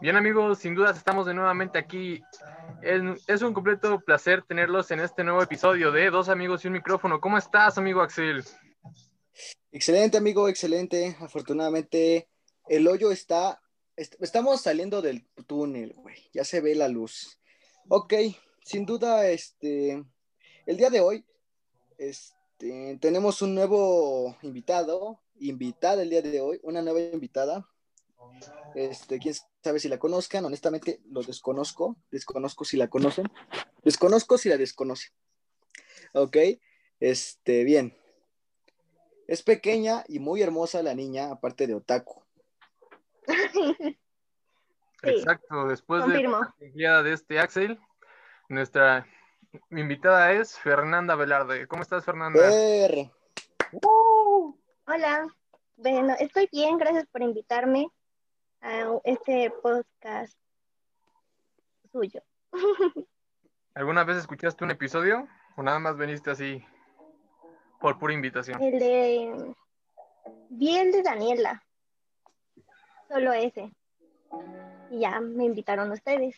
Bien amigos, sin dudas estamos de nuevamente aquí. Es, es un completo placer tenerlos en este nuevo episodio de Dos Amigos y un Micrófono. ¿Cómo estás, amigo Axel? Excelente, amigo, excelente. Afortunadamente, el hoyo está... est- estamos saliendo del túnel, güey. Ya se ve la luz. Ok, sin duda, este... El día de hoy, este, tenemos un nuevo invitado, invitada el día de hoy, una nueva invitada. Este, quién sabe si la conozcan, honestamente lo desconozco, desconozco si la conocen, desconozco si la desconocen. Ok, este, bien. Es pequeña y muy hermosa la niña, aparte de otaku. Sí. Exacto, después Confirmo. de la guiada de este Axel, nuestra invitada es Fernanda Velarde. ¿Cómo estás, Eh. Fernanda? Per, Hola, bueno, estoy bien, gracias por invitarme a este podcast suyo. ¿Alguna vez escuchaste un episodio o nada más viniste así por pura invitación? El de... Vi el de Daniela, solo ese. Y ya me invitaron ustedes.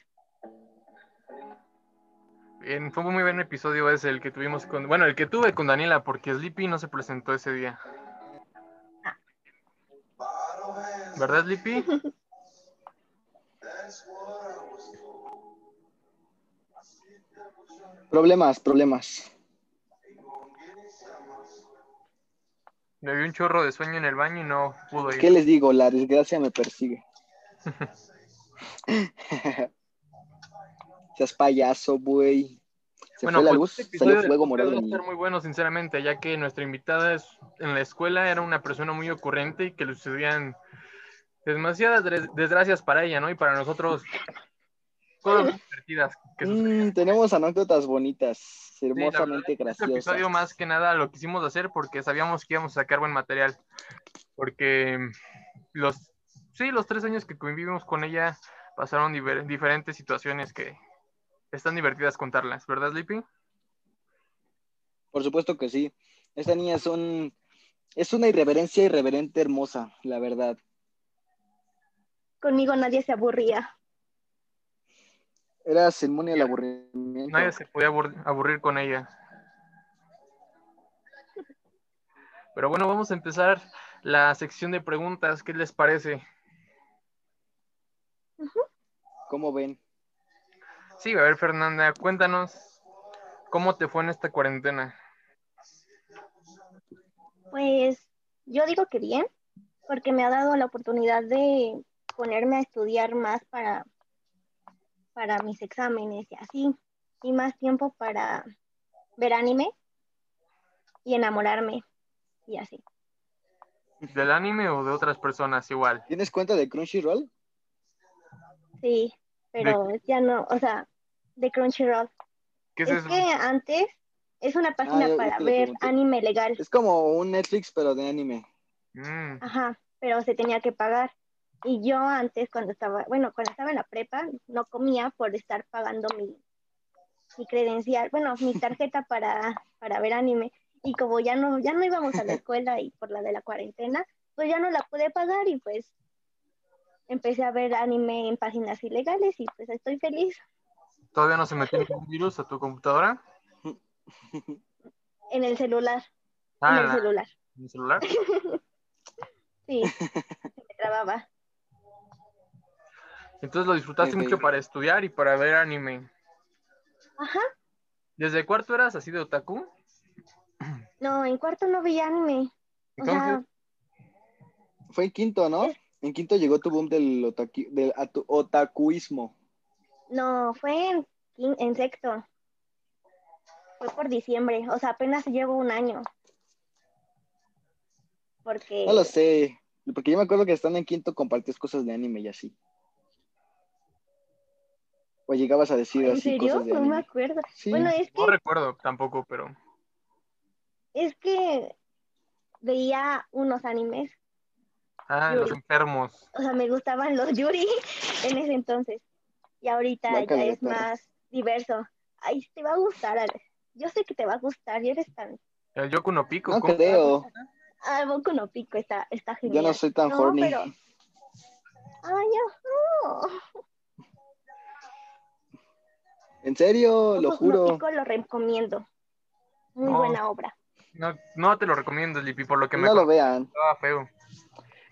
Bien, fue un muy buen episodio ese, el que tuvimos con, bueno, el que tuve con Daniela, porque Sleepy no se presentó ese día. Ah. ¿Verdad, Sleepy? problemas, problemas. Me dio un chorro de sueño en el baño y no pudo ¿Qué ir. les digo? La desgracia me persigue. Seas payaso, güey. Se fue la pues, luz, este episodio salió del fuego podcast morado. Va de a mí. estar muy bueno, sinceramente, ya que nuestra invitada es- en la escuela era una persona muy ocurrente y que le sucedían demasiadas des- desgracias para ella, ¿no? Y para nosotros, cosas muy divertidas. Que sucedían. Mm, tenemos anécdotas bonitas, Sí, la verdad, hermosamente este graciosas. episodio más que nada lo quisimos hacer porque sabíamos que íbamos a sacar buen material. Porque mm, los, sí, los tres años que convivimos con ella pasaron diver- diferentes situaciones que están divertidas contarlas, ¿verdad, Lipi? Por supuesto que sí. Esta niña es un- es una irreverencia irreverente hermosa, la verdad. Conmigo nadie se aburría. Eras inmune al aburrimiento. Nadie se podía abur- aburrir con ella. Pero bueno, vamos a empezar la sección de preguntas. ¿Qué les parece? ¿Cómo ven? Sí, a ver, Fernanda, cuéntanos cómo te fue en esta cuarentena. Pues yo digo que bien, porque me ha dado la oportunidad de ponerme a estudiar más para, para mis exámenes y así, y más tiempo para ver anime y enamorarme y así. ¿Del anime o de otras personas igual? ¿Tienes cuenta de Crunchyroll? Sí, pero ya no, o sea, de Crunchyroll. ¿Qué es, es eso? Ah, que antes es una página yo- yo para te lo ver pregunté. anime legal, Es como un Netflix, pero de anime. Mm, Ah. ajá, pero se tenía que pagar. Y yo antes, cuando estaba, bueno, cuando estaba en la prepa, no comía por estar pagando mi, mi credencial, bueno, mi tarjeta para, para ver anime. Y como ya no, ya no íbamos a la escuela y por la de la cuarentena, pues ya no la pude pagar y pues empecé a ver anime en páginas ilegales y pues estoy feliz. ¿Todavía no se metió ningún virus a tu computadora? En el celular, en Ah, el en la- celular. en el celular. Sí, se me trababa. Entonces lo disfrutaste Ok. mucho para estudiar y para ver anime. Ajá. ¿Desde cuarto eras así de otaku? No, en cuarto no veía anime. O sea, Entonces, Fue en quinto, ¿no? Es- En quinto llegó tu boom del, otaki- del atu- otakuismo. no, fue en, quin- en sexto. Fue por diciembre, o sea, apenas llevo un año. Porque No lo sé, porque yo me acuerdo que estando en quinto compartías cosas de anime y así. O llegabas a decir ¿En así serio? cosas de No me anime. acuerdo. Sí, Bueno, es que, no recuerdo tampoco, pero es que veía unos animes, ah, los enfermos. o sea, me gustaban los Yuri en ese entonces. Y ahorita Guácala, ya es perro. más diverso. Ay, te va a gustar, Ale. Yo sé que te va a gustar, y eres tan... El Yoku no Pico. no ¿cómo? creo. Ah, Boku no Pico está, está Yo genial. no soy tan No, horny. pero- Ay, no. En serio, lo Ojos juro. Mágicos lo recomiendo. Muy No. buena obra. No, no te lo recomiendo, Lipi, por lo que me No lo vean. contaba feo.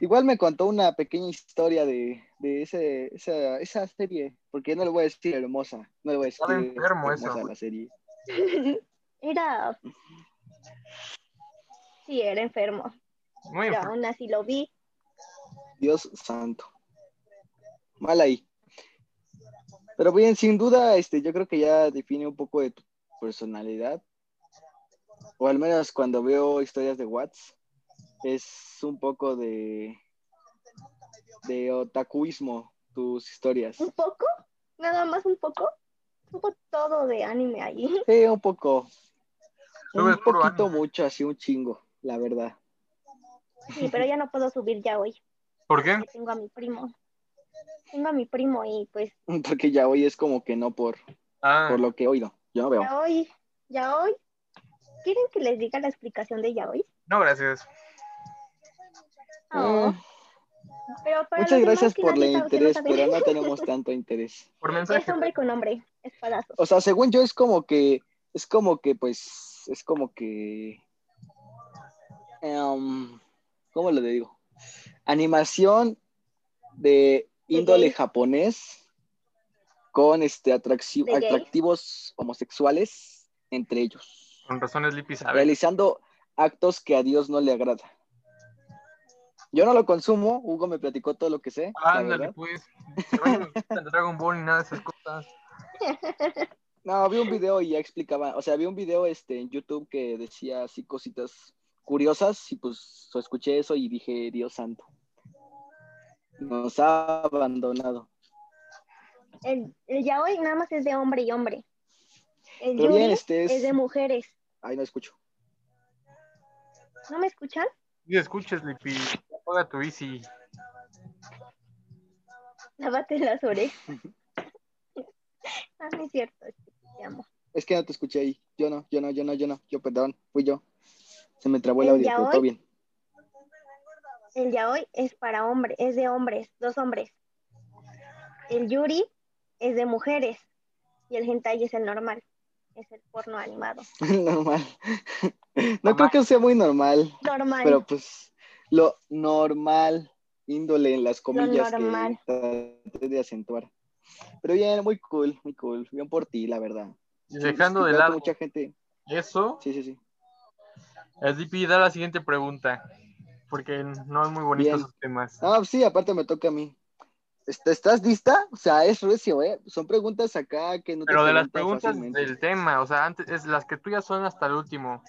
Igual me contó una pequeña historia de, de ese, esa, esa serie, porque no le voy a decir hermosa, no le voy a decir Estaba enfermo eso. hermosa la serie. Era. Sí, era enfermo. Muy Pero enfermo. aún así lo vi. Dios santo. Mal ahí. Pero bien, sin duda, este, yo creo que ya define un poco de tu personalidad. O al menos cuando veo historias de Watts, es un poco de, de otakuismo tus historias. ¿Un poco? ¿Nada más un poco? Tuvo todo de anime ahí. Sí, un poco. Sube Un puro poquito anime. mucho, así un chingo, la verdad. Sí, pero ya no puedo subir ya hoy. ¿Por qué? porque Tengo a mi primo. Tengo a mi primo y pues Porque ya hoy es como que no por, Ah, por lo que he oído. Yo no veo. ya hoy, ya hoy. ¿Quieren que les diga la explicación de ya hoy? no, gracias. No, Mm, pero para muchas los demás gracias que por el nadie sabe- que no interés, sabe- pero no tenemos tanto interés. Por Es mensaje. pues. hombre con hombre, espadazo. O sea, según yo es como que, es como que, pues, es como que, em, ¿cómo lo digo? Animación de índole gay. japonés con este atracci- De gay. atractivos homosexuales entre ellos. Con razones, Lipi sabe. realizando actos que a Dios no le agrada. Yo no lo consumo, Hugo me platicó todo lo que sé. la Ándale, verdad. pues. Que no me gusta el Dragon Ball ni nada de esas cosas. No, vi un video y ya explicaba, o sea, vi un video este, en YouTube que decía así cositas curiosas y pues escuché eso y dije, Dios santo, nos ha abandonado. El, el ya hoy nada más es de hombre y hombre. El Pero bien, Yuri este es... es de mujeres. Ay, no escucho. ¿No me escuchan? Y escuches, Lipi. Juega tu bici. Lávate las orejas. Ah, no es cierto. Te amo. Es que no te escuché ahí. Yo no, yo no, yo no, yo no. Yo, perdón, fui yo. Se me trabó el audio, ¿Ya pero hoy? todo bien. El ya hoy es para hombres, es de hombres, dos hombres. El Yuri es de mujeres y el hentai es el normal, es el porno animado. Normal. No Normal. creo que sea muy normal. Normal. Pero pues lo normal, índole en las comillas normal. que traté de acentuar. Pero bien, muy cool, muy cool. Bien por ti, la verdad. Y dejando de Creo que lado Mucha gente. eso, Sí, sí, sí. el Lipi da la siguiente pregunta. Porque no es muy bonito Bien. esos temas. Ah, sí, aparte me toca a mí. Est- ¿Estás lista? O sea, es recio, ¿eh? Son preguntas acá que no te Pero de las preguntan preguntas fácilmente. del tema, o sea, antes, es las que tuyas son hasta el último.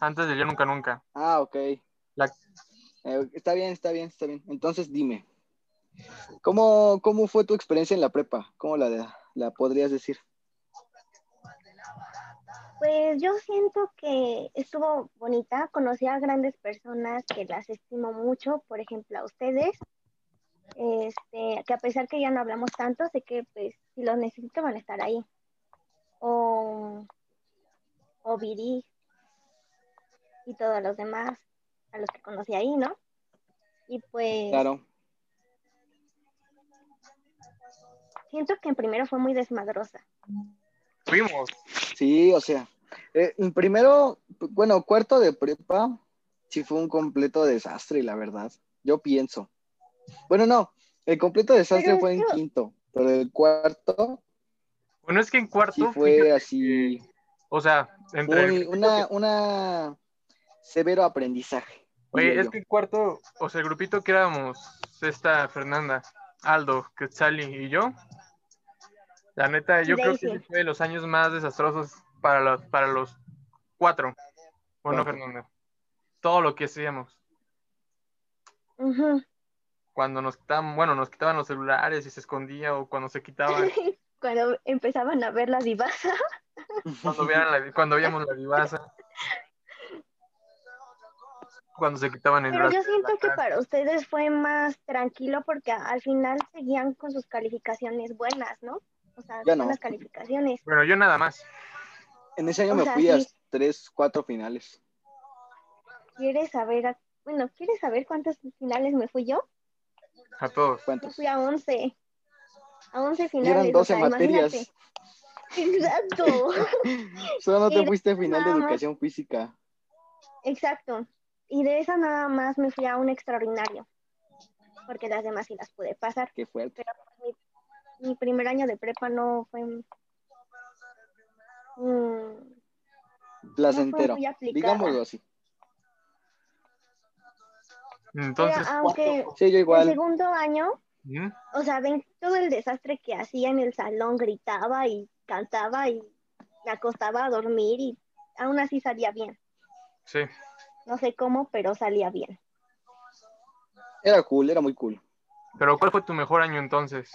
Antes del yo nunca nunca. Ah, ok. La- Eh, está bien, está bien, está bien. Entonces dime, ¿cómo, cómo fue tu experiencia en la prepa? ¿Cómo la, la podrías decir? Pues yo siento que estuvo bonita, conocí a grandes personas que las estimo mucho, por ejemplo a ustedes, este, que a pesar que ya no hablamos tanto, sé que pues si los necesito van a estar ahí. O, o Viri y todos los demás, a los que conocí ahí, ¿no? Y pues Claro. siento que en primero fue muy desmadrosa. Fuimos. Sí, o sea, eh, en primero, bueno, cuarto de prepa, sí fue un completo desastre, la verdad. Yo pienso. Bueno, no, el completo desastre Pero es fue en que- quinto, pero el cuarto Bueno, es que en cuarto. sí fue fíjate, así, O sea, entre. un- una, una severo aprendizaje. Oye, diría es yo. que en cuarto, o sea, el grupito que éramos, esta Fernanda, Aldo, Quetzali y yo, la neta, yo creo que Daisy. ese fue de los años más desastrosos para los, para los cuatro. Bueno, Cuatro. Fernanda, todo lo que hacíamos. Ujú. Cuando nos quitaban, bueno, nos quitaban los celulares y se escondía, o cuando se quitaban, Cuando empezaban a ver la diva. cuando, vieran la- cuando veíamos la vivaza. Cuando se quitaban el Pero brazo yo de la siento que cara. para ustedes fue más tranquilo porque a- al final seguían con sus calificaciones buenas, ¿no? O sea, Yo con no. las calificaciones. Bueno, yo nada más. En ese año o me sea, fui sí. a tres, cuatro finales. ¿Quieres saber, a- bueno, ¿quieres saber cuántos finales me fui yo? A todos. Me ¿Cuántos? fui a 11. A 11 Y finales. eran 12 o sea, materias. imagínate. Exacto, Solo no te Mira, fuiste a final de nada más. educación física. exacto. Y de esa nada más me fui a un extraordinario, porque las demás sí las pude pasar. Qué fuerte. Mi primer año de prepa no fue... mm, mm, Placentero. muy aplicada. Digámoslo así. Entonces, era- aunque Sí, yo el igual. segundo año ¿Mm? O sea, ven todo el desastre que hacía en el salón, gritaba y cantaba y me acostaba a dormir y aún así salía bien. sí. No sé cómo, pero salía bien. Era cool, era muy cool. Pero ¿cuál fue tu mejor año entonces?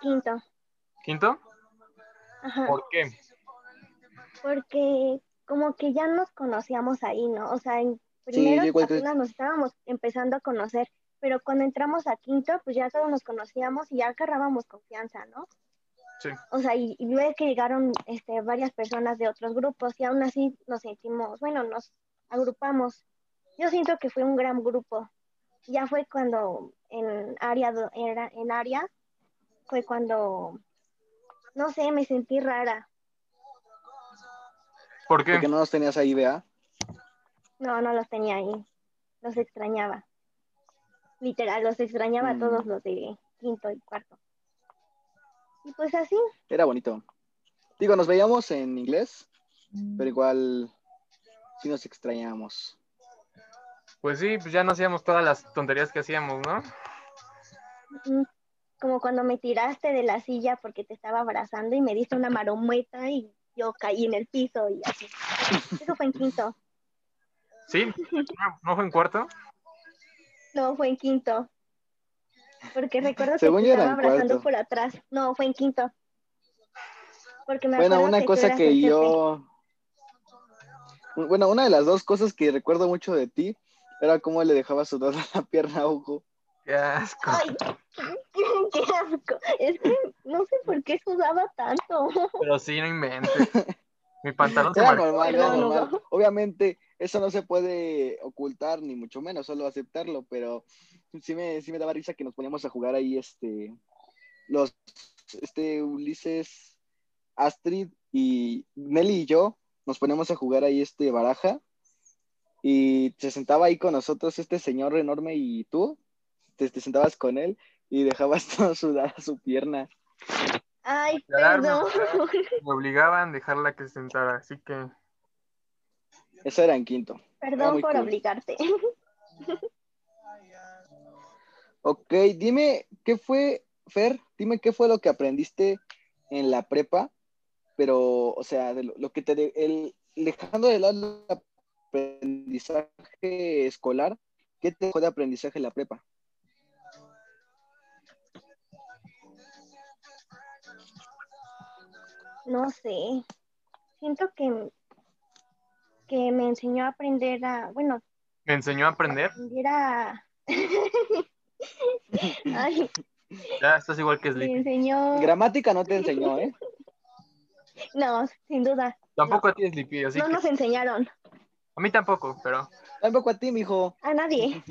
Quinto, ¿Quinto? ajá, ¿Por qué? porque como que ya nos conocíamos ahí, ¿no? O sea, en Sí, primero yo igual creo- apenas nos estábamos empezando a conocer, pero cuando entramos a quinto, pues ya todos nos conocíamos y ya agarrábamos confianza, ¿no? Sí. O sea, y, y luego que llegaron este, varias personas de otros grupos y aún así nos sentimos, bueno, nos agrupamos. Yo siento que fue un gran grupo. Ya fue cuando en área, do- era, en área fue cuando, no sé, me sentí rara. ¿Por qué? Porque no nos tenías ahí, vea. No, no los tenía ahí. Los extrañaba. Literal, los extrañaba a Mm. todos los de quinto y cuarto. Y pues así, Era bonito. Digo, nos veíamos en inglés, Mm. pero igual sí nos extrañamos. Pues sí, pues ya no hacíamos todas las tonterías que hacíamos, ¿no? mm, como cuando me tiraste de la silla porque te estaba abrazando y me diste una marometa y yo caí en el piso y así. Eso fue en quinto. Sí, no fue en cuarto. No, fue en quinto. Porque recuerdo que Según te yo era estaba en abrazando cuarto. por atrás. No, fue en quinto. Porque me Bueno, acuerdo una tú cosa eras que el jefe. yo... Bueno, una de las dos cosas que recuerdo mucho de ti era cómo le dejaba sudar la pierna a Hugo. Qué asco. Ay, qué asco. Es que no sé por qué sudaba tanto. Pero sí, no inventes. Mi pantalón se Era marcó. normal, era Perdón, normal. Hugo. Obviamente, eso no se puede ocultar, ni mucho menos, solo aceptarlo, pero sí me, sí me daba risa que nos poníamos a jugar ahí, este, los, este, Ulises, Astrid y Nelly y yo, nos poníamos a jugar ahí, este, baraja, y se sentaba ahí con nosotros este señor enorme y tú, te, te sentabas con él y dejabas todo sudar a su pierna. Ay, Claro, perdón. Me obligaban a dejarla que se sentara, así que. Eso era en quinto. Era Perdón muy por cool. obligarte. Ok, dime qué fue, Fer, dime qué fue lo que aprendiste en la prepa, pero, o sea, de lo, lo que te, de- el, dejando de lado el aprendizaje escolar, ¿qué te dejó de aprendizaje en la prepa? No sé. Siento que, que me enseñó a aprender a, bueno, Me enseñó a aprender. aprender a... Ay, Ya estás igual que me Sleepy. enseñó... Gramática no te enseñó, ¿eh? No, sin duda. Tampoco a ti, Sleepy, así No que. nos enseñaron. A mí tampoco, pero. Tampoco a ti, mijo. A nadie.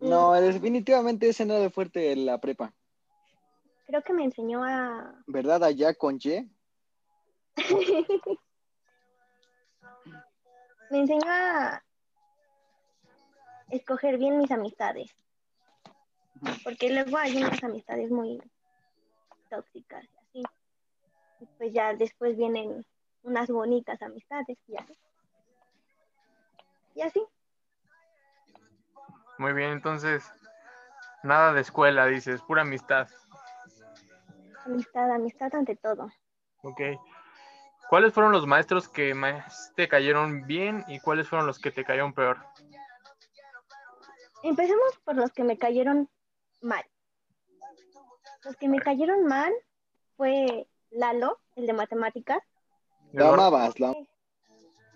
Mm, No, definitivamente ese no era el fuerte de la prepa, Creo que me enseñó a... ¿verdad? Allá con Y. me enseñó a escoger bien mis amistades. Porque luego hay unas amistades muy tóxicas y así. Y pues ya después vienen unas bonitas amistades y así. Y así, Muy bien, entonces. Nada de escuela, dices, pura amistad. amistad, amistad ante todo. Ok. ¿Cuáles fueron los maestros que más te cayeron bien y cuáles fueron los que te cayeron peor? Empecemos por los que me cayeron mal. Los que me cayeron mal fue Lalo, el de matemáticas. Lo amabas, lo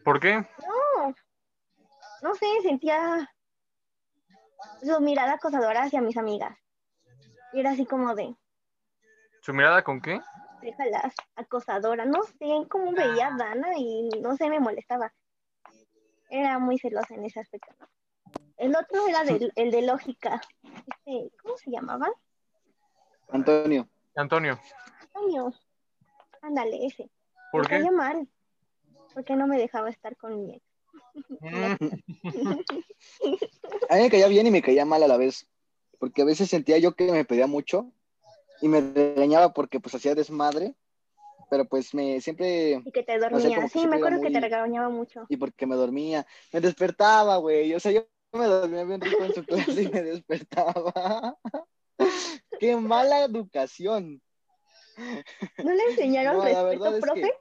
¿Por qué? No, no sé, sentía su mirada acosadora hacia mis amigas. Y era así como de, ¿Su mirada con qué? déjalas, acosadora. No sé cómo veía a Dana y no sé, me molestaba. Era muy celosa en ese aspecto. ¿no? El otro era del- el de lógica. Este, ¿Cómo se llamaba? Antonio. Antonio. Antonio, ándale, ese. ¿Por me qué? cayó mal, porque no me dejaba estar con mi ex. Mm, A mí me caía bien y me caía mal a la vez, porque a veces sentía yo que me pedía mucho y me regañaba porque pues hacía desmadre, pero pues me siempre Y que te como dormía. que sí, siempre era me acuerdo que muy- te regañaba mucho. y porque me dormía, me despertaba, güey, o sea, yo me dormía bien rico en su clase y me despertaba. Qué mala educación. ¿No le enseñaron No, la verdad respeto, es profe?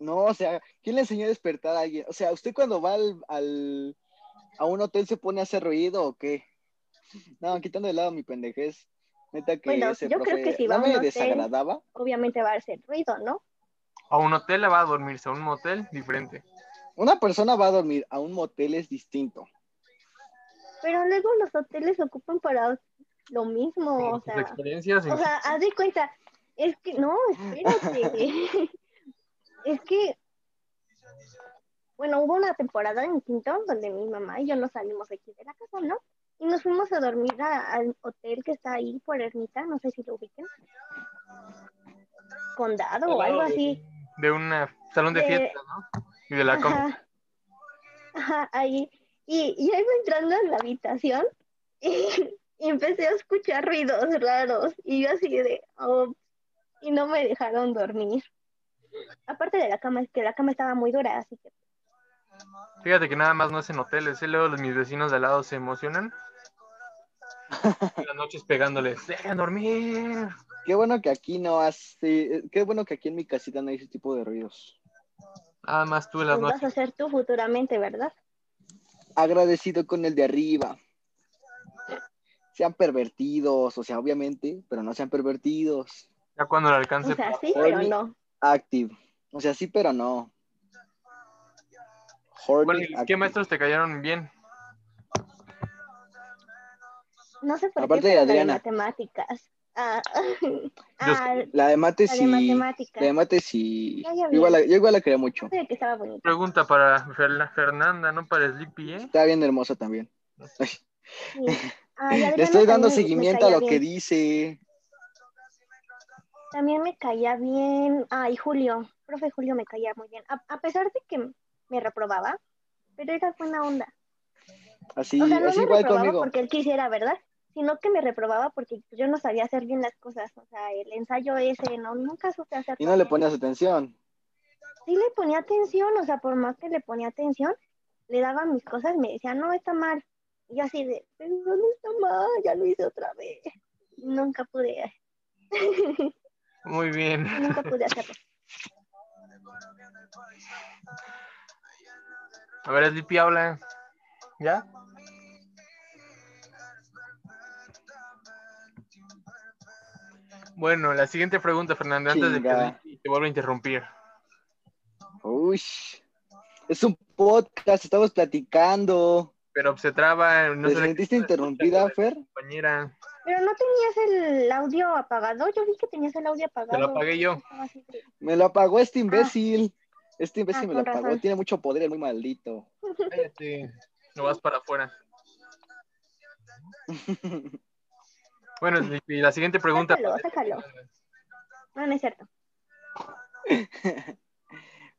No, o sea, ¿quién le enseñó a despertar a alguien? O sea, ¿usted cuando va al, al- a un hotel se pone a hacer ruido o qué? No, quitando de lado mi pendejez. Neta que Bueno, ese yo creo profe que si va no a un me hotel- desagradaba. Obviamente va a hacer ruido, ¿no? A un hotel le va a dormirse, a un motel diferente. Una persona va a dormir a un motel es distinto. Pero luego los hoteles ocupan para lo mismo, o Sus sea, experiencias. o sea, haz de cuenta, es que, no, espérate, es que, bueno, hubo una temporada en Quintón donde mi mamá y yo nos salimos aquí de la casa, ¿no? Y nos fuimos a dormir a- al hotel que está ahí por Ermita, no sé si lo ubiquen. Condado o Oh, algo así. De un eh, salón de, De- fiesta, ¿no? Y de la comida. Ajá. Ajá, ahí. Y yo iba entrando en la habitación y, y empecé a escuchar ruidos raros. Y yo así de, "Oh", y no me dejaron dormir. Aparte de la cama, es que la cama estaba muy dura, así que Fíjate que nada más no es en hoteles. ¿eh? Luego los, mis vecinos de al lado se emocionan. En las noches pegándoles. ¡Dejen dormir! Qué bueno que aquí no hace, eh, qué bueno que aquí en mi casita no hay ese tipo de ruidos. Nada más tú en las pues vas noches. a hacer tú futuramente, ¿verdad? Agradecido con el de arriba. Sean pervertidos, o sea, obviamente, pero no sean pervertidos. Ya cuando lo O alcance. sea, sí, hoy pero mi- no. Active. O sea, sí, pero no. Horny Bueno, ¿y ¿qué active. maestros te cayeron bien? No sé por Aparte de qué, pero la Adriana. matemáticas. Ah, ah, La de mate la de sí. matemáticas. La de mate sí. Ya, ya Yo igual, la, yo igual la quería mucho. Aparte de que estaba bonita. Pregunta para Fer- Fernanda, no para Sleepy, ¿eh? Está bien hermosa también. sí. Ah, y Adriana Le estoy dando también me seguimiento a caía lo que bien. dice. También me caía bien. Ay, Julio, profe Julio me caía muy bien. A, a pesar de que me reprobaba, pero era buena onda. Así, o sea, no así me igual reprobaba conmigo. porque él quisiera, ¿verdad? Sino que me reprobaba porque yo no sabía hacer bien las cosas. O sea, el ensayo ese, no, nunca supe hacer. Y no le ponías atención. Sí le ponía atención, o sea, por más que le ponía atención, le daba mis cosas, me decía, no, está mal. Y yo así de, pero no está mal, ya lo hice otra vez. Nunca pude, Muy bien. nunca pude hacerlo. A ver, Sleepy habla. ¿Ya? Bueno, la siguiente pregunta, Fernanda, antes de que Chinga. Sleepy te vuelva a interrumpir. Uy. Es un podcast, estamos platicando. Pero se traba, no ¿Te se le- sentiste interrumpida, Fer? compañera. Pero no tenías el audio apagado. Yo vi que tenías el audio apagado. Te lo apagué yo. Estaba así de- Me lo apagó este imbécil. Este imbécil Ah, me lo con apagó. razón. Tiene mucho poder, es muy maldito. Cállate. No vas para afuera. Bueno, Sleepy, la siguiente pregunta. Sácalo, sácalo. No, no es cierto.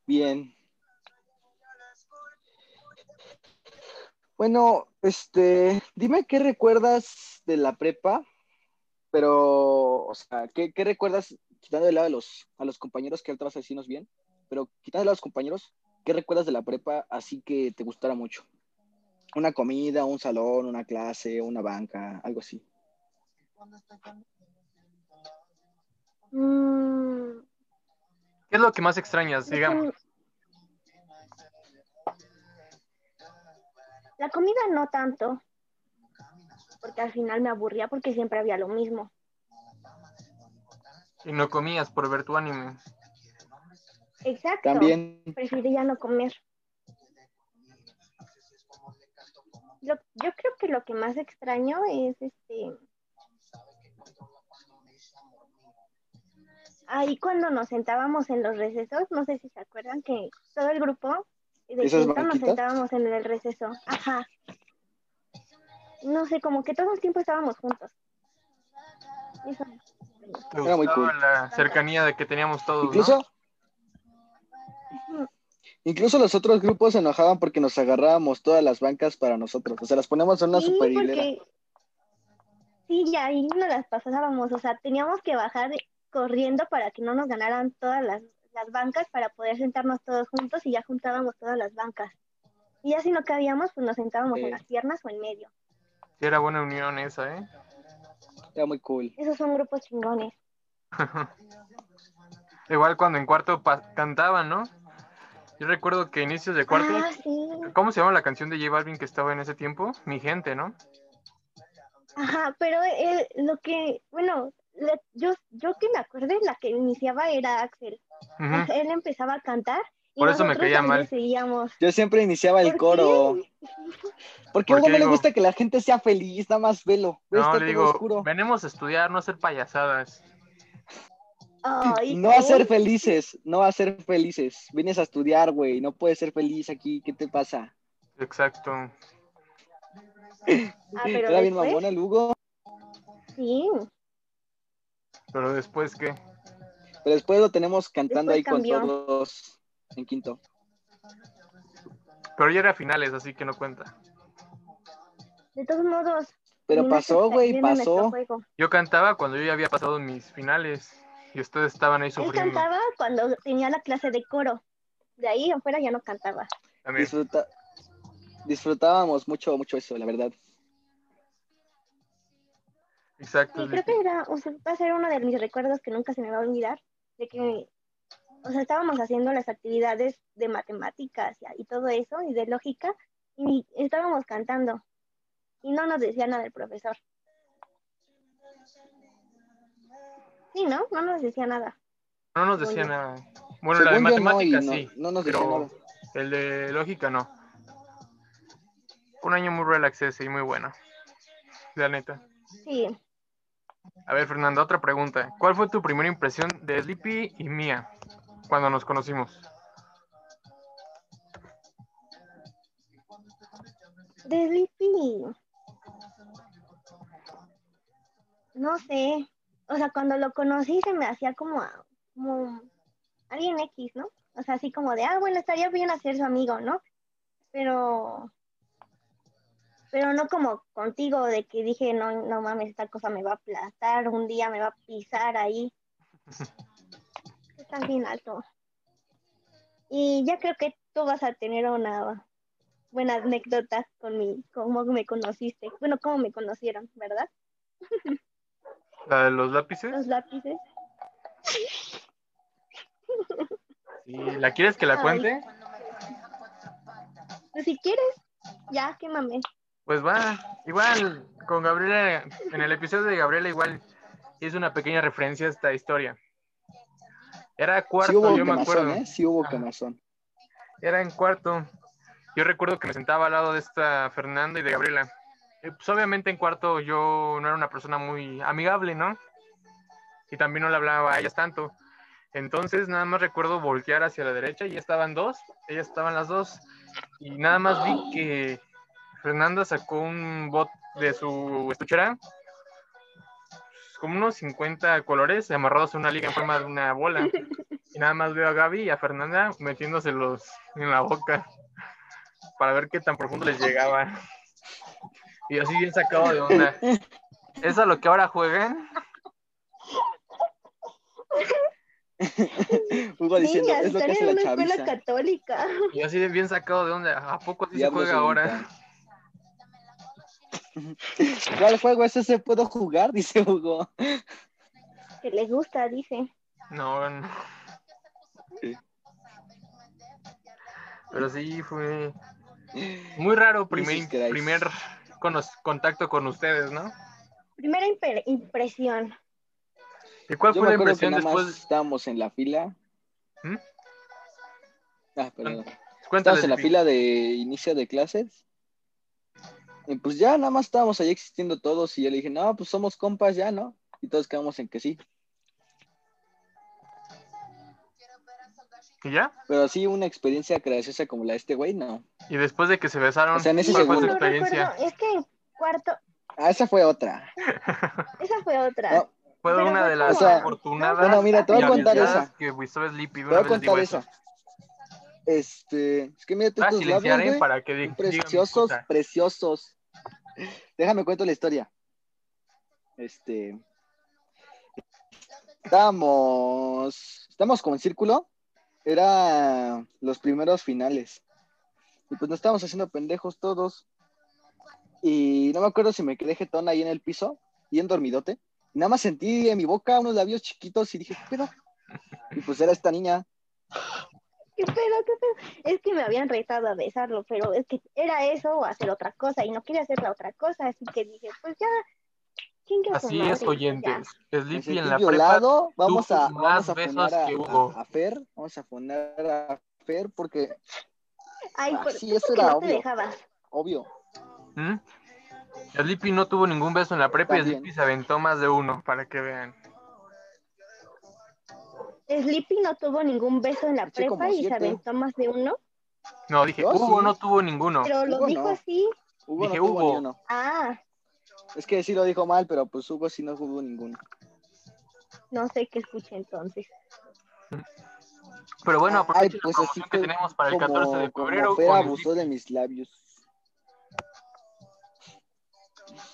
Bien. Bueno, este, dime qué recuerdas de la prepa, pero, o sea, ¿qué, qué recuerdas, quitando de lado a los, a los compañeros que ahorita vas a decirnos bien, pero quitando de lado a los compañeros, ¿qué recuerdas de la prepa así que te gustara mucho? Una comida, un salón, una clase, una banca, algo así. Mm, ¿Qué es lo que más extrañas, la digamos? comi- La comida no tanto. Porque al final me aburría porque siempre había lo mismo. Y no comías por ver tu anime. Exacto. También, Preferiría no comer. Lo- yo creo que lo que más extraño es este. Ahí cuando nos sentábamos en los recesos, no sé si se acuerdan que todo el grupo de ¿Esas quinto nos banquitas? sentábamos en el receso. Ajá. No sé, como que todo el tiempo estábamos juntos. Eso Me Era muy gustaba cool. la cercanía de que teníamos todos, ¿no? Incluso, incluso los otros grupos se enojaban porque nos agarrábamos todas las bancas para nosotros. O sea, las poníamos en una sí, super hilera. porque sí, ya ahí no las pasábamos, o sea, teníamos que bajar corriendo para que no nos ganaran todas las, las bancas para poder sentarnos todos juntos y ya juntábamos todas las bancas. Y ya si no cabíamos, pues nos sentábamos Sí. en las piernas o en medio. Sí, Era buena unión esa, ¿eh? Era muy cool. Esos son grupos chingones. Igual cuando en cuarto pa- cantaban, ¿no? Yo recuerdo que inicios de cuarto, Ah, sí. ¿cómo se llama la canción de J Balvin que estaba en ese tiempo? Mi gente, ¿no? Ajá, pero eh, lo que, bueno, la- yo, yo que me acuerdo, la que iniciaba era Axel. Ujú. Él empezaba a cantar. y Por eso me nosotros caía ahí mal. le seguíamos. Yo siempre iniciaba el ¿Por coro. qué? Porque Porque a uno no le digo- gusta que la gente sea feliz, nada más velo. Ve, Este No, está le todo digo, oscuro. venimos a estudiar, no a hacer payasadas. Ay, No a ¿qué? ser felices, no a ser felices. Vienes a estudiar, güey, no puedes ser feliz aquí. ¿Qué te pasa? Exacto. Ah, pero Era bien después, mamona el Hugo. sí, Pero después, ¿qué? Pero después lo tenemos cantando Después ahí cambió. con todos en quinto. Pero ya era finales, así que no cuenta. de todos modos. este, Pero ni pasó, nuestro- güey, ni nuestro pasó. juego. Yo cantaba cuando yo ya había pasado mis finales y ustedes estaban ahí Él sufriendo. cantaba cuando tenía la clase de coro. De ahí afuera ya no cantaba. También. Disfruta- disfrutábamos mucho, mucho eso, la verdad. Exacto. Y creo que era, o sea, va a ser uno de mis recuerdos que nunca se me va a olvidar, de que, o sea, estábamos haciendo las actividades de matemáticas y, y todo eso, y de lógica, y estábamos cantando. Y no nos decía nada el profesor. Sí, ¿no? No nos decía nada. No nos decía Oye. nada. Bueno, la de Según yo, no, y matemáticas no, sí, no nos decía pero- nada. el de lógica no. Un año muy relax ese y muy bueno. La neta. Sí. A ver, Fernanda, otra pregunta. ¿Cuál fue tu primera impresión de Sleepy y mía cuando nos conocimos? De Sleepy. No sé. O sea, cuando lo conocí se me hacía como, a- como alguien X, ¿no? O sea, así como de, ah, bueno, estaría bien hacer su amigo, ¿no? Pero. Pero no como contigo, de que dije, no, no mames, esta cosa me va a aplastar, un día me va a pisar ahí. Estás bien alto. Y ya creo que tú vas a tener una buena anécdota con mi, cómo me conociste. Bueno, cómo me conocieron, ¿verdad? ¿La de los lápices? Los lápices. Sí. ¿La quieres que la Ay. cuente? Pues si quieres, ya, quémame. Pues va, igual con Gabriela, en el episodio de Gabriela igual hice una pequeña referencia a esta historia. Era cuarto, sí hubo yo me quemazón, acuerdo. ¿eh? Sí hubo Ajá. quemazón. Era en cuarto. Yo recuerdo que me sentaba al lado de esta Fernanda y de Gabriela. Y, pues obviamente en cuarto yo no era una persona muy amigable, ¿no? Y también no le hablaba a ellas tanto. Entonces nada más recuerdo voltear hacia la derecha y ya estaban dos, ellas estaban las dos. Y nada más vi que Fernanda sacó un bot de su estuchera, pues, como unos 50 colores amarrados a una liga en forma de una bola. Y nada más veo a Gaby y a Fernanda metiéndoselos en la boca para ver qué tan profundo les llegaba. Y así bien sacado de onda. ¿Es a lo que ahora juegan? Hugo diciendo, Niñas, es lo que están hace en la una escuela chaviza. católica. Y así de bien sacado de onda. ¿A poco así se Diablos juega de ahora? Yucatán. ¿Cuál juego es ese? ¿Puedo jugar? Dice Hugo. Que les gusta, dice. No, no. Sí. Pero sí, fue muy raro primer, Jesus Christ. primer conos- contacto con ustedes, ¿no? Primera impre- impresión. ¿Y cuál Yo fue la me acuerdo que impresión nada después? más estábamos en la fila. ¿Mm? Ah, perdón. Cuéntales, Estábamos en la Vic. fila de inicio de clases. Y pues ya nada más estábamos ahí existiendo todos y yo le dije, no, pues somos compas ya, ¿no? Y todos quedamos en que sí. ¿Y ya? Pero así una experiencia graciosa como la de este güey, no. Y después de que se besaron, O sea, en ese ¿cuál fue segundo- tu no experiencia? recuerdo, es que en cuarto, Ah, esa fue otra. esa fue otra. No, Fue Pero una fue de las como- O sea, afortunadas. bueno, Ah, mira, te voy a contar finalidades esa. Que Wistow Sleepy de Te una voy a vez les contar digo esa. eso. Este, es que mira Voy a estos labios, silenciar, ¿eh? güey, Para que digan mis preciosos, cosas. preciosos. Déjame cuento la historia. Este, estamos, estamos como en círculo. Era los primeros finales. Y pues nos estábamos haciendo pendejos todos. Y no me acuerdo si me quedé jetón ahí en el piso, bien dormidote. Y nada más sentí en mi boca unos labios chiquitos y dije, ¿qué pedo? Y pues era esta niña. ¿Qué pedo, qué pedo? Es que me habían retado a besarlo, pero es que era eso o hacer otra cosa y no quería hacer la otra cosa, así que dije, pues ya, chingue a su Así madre, es, oyentes. Me Sleepy sentí en la prepa violado. vamos a, tuvo vamos más a besos funar a, que Hugo. a- a Fer, vamos a funar a Fer porque, ya. Ay, por, sí, eso porque era no te obvio, dejaba. obvio. ¿Mm? Sleepy no tuvo ningún beso en la prepa y También. Sleepy se aventó más de uno, para que vean. Sleepy no tuvo ningún beso en la Eché como prepa y se siete. aventó más de uno, No, dije, Yo Hugo sí. no tuvo ninguno. pero lo Hugo dijo no. así. Hugo Dije, no tuvo Hugo. ni uno. Ah, Es que sí lo dijo mal, pero pues Hugo sí no tuvo ninguno. no sé qué escuché entonces. Pero bueno, Ay, aprovechen pues la así promoción que fue tenemos para Ah, el como, 14 de como febrero. Fer con abusó de mis labios. Sleepy. Ya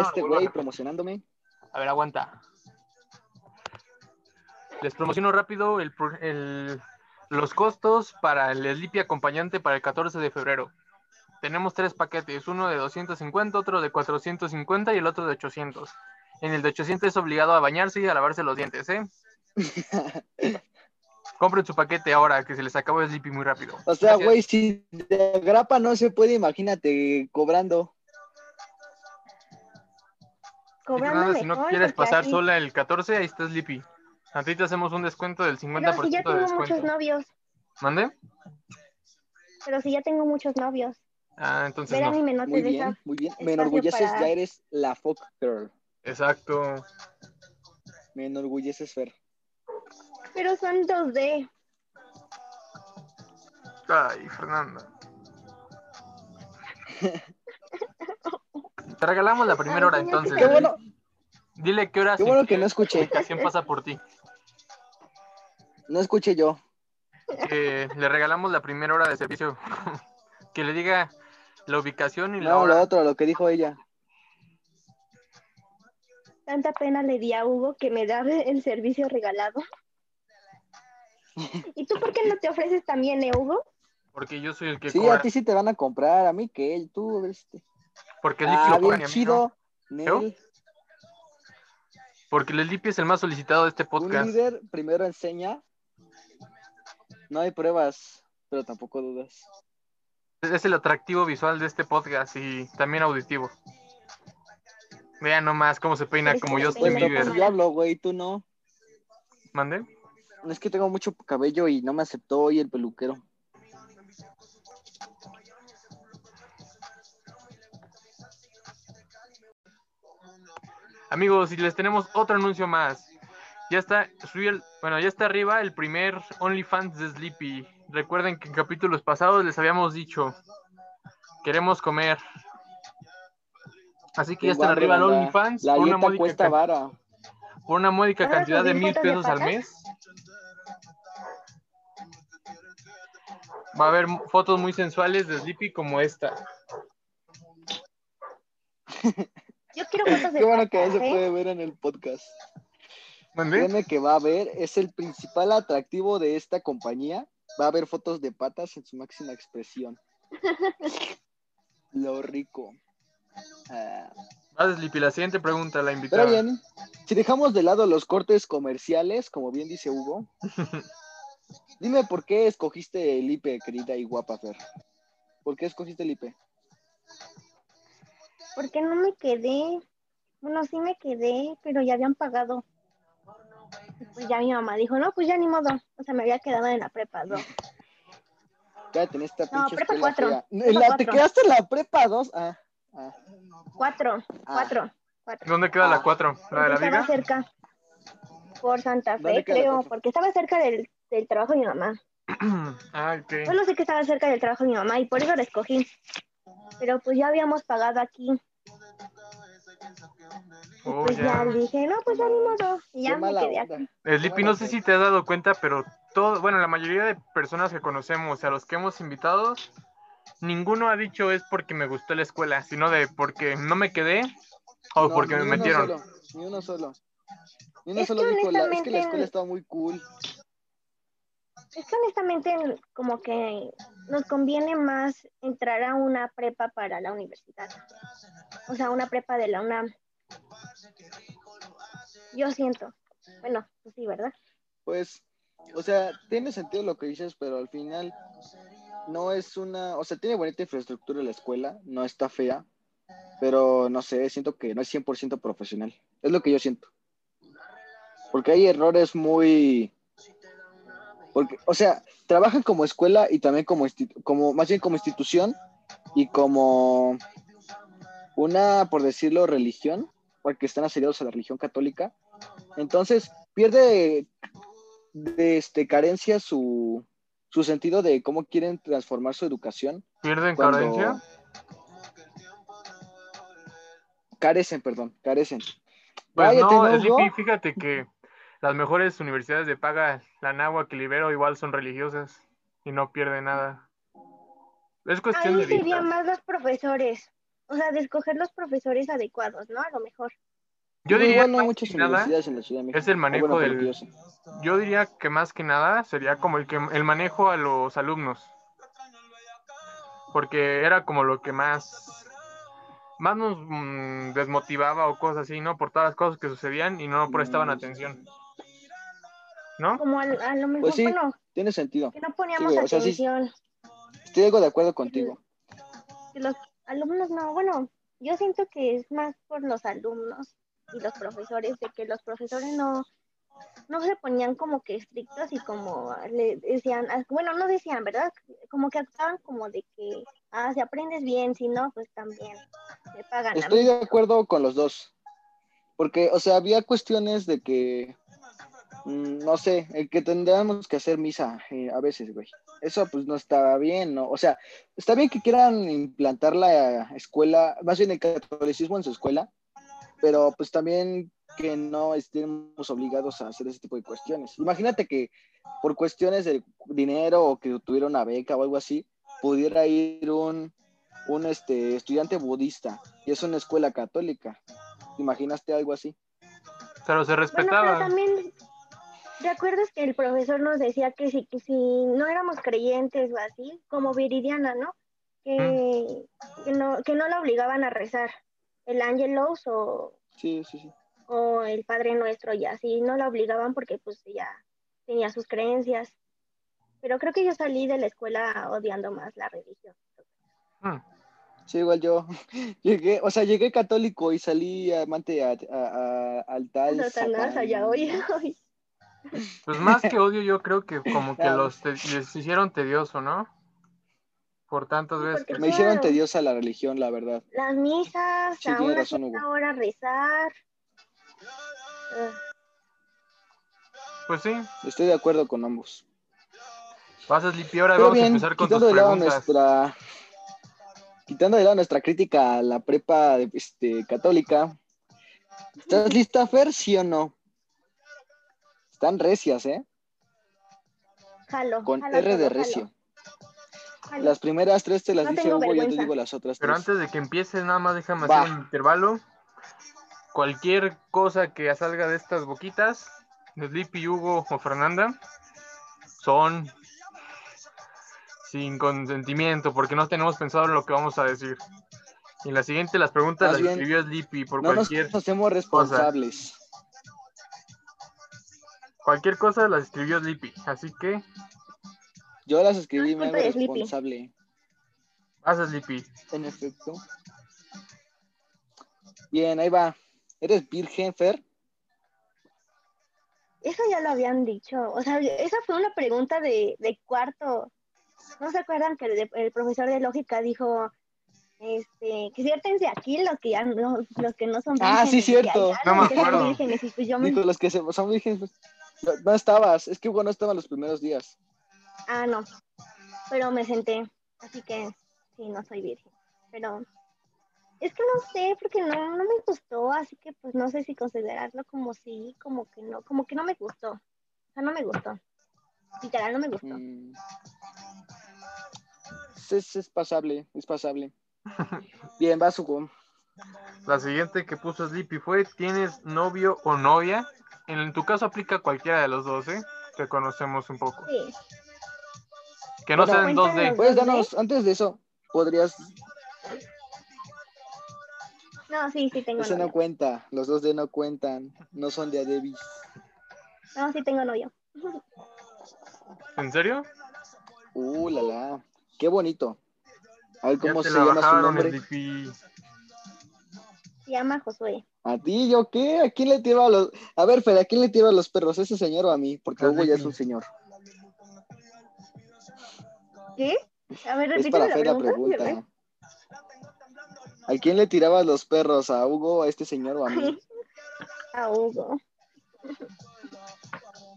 ¿Escucharon? este Lo vuelvo a güey repetir. promocionándome. A ver, aguanta. Les promociono rápido el pro- el- los costos para el Sleepy acompañante para el 14 de febrero. Tenemos tres paquetes, uno de 250, otro de 450 y el otro de 800. En el de 800 es obligado a bañarse y a lavarse los dientes, ¿eh? Compren su paquete ahora, que se les acabó el Sleepy muy rápido. O sea, Gracias. güey, si de grapa no se puede, imagínate cobrando. Sleepy Cobrando Hernández, si mejor, no quieres porque pasar así- sola el 14, ahí está Sleepy. A ti te hacemos un descuento del 50% Pero si ya de tengo muchos descuento. novios, ¿Mande? pero si ya tengo muchos novios, Ah, entonces ver no. anime no te Muy deja. bien, muy bien. Me espacio enorgulleces, para- ya eres la fuck girl. Exacto. Me enorgulleces, Fer. Pero son 2D, Ay, Fernanda. Te regalamos la primera Ay, hora ¿cómo es que entonces. Qué bueno, Dile qué hora qué bueno que no escuché. comunicación pasa por ti. No escuché yo. Que le regalamos la primera hora de servicio. que le diga la ubicación y la No, hora. lo otro, lo que dijo ella. tanta pena le di a Hugo que me da el servicio regalado. ¿Y tú por qué no te ofreces también, eh, Hugo? Porque yo soy el que Sí, cobra. a ti sí te van a comprar, a mí que él, tú, este. Porque el Ah, Lipi bien chido. ¿Yo? Nel, Porque el Lipi es el más solicitado de este un podcast. líder primero enseña. No hay pruebas, pero tampoco dudas. Es el atractivo visual de este podcast y también auditivo. Vean nomás cómo se peina Pero como es que Justin Bueno, Bueno, Bieber. pues yo hablo, güey, tú no. ¿Mande? Es que tengo mucho cabello y no me aceptó hoy el peluquero. Amigos, y les tenemos otro anuncio más. Ya está, subí el- bueno, ya está arriba el primer OnlyFans de Sleepy. Recuerden que en capítulos pasados les habíamos dicho, queremos comer. Así que ya están Igual, arriba el banda, OnlyFans La por una, dieta módica, cuesta can- vara. por una módica ¿Vas a cantidad de subir mil fotos de pesos al patas? mes. Va a haber mu- fotos muy sensuales de Sleepy como esta. Yo quiero fotos de Qué bueno que patas, no se ¿eh? puede ver en el podcast. ¿Mande? Créeme que va a haber, es el principal atractivo de esta compañía. Va a haber fotos de patas en su máxima expresión. Lo rico. Ah, Vas, Sleepy, la siguiente pregunta, la invitada. pero bien, si dejamos de lado los cortes comerciales, como bien dice Hugo, dime por qué escogiste el IPE, querida y guapa Fer. ¿Por qué escogiste el IPE? Porque no me quedé. Bueno, sí me quedé, pero ya habían pagado. Y Pues ya mi mamá dijo, no, pues ya ni modo. O sea, me había quedado en la prepa 2. Cállate en esta No, pinche prepa escuela cuatro, fea. prepa La- ¿Te cuatro. quedaste en la prepa 2? Ah, ah, Cuatro, ah. cuatro, cuatro. ¿Dónde queda Ah. la 4? ¿La de la Porque viga? estaba cerca. Por Santa ¿Dónde Fe, queda la creo, cuatro? porque estaba cerca del, del trabajo de mi mamá. ah, ok. Solo sé que estaba cerca del trabajo de mi mamá y por eso la escogí. Pero pues ya habíamos pagado aquí. Y Oh, pues pues ya. dije, no, pues ya ni modo. Qué Y ya me mala quedé onda. así. Slippy, no sé si te has dado cuenta, pero todo, bueno, la mayoría de personas que conocemos, a los que hemos invitado, ninguno ha dicho es porque me gustó la escuela, sino de porque no me quedé o No, porque me ni uno metieron. solo, ni uno solo. Ni uno Es solo que dijo, la- es que la honestamente- escuela estaba muy cool. Es que honestamente como que nos conviene más entrar a una prepa para la universidad. O sea, una prepa de la UNAM. Yo siento. Bueno, pues sí, ¿verdad? Pues, o sea, tiene sentido lo que dices, pero al final no es una, o sea, tiene bonita infraestructura la escuela, no está fea, pero no sé, siento que no es 100% profesional. Es lo que yo siento. Porque hay errores muy... Porque, o sea, trabajan como escuela y también como, institu- como más bien como institución y como una, por decirlo, religión, porque están asiliados a la religión católica. Entonces, pierde de este, carencia su, su sentido de cómo quieren transformar su educación. ¿Pierden cuando- carencia? Carecen, perdón, carecen. Pues Cállate, no, ¿no, Slippy, Hugo? fíjate que las mejores universidades de paga, la náhuatl que libero, igual son religiosas y no pierden nada. Es A cuestión mí de serían vistas. más los profesores. O sea, de escoger los profesores adecuados, ¿no? A lo mejor. Yo Muy diría, bueno, hay más muchas que nada, universidades en la Ciudad de México. es el manejo Ah, bueno, del- religiosa. yo diría que más que nada sería como el, que, el manejo a los alumnos. Porque era como lo que más, más nos mm, desmotivaba o cosas así, ¿no? Por todas las cosas que sucedían y no prestaban Mm. atención. ¿No? Como a, a lo mejor, Pues sí. bueno, Tiene sentido. que no poníamos Sí, güey, o sea, sí. atención. Estoy algo de acuerdo contigo. que los alumnos no, bueno, yo siento que es más por los alumnos y los profesores, de que los profesores no, no se ponían como que estrictos y como le decían, ah, bueno, no decían, ¿verdad? Como que actuaban como de que, ah, si aprendes bien, si no, pues también te pagan. a Estoy mí. de acuerdo con los dos. Porque, o sea, había cuestiones de que, mm, no sé, el que tendríamos que hacer misa eh, a veces, güey. Eso pues no estaba bien, ¿no? O sea, está bien que quieran implantar la escuela, más bien el catolicismo en su escuela, pero pues también que no estemos obligados a hacer ese tipo de cuestiones. Imagínate que por cuestiones de dinero o que tuviera una beca o algo así, pudiera ir un, un este, estudiante budista y es una escuela católica. ¿Te ¿Imaginaste algo así? Pero se Bueno, pero respetaba. también, ¿te acuerdas que el profesor nos decía que si, que si no éramos creyentes o así, como Viridiana, ¿no? Que, que no que no la obligaban a rezar el Angelus o, Sí, sí, sí. o el Padre Nuestro y así, no la obligaban porque pues ya tenía sus creencias. Pero creo que yo salí de la escuela odiando más la religión. Mm. Sí, igual yo llegué, o sea, llegué católico y salí amante a, a- a- al tal. Satanás Satán. allá hoy. hoy. Pues más que odio, yo creo que como que Claro. los te- les hicieron tedioso, ¿no? Por tantas Sí, veces. porque- que- Me hicieron Claro. tediosa la religión, la verdad. Las misas, Sí, a tienes una razón, cierta Hugo. hora rezar. Ugh. Pues sí, Estoy de acuerdo con ambos. vas a Slippy, ahora Pero vamos a bien, empezar con tus quitando de lado preguntas. nuestra quitando de lado nuestra crítica a la prepa este, católica. ¿Estás lista, Fer, sí o no? Están recias, ¿eh? Jalo. Con jalo R todo, de jalo, recio. jalo. Las primeras tres te las No dije tengo Hugo, yo te vergüenza. digo las otras Pero tres. antes de que empieces, nada más déjame Pues, Va. hacer un intervalo. Cualquier cosa que salga de estas boquitas, de Sleepy, Hugo o Fernanda, son sin consentimiento, porque no tenemos pensado en lo que vamos a decir. Y en la siguiente, las preguntas Más las bien, escribió Sleepy por No nos cualquier, hacemos responsables. cualquier cosa, las escribió Sleepy. Así que, Yo las escribí, No me es hago culpa de Slippy. responsable. haz Sleepy. En efecto. Bien, ahí va. ¿Eres virgen, Fer? Eso ya lo habían dicho. O sea, esa fue una pregunta de, de cuarto. ¿No se acuerdan que el, de- el profesor de lógica dijo este, que ciértense aquí los que ya no, los que no son Ah, sí, vírgenes, y cierto. allá No los me que son acuerdo. vírgenes, y pues yo me- Dijo, los que se- son vírgenes. No, no estabas, es que Hugo no estaba los primeros días. Ah, no. Pero me senté. Así que sí, no soy virgen. Pero Es que no sé, porque no, no me gustó, así que pues no sé si considerarlo como sí, como que no, como que no me gustó. O sea, no me gustó. Literal, no me gustó. Mm. Es, es pasable, es pasable. Bien, vas, Hugo. La siguiente que puso Sleepy fue, ¿tienes novio o novia? En tu caso aplica cualquiera de los dos, ¿eh? Te conocemos un poco. Sí. Que no Hola. sean dos de... Puedes darnos, Pues, antes de eso, podrías, No, sí, sí tengo ese no novio. cuenta, los dos de no cuentan, no son de Adebis. No, sí tengo novio. ¿En serio? Uh, la la, qué bonito. A ver Ya cómo te se la llama su bajaron, nombre. Sleepy. Se llama Josué. ¿A ti yo qué? ¿A quién le tira los... A ver, Fer, ¿a quién le tira los perros? ¿Ese señor o a mí? Porque A Hugo ya Ricky. es un señor. ¿Qué? A ver, Es repíteme para la Fer la pregunta. ¿eh? pregunta. ¿A quién le tirabas los perros? ¿A Hugo, a este señor o a mí? A Ah, Hugo.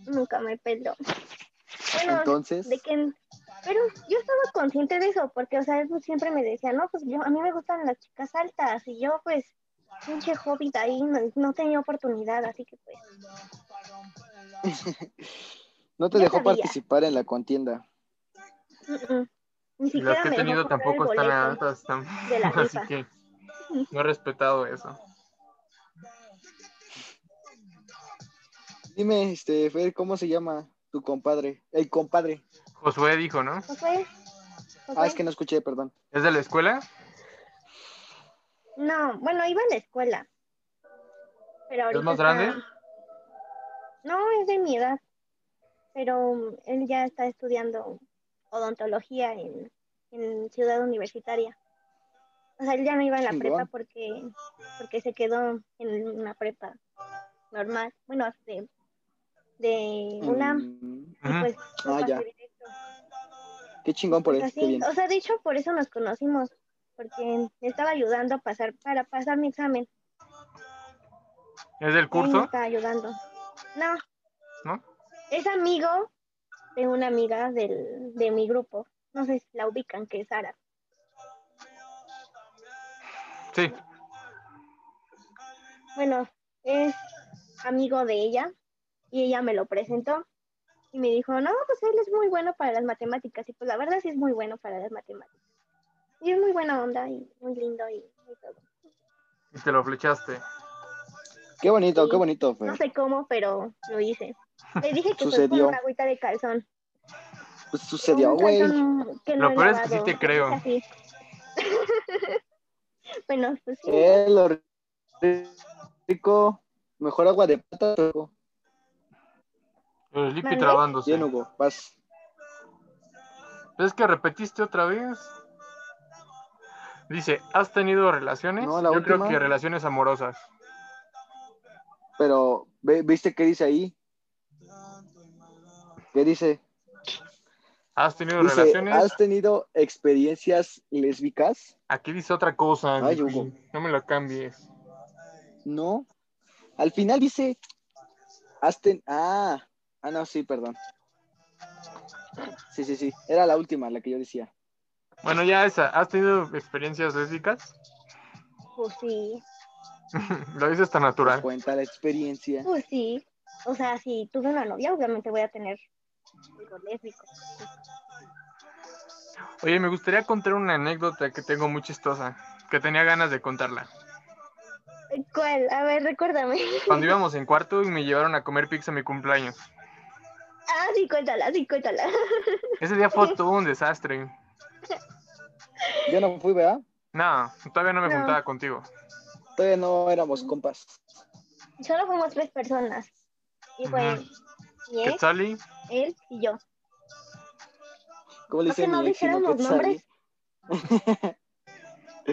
Nunca me peló. Bueno, Entonces, de que pero yo estaba consciente de eso porque o sea él pues, siempre me decía no pues yo a mí me gustan las chicas altas y yo pues pinche hobbit ahí no, no tenía oportunidad así que pues no te ya dejó sabía. participar en la contienda. mm, mm. ni Y las siquiera que he me tenido dejó comprar tampoco están el boleto altas, tam- de la así rifa que no he respetado eso. Dime, este, Fer, ¿cómo se llama tu compadre? El compadre. Josué dijo, ¿no? Josué, Ah, es Josué, que no escuché, perdón. ¿Es de la escuela? no bueno iba a la escuela pero ahorita ¿Es más está- grande? no es de mi edad pero mm, él ya está estudiando odontología en, en Ciudad Universitaria. O sea, él ya no iba en la Chingón. prepa porque, porque se quedó en una prepa normal, bueno, de, de una... Mm, y pues, Ujú. fue Ah, pase ya. directo. qué chingón por él, Pues qué así, bien. o sea, de hecho, por eso nos conocimos, porque me estaba ayudando a pasar, para pasar mi examen. ¿Es del Él me curso? estaba ayudando. No. ¿No? Es amigo de una amiga del, de mi grupo. No sé si la ubican, que es Sara. Sí. Bueno, es amigo de ella y ella me lo presentó y me dijo, no, pues él es muy bueno para las matemáticas y pues la verdad sí es muy bueno para las matemáticas. Y es muy buena onda y muy lindo y, y todo. Y te lo flechaste. Qué bonito, Sí. qué bonito, No Fer. sé cómo, pero lo hice. Le dije que fue con Sucedió. una agüita de calzón. Pues sucedió, Un güey. calzón que Lo he peor es que sí lavado, te creo. así. bueno, pues sí. Eh, lo rico. Mejor agua de pata. Hugo. El Sleepy ¿Mandé? trabándose. Bien, Hugo, vas. ¿Es que repetiste otra vez? Dice, ¿has tenido relaciones? No, la Yo creo última. que relaciones amorosas. Pero, ve- ¿viste qué dice ahí? ¿Qué dice? ¿Has tenido Dice, relaciones? ¿has tenido experiencias lésbicas? Aquí dice otra cosa. Ay, Sleepy. Hugo. No me la cambies. No. Al final dice, has ten... Ah, ah, no, sí, perdón. Sí, sí, sí. Era la última, la que yo decía. Bueno, ya esa. ¿Has tenido experiencias lésbicas? Pues sí. lo dices tan Pues natural. cuenta la experiencia. Pues sí. O sea, si tuve una novia, obviamente voy a tener algo lésbico. Oye, me gustaría contar una anécdota que tengo muy chistosa, que tenía ganas de contarla. ¿Cuál? A ver, recuérdame. Cuando íbamos en cuarto y me llevaron a comer pizza a mi cumpleaños. Ah, sí, cuéntala, sí, cuéntala. Ese día fue todo un desastre. Yo no fui, ¿verdad? No, todavía no me No. juntaba contigo. Todavía no éramos compas. Solo fuimos tres personas. Y fue Ujú. mi ex, Quetzali, él y yo. ¿Cómo le ¿Por qué dicen no dijéramos nombres?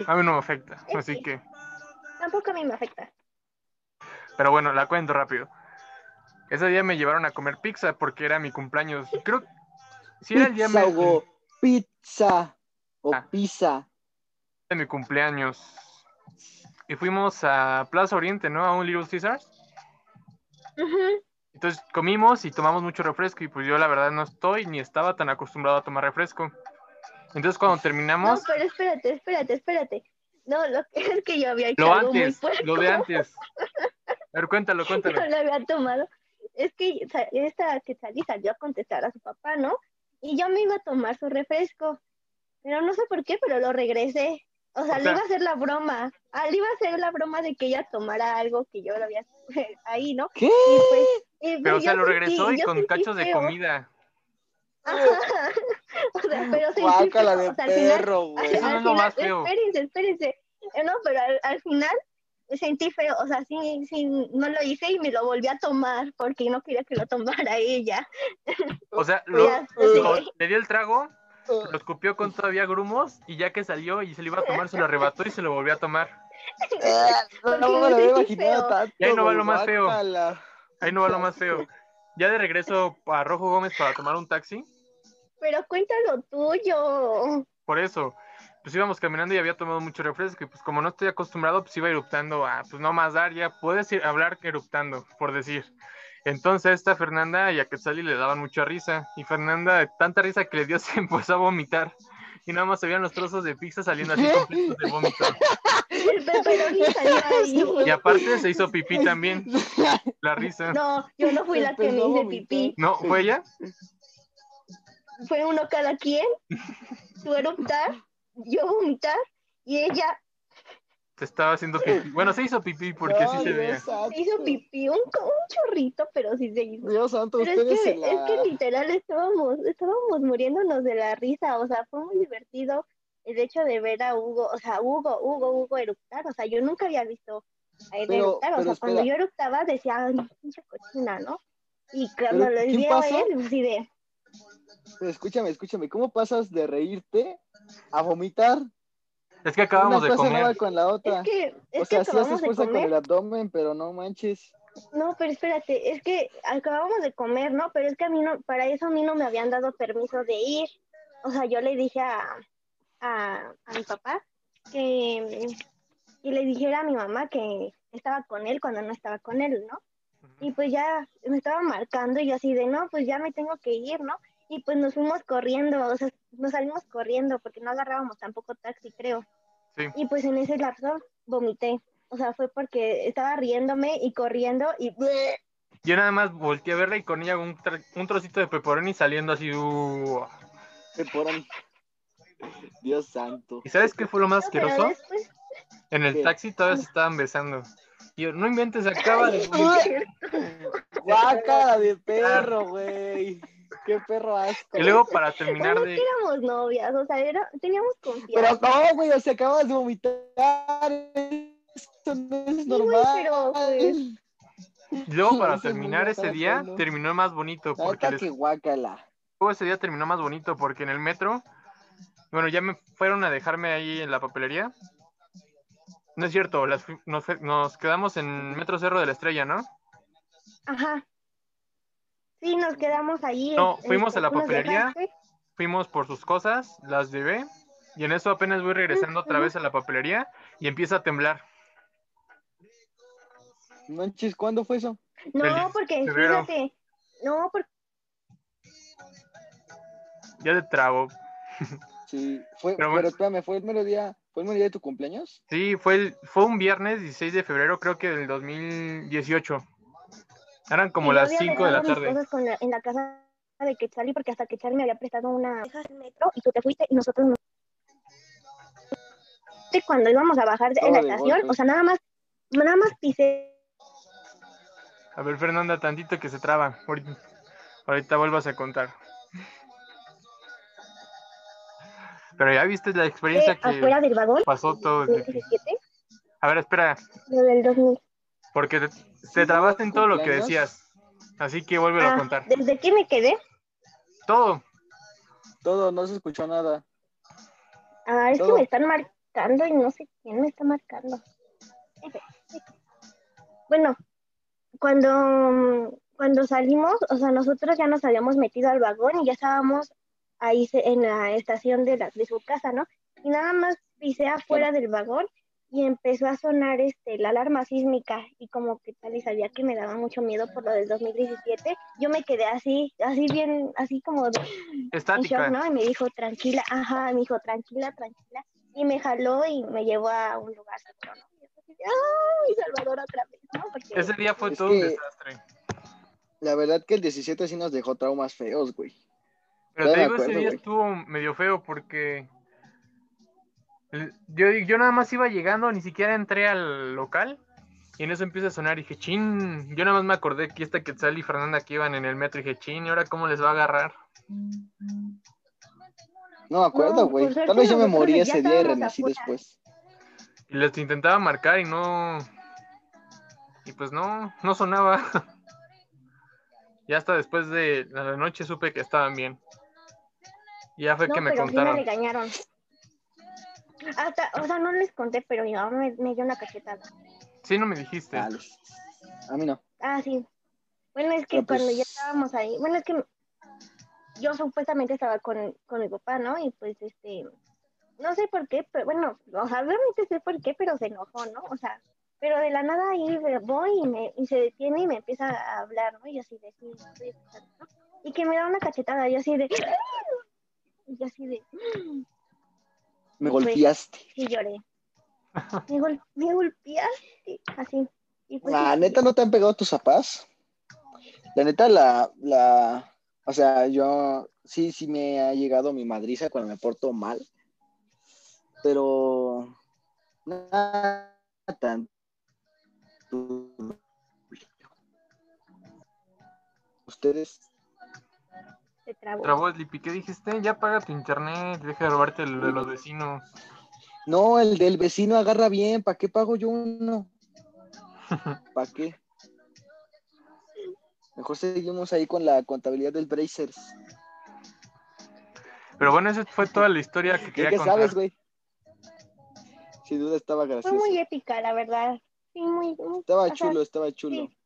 a mí no me afecta, así que. Tampoco a mí me afecta. Pero bueno, la cuento rápido. Ese día me llevaron a comer pizza porque era mi cumpleaños. Creo si era el día Pizza, me- Hugo. Pizza. O Ah. pizza. de mi cumpleaños. Y fuimos a Plaza Oriente, ¿no? A un Little Caesars. Ujú. Entonces comimos y tomamos mucho refresco y pues yo la verdad no estoy ni estaba tan acostumbrado a tomar refresco. Entonces cuando No, terminamos, pero espérate, espérate, espérate. No, lo que es que yo había hecho Lo algo muy antes, fuerte. lo de antes. A ver, cuéntalo, Yo cuéntalo. lo había tomado. Es que sa- esta que salí salió a contestar a su papá, ¿no? Y yo me iba a tomar su refresco. Pero no sé por qué, pero lo regresé. O sea, O le sea- iba a hacer la broma. Ah, le iba a hacer la broma de que ella tomara algo que yo lo había ahí, ¿no? ¿Qué? Y pues, y Pero, o yo sea, lo sentí- regresó y yo con sentí cachos de feo. comida. Ajá. O sea, pero sentí Guácala feo. de O sea, al final- perro, güey. Eso no es lo Al más final- feo. Espérense, espérense. Eh, No, pero al, al final sentí feo, o sea, sí, sí, no lo hice y me lo volví a tomar porque no quería que lo tomara ella. O sea, Pues lo- ya, así lo- que- le dio el trago, Oh. lo escupió con todavía grumos y ya que salió y se lo iba a tomar, se lo arrebató y se lo volvió a tomar. Ah, No, Porque me me lo había sentí imaginado feo. tanto. Y ahí no va güey, lo más feo. guácala. Ahí no va lo más feo. Ya de regreso a Rojo Gómez para tomar un taxi. Pero cuéntalo tuyo. Por eso, pues íbamos caminando y había tomado mucho refresco. Y pues como no estoy acostumbrado, pues iba eruptando a, pues no más dar, ya puedes ir, hablar que eruptando, por decir. Entonces esta Fernanda y a Quetzali le daban mucha risa. Y Fernanda, de tanta risa que le dio, se empezó a vomitar. Y nada más se veían los trozos de pizza saliendo así completos de vómito. El pepperoni salió ahí. Y aparte se hizo pipí también, la risa. No, yo no fui la que me Empezó a hice vomitar. pipí. ¿No? ¿Fue ella? Fue uno cada quien. Tú eruptar, yo vomitar y ella Se estaba haciendo pipí. Bueno, se hizo pipí porque sí Ay, se Dios veía. santo. se hizo pipí, un, co- un chorrito, pero sí se hizo. Dios santo, Pero ustedes es que, se la... es que literal estábamos, estábamos muriéndonos de la risa, o sea, fue muy divertido el hecho de ver a Hugo, o sea, Hugo, Hugo, Hugo eructar, o sea, yo nunca había visto a él Pero- eructar, o pero sea, cuando espera. yo eructaba decía, ay, pinche cochina, ¿no? Y cuando Pero, lo ¿quién vi a pasó? él, pues, así de, Pero escúchame, escúchame, ¿cómo pasas de reírte a vomitar? Es que acabamos Una de cosa no va comer. con la otra. es que, es Ah, o sea, que sí haces acabamos de fuerza con comer, el abdomen, pero no manches. no, pero espérate, es que acabamos de comer, ¿no? Pero es que a mí no, para eso a mí no me habían dado permiso de ir. O sea, yo le dije a, a, a mi papá que, y le dijera a mi mamá que estaba con él cuando no estaba con él, ¿no? Y pues ya me estaba marcando y yo así de, no, pues ya me tengo que ir, ¿no? Y pues nos fuimos corriendo, o sea, nos salimos corriendo porque no agarrábamos tampoco taxi, creo. Sí. Y pues en ese lapso vomité. O sea, fue porque estaba riéndome y corriendo y... Yo nada más volteé a verla y con ella un, tra- un trocito de pepperoni saliendo así. uh. Se ponen- Dios santo. ¿Y sabes qué fue lo más No, pero asqueroso? después- En el ¿Qué? taxi todavía se estaban besando. Y yo, no inventes, acaba de. Guácala de perro, güey. Qué perro asco. Y luego para Bueno, terminar es de. que éramos novias, o sea, era- teníamos confianza. Pero no, güey, o sea, acabas de vomitar. Esto no es güey, normal. pero, pues, y luego para Ese terminar mundo ese está día, loco, ¿no? terminó más bonito. La Porque neta les- que guácala. luego ese día terminó más bonito porque en el metro. Bueno, ya me fueron a dejarme ahí en la papelería. No es cierto, las fu- nos, fue- nos quedamos en Metro Cerro de la Estrella, ¿no? Ajá. Sí, nos quedamos allí. No, en- fuimos en- a la nos papelería. dejaste. fuimos por sus cosas, las llevé y en eso apenas voy regresando otra vez a la papelería y empieza a temblar. Manches, ¿cuándo fue eso? Feliz No, porque febrero. fíjate. No, porque Ya te trabo. Sí, fue, Pero pero, bueno. espérame, ¿fue el mero día, fue el mero día de tu cumpleaños? Sí, fue, el- fue un viernes 16 de febrero, creo que del 2018. Eran como yo las había 5 de la dejado mis tarde. cosas con la- en la casa de Quetzali, porque hasta Quetzali me había prestado una dejas el metro y tú te fuiste y nosotros nos... De Cuando íbamos a bajar de- en la Todo de estación, golpe. o sea, nada más, nada más pisé. A ver, Fernanda, tantito que se traba. Ahorita, ahorita vuelvas a contar. Pero ya viste la experiencia afuera que del vagón, pasó todo. del desde que- 17, A ver, espera, lo del 2000. porque te, te trabaste en todo lo que decías. Así que vuelve a Ah, contar. ¿Desde qué me quedé? Todo. Todo, no se escuchó nada. Ah, es Todo. que me están marcando y no sé quién me está marcando. Bueno, cuando, cuando salimos, o sea, nosotros ya nos habíamos metido al vagón y ya estábamos ahí se- en la estación de, la, de su casa, ¿no? Y nada más pisé afuera del vagón y empezó a sonar este, la alarma sísmica y como que tal y sabía que me daba mucho miedo por lo del 2017, yo me quedé así, así bien, así como de, en shock, Estática. ¿no? Y me dijo, tranquila, ajá, me dijo, tranquila, tranquila. y me jaló y me llevó a un lugar seguro, ¿no? Y yo así de, ¡Ay, Salvador otra vez! ¿no? Porque- Ese día fue Es todo un que- desastre. La verdad que el 17 sí nos dejó traumas feos, güey. Pero no te me digo, ese acuerdo, día güey. estuvo medio feo porque el- yo, yo nada más iba llegando, ni siquiera entré al local y en eso empieza a sonar y dije, chin, yo nada más me acordé que esta Quetzal y Fernanda que iban en el metro y dije, chin, ¿y ahora cómo les va a agarrar? No me acuerdo, No, güey. pues, Tal vez yo me nosotros morí ya ese día y estábamos renací afuera. después. Y les intentaba marcar y no... Y pues no, no sonaba. Y hasta después de la noche supe que estaban bien. Y ya fue no, que me pero contaron. sí me regañaron. Hasta, o sea, no les conté, pero mi mamá me, me dio una cachetada. Sí, no me dijiste. Dale. A mí no. Ah, sí. Bueno, es que Pero, pues, cuando ya estábamos ahí, bueno, es que yo supuestamente estaba con, con mi papá, ¿no? Y pues, este, no sé por qué, pero bueno, o sea, obviamente sé por qué, pero se enojó, ¿no? O sea, pero de la nada ahí me voy y, me, y se detiene y me empieza a hablar, ¿no? Y yo así de, sí, estoy escuchando, ¿no? Y que me da una cachetada, yo así de, y yo así de, Me Güey. golpeaste. sí lloré. Me, gol- me golpeaste, así. Y pues, La neta, ¿no te han pegado tus zapas? La neta, la, la, o sea, yo sí, sí me ha llegado mi madriza cuando me porto mal, pero nada tan... Ustedes, se trabó. Trabó Slippy, ¿qué dijiste? Ya paga tu internet, deja de robarte lo de los vecinos. no, el del vecino agarra bien, ¿para qué pago yo uno? ¿Para qué? Mejor seguimos ahí con la contabilidad del Brazers. Pero bueno, esa fue toda la historia que ¿Qué, quería qué contar. sabes, güey? Sin duda estaba Fue gracioso. muy épica, la verdad. Sí, muy, muy Estaba o sea, chulo, estaba chulo. sí.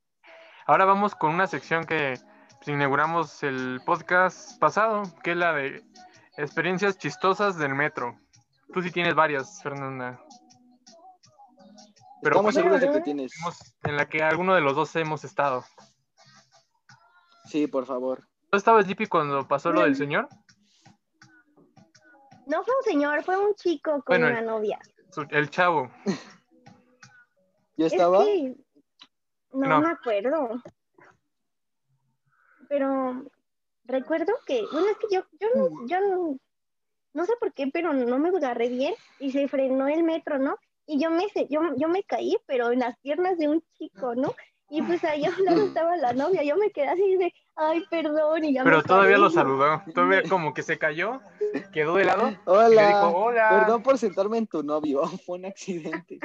Ahora vamos con una sección que pues, inauguramos el podcast pasado, que es la de experiencias chistosas del metro. Tú sí tienes varias, Fernanda. Pero Estamos bueno, seguros de que ¿eh? tienes. Hemos- En la que alguno de los dos hemos estado. Sí, por favor. ¿Tú estabas Slippy cuando pasó lo del señor? No fue un señor, fue un chico con Bueno, una novia. Su- El chavo. Yo Es estaba. que no, No. me acuerdo. Pero recuerdo que, bueno, es que yo, yo, Mm. no, yo no, no sé por qué, pero no me agarré bien y se frenó el metro, ¿no? Y yo me, se- yo, yo me caí, pero en las piernas de un chico, ¿no? Y pues ahí a un Mm. lado estaba la novia, yo me quedé así de, ay, perdón, y ya me Pero todavía paré. lo saludó. Todavía como que se cayó, quedó de lado y le dijo, Hola. hola. Perdón por sentarme en tu novio. Fue un accidente.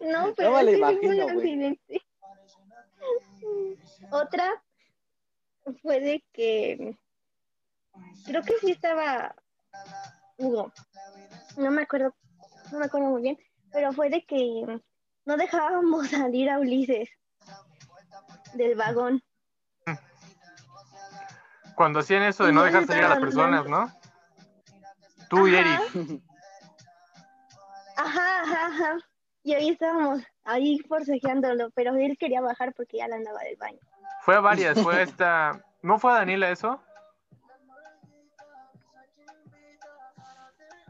No, pero me es la que sí imagino, fue un güey. accidente. Otra fue de que creo que sí estaba Hugo. No me acuerdo, no me acuerdo muy bien, pero fue de que no dejábamos salir a Ulises del vagón. Cuando hacían eso de no Y dejar salir a las estaban personas, ¿no? Tú y Ajá. Eric. Ajá, ajá, ajá. Y ahí estábamos ahí forcejeándolo, pero él quería bajar porque ya la andaba del baño. Fue a varias, fue a esta. ¿No fue a Daniela eso?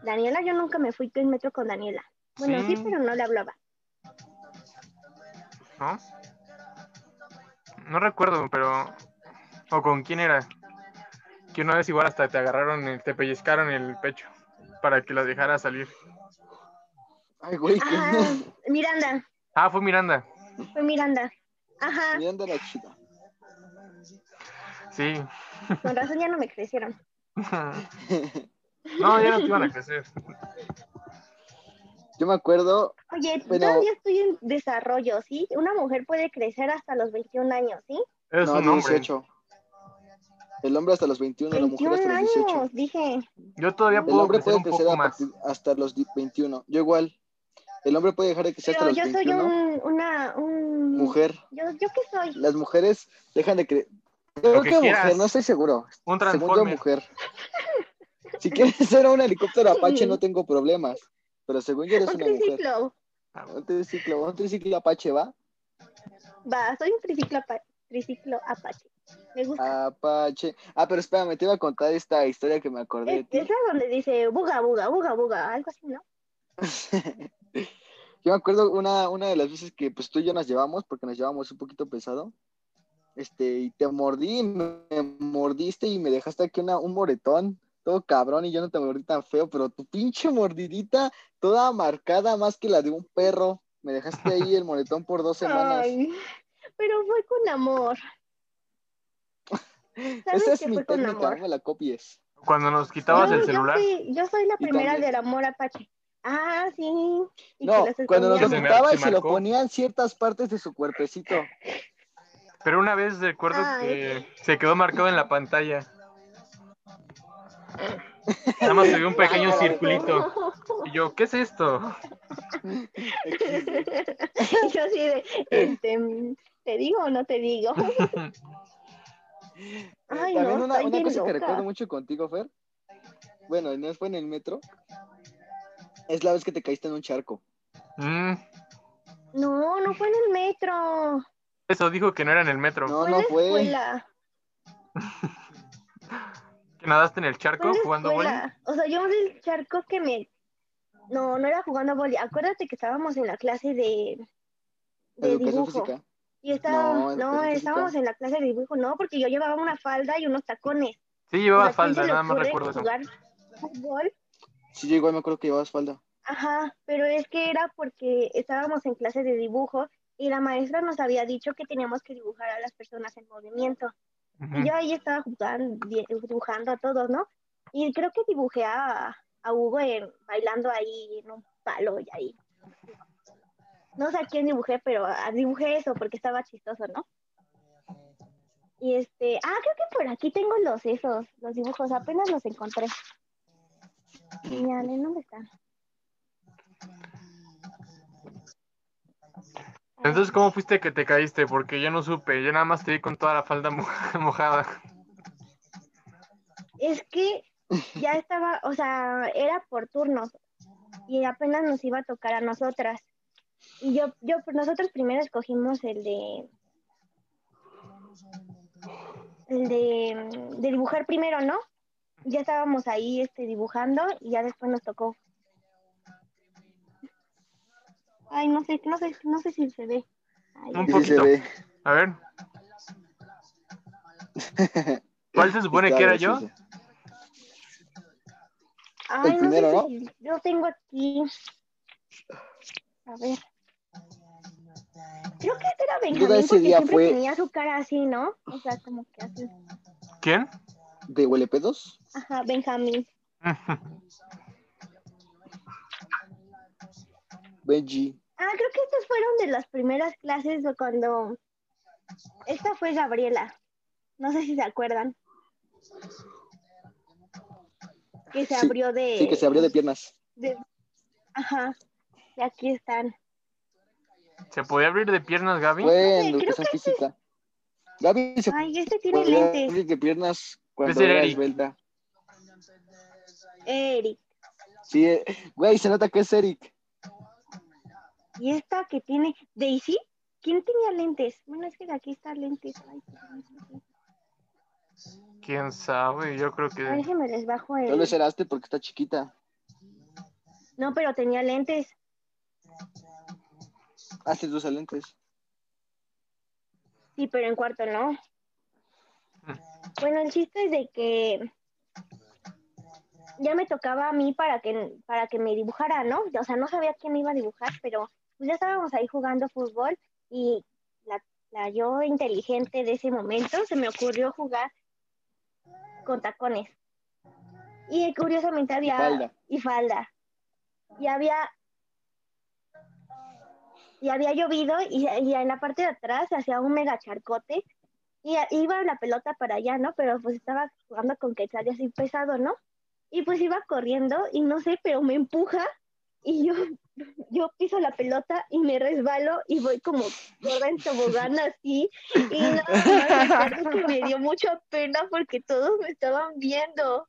Daniela, yo nunca me fui en metro con Daniela. Bueno, Sí. sí, pero no le hablaba. ¿No? No recuerdo, pero. ¿O con quién era? Que una vez igual hasta te agarraron, el- te pellizcaron el pecho para que las dejara salir. Ay, güey. qué- Ajá, Ah, Miranda, Ah, fue Miranda. fue Miranda. Ajá, Miranda la chida. Sí. con razón ya no me crecieron. No, ya no te iban a crecer. Yo me acuerdo. Oye, Bueno. todavía estoy en desarrollo, ¿sí? Una mujer puede crecer hasta los 21 años, ¿sí? Es no, un hombre. 18. El hombre hasta los 21, la mujer 21 hasta los 18. años, dije. Yo todavía El puedo hombre crecer puede Pues un crecer poco a más. partir- hasta los di- 21. Yo igual. El hombre puede dejar de crecer Pero hasta yo los soy 21. un, una, un... Mujer. Yo, ¿Yo qué soy? las mujeres dejan de creer. Creo que que, quieras. mujer, no estoy seguro. Un Segundo transformer. mujer. Si quieres ser un helicóptero Apache, no tengo problemas. Pero según yo eres Un una mujer. triciclo. Un triciclo, un triciclo Apache va. Va, soy un triciclo, apa- triciclo apache. Me gusta. Apache. Ah, pero espérame, te iba a contar esta historia que me acordé de es, ti. es la donde dice buga, buga, buga, buga, algo así, ¿no? Yo me acuerdo una, una de las veces que pues tú y yo nos llevamos, porque nos llevamos un poquito pesado, este, y te mordí, me, me mordiste y me dejaste aquí una, un moretón, todo cabrón, y yo no te mordí tan feo, pero tu pinche mordidita, toda marcada más que la de un perro, me dejaste ahí el moretón por dos semanas. Ay, pero fue con amor. ¿Sabes Esa es que mi fue con técnica, amor? no me la copies. Cuando nos quitabas No, el yo celular, fui- yo soy la Y primera también- del amor Apache. Ah, sí. Y No, que las cuando nos lo se escondíamos. me- quitaba se y se lo marcó. ponía en ciertas partes de su cuerpecito. pero una vez recuerdo Ay. que se quedó marcado en la pantalla. Nada más se vio un pequeño Ay, circulito. Y yo, ¿qué es esto? Y yo así de, este, mm, ¿te digo o no te digo? Ay, Eh, También no, una, estoy una bien cosa loca. que recuerdo mucho contigo, Fer. Bueno, no fue en el metro. Es la vez que te caíste en un charco. Mm, No, no fue en el metro. eso dijo que no era en el metro. No, fue no en la fue. escuela. Que nadaste en el Fue charco en Pues la jugando escuela. O sea, yo del charco que me... No, no era jugando boli. Acuérdate que estábamos en la clase de, de Educación dibujo. física. Y estábamos, No, no, educación física. estábamos en la clase de dibujo, no, porque yo llevaba una falda y unos tacones. Sí, O llevabas sea, ¿quién falda, se le nada más ocurre recuerdo eso. jugar fútbol? Sí, yo igual me acuerdo que llevabas falda. Ajá, pero es que era porque estábamos en clase de dibujo y la maestra nos había dicho que teníamos que dibujar a las personas en movimiento. Y yo ahí estaba jugando, di- dibujando a todos, ¿no? Y creo que dibujé a, a Hugo en- bailando ahí en un palo y ahí. No sé a quién dibujé, pero ah, dibujé eso porque estaba chistoso, ¿no? Y este, ah, creo que por aquí tengo los esos, los dibujos, apenas los encontré. Mira, ¿en dónde están? Entonces, ¿cómo fuiste que te caíste? Porque yo no supe, yo nada más te vi con toda la falda mo- mojada. Es que ya estaba, o sea, era por turnos y apenas nos iba a tocar a nosotras. Y yo, yo, pues, nosotros primero escogimos el de, el de, mm, de dibujar primero, ¿no? Ya estábamos ahí este, dibujando y ya después nos tocó. Ay, no sé, no sé, no sé si se ve. Ay, Un Sí, poquito. se ve. A ver, ¿cuál se supone que era Está yo? gracioso. Ay, El no primero, sé si yo tengo aquí. A ver. Creo que este era Duda, Benjamín ese porque día siempre fue- tenía su cara así, ¿no? O sea, como que así. ¿Quién? ¿De huelepedos? Ajá, Benjamín. Benji. Ah, creo que estas fueron de las primeras clases de cuando... Esta fue Gabriela. No sé si se acuerdan. Que se Sí, abrió de... Sí, que se abrió de piernas. de- Ajá. Y aquí están. ¿Se podía abrir de piernas, Gaby? Fue en creo educación que ese- física. Gaby se Ay, este tiene podía lentes. abrir de piernas cuando Ese era era Eric. esbelta. Eric. Sí, eh, güey, se nota que es Eric. Y esta que tiene Daisy, ¿quién tenía lentes? Bueno, es que de aquí está lentes. Ay, qué bonito. ¿Quién sabe? Yo creo A ver, que... déjenme les bajo Tal vez el. era este porque está chiquita. No, pero tenía lentes. Hace tus lentes. Sí, pero en cuarto no. Bueno, el chiste es de que ya me tocaba a mí para que para que me dibujara, ¿no? O sea, no sabía quién me iba a dibujar, pero pues ya estábamos ahí jugando fútbol y la, la yo inteligente de ese momento se me ocurrió jugar con tacones. Y curiosamente había Falda. y falda. Y había y había llovido y, y en la parte de atrás se hacía un mega charcote y a- iba la pelota para allá, ¿no? Pero pues estaba jugando con que salía así pesado, ¿no? Y pues iba corriendo y no sé, pero me empuja y yo yo piso la pelota y me resbalo y voy como gorda en tobogán así y no, no, recuerdo que me dio mucha pena porque todos me estaban viendo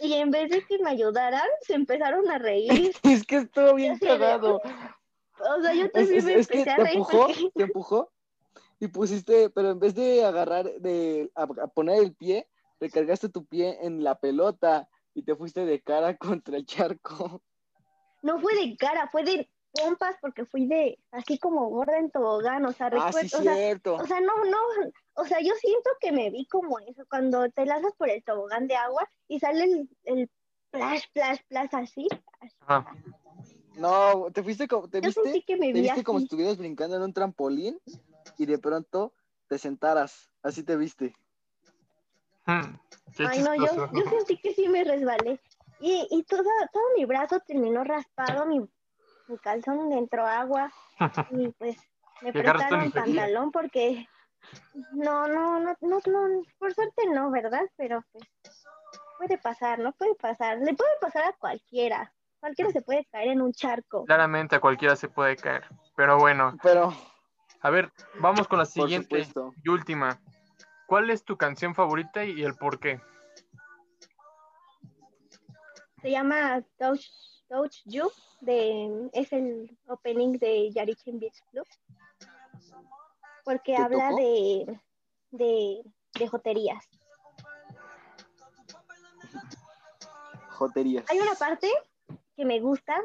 y en vez de que me ayudaran se empezaron a reír Es que estuvo bien Ya sé, ¿verdad? cagado. o sea yo Es, también es- me es empecé que a te reír empujó, porque te empujó. y pusiste, pero en vez de agarrar, de a- a poner el pie, recargaste tu pie en la pelota y te fuiste de cara contra el charco. No fue de cara, fue de pompas porque fui de así como gorda en tobogán, o sea, Ah, recuerdo, sí, o sea, cierto. o sea, no, no, o sea, yo siento que me vi como eso, cuando te lanzas por el tobogán de agua y sale el, el plash, plash, plash así. Ajá. No, te fuiste como, te Yo sentí viste, que me te vi viste como si así. estuvieras brincando en un trampolín y de pronto te sentaras. Así te viste. Hmm, qué Ay, no, yo, chistoso. yo sentí que sí me resbalé. Y, y todo, todo mi brazo terminó raspado, mi, mi calzón le entró agua y pues me Y agarraste prestaron un infeliz. pantalón porque no, no, no, no, no, por suerte no, ¿verdad? Pero pues puede pasar, no puede pasar, le puede pasar a cualquiera, cualquiera se puede caer en un charco. Claramente a cualquiera se puede caer. Pero bueno, Pero, a ver, vamos con la por siguiente supuesto. y última. ¿Cuál es tu canción favorita y el por qué? Se llama Touch, Touch You, de, es el opening de Yarichin Beach Club, porque ¿Te habla tocó? de, de, de joterías. Joterías. Hay una parte que me gusta.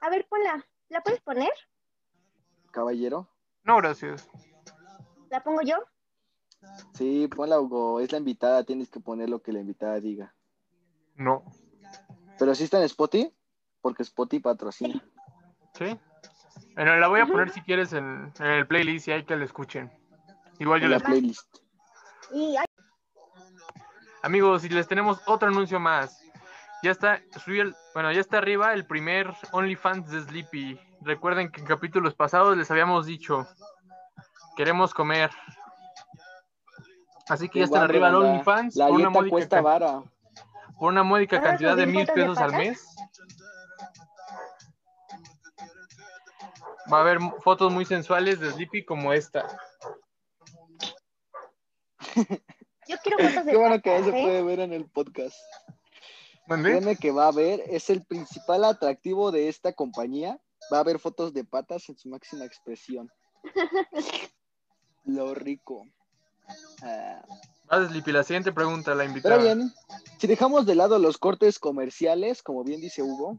A ver, ponla. ¿La puedes poner? Caballero. No, gracias. ¿La pongo yo? Sí, ponla, Hugo. Es la invitada. Tienes que poner lo que la invitada diga. No. Pero sí está en Spotify, porque Spotify patrocina. ¿Sí? Bueno, la voy a Ujú. poner si quieres en, en el playlist y hay que la escuchen. Igual yo En la les... playlist. Y ay, Amigos, y les tenemos otro anuncio más. Ya está, subí el- bueno, ya está arriba el primer OnlyFans de Sleepy. Recuerden que en capítulos pasados les habíamos dicho, queremos comer. Así que ya Tengo están hambre, arriba el banda. OnlyFans La por una, dieta módica, cuesta can- vara. por una módica ¿Vas a cantidad de subir mil fotos de pesos al patas? mes. Va a haber m- fotos muy sensuales de Sleepy como esta. yo quiero fotos de Qué bueno que patas, eso se ¿eh? puede ver en el podcast. ¿Mande? Créeme que va a haber, es el principal atractivo de esta compañía. Va a haber fotos de patas en su máxima expresión. Lo rico. Ah, Vas, Sleepy, la siguiente pregunta, la invitada. pero bien, si dejamos de lado los cortes comerciales, como bien dice Hugo,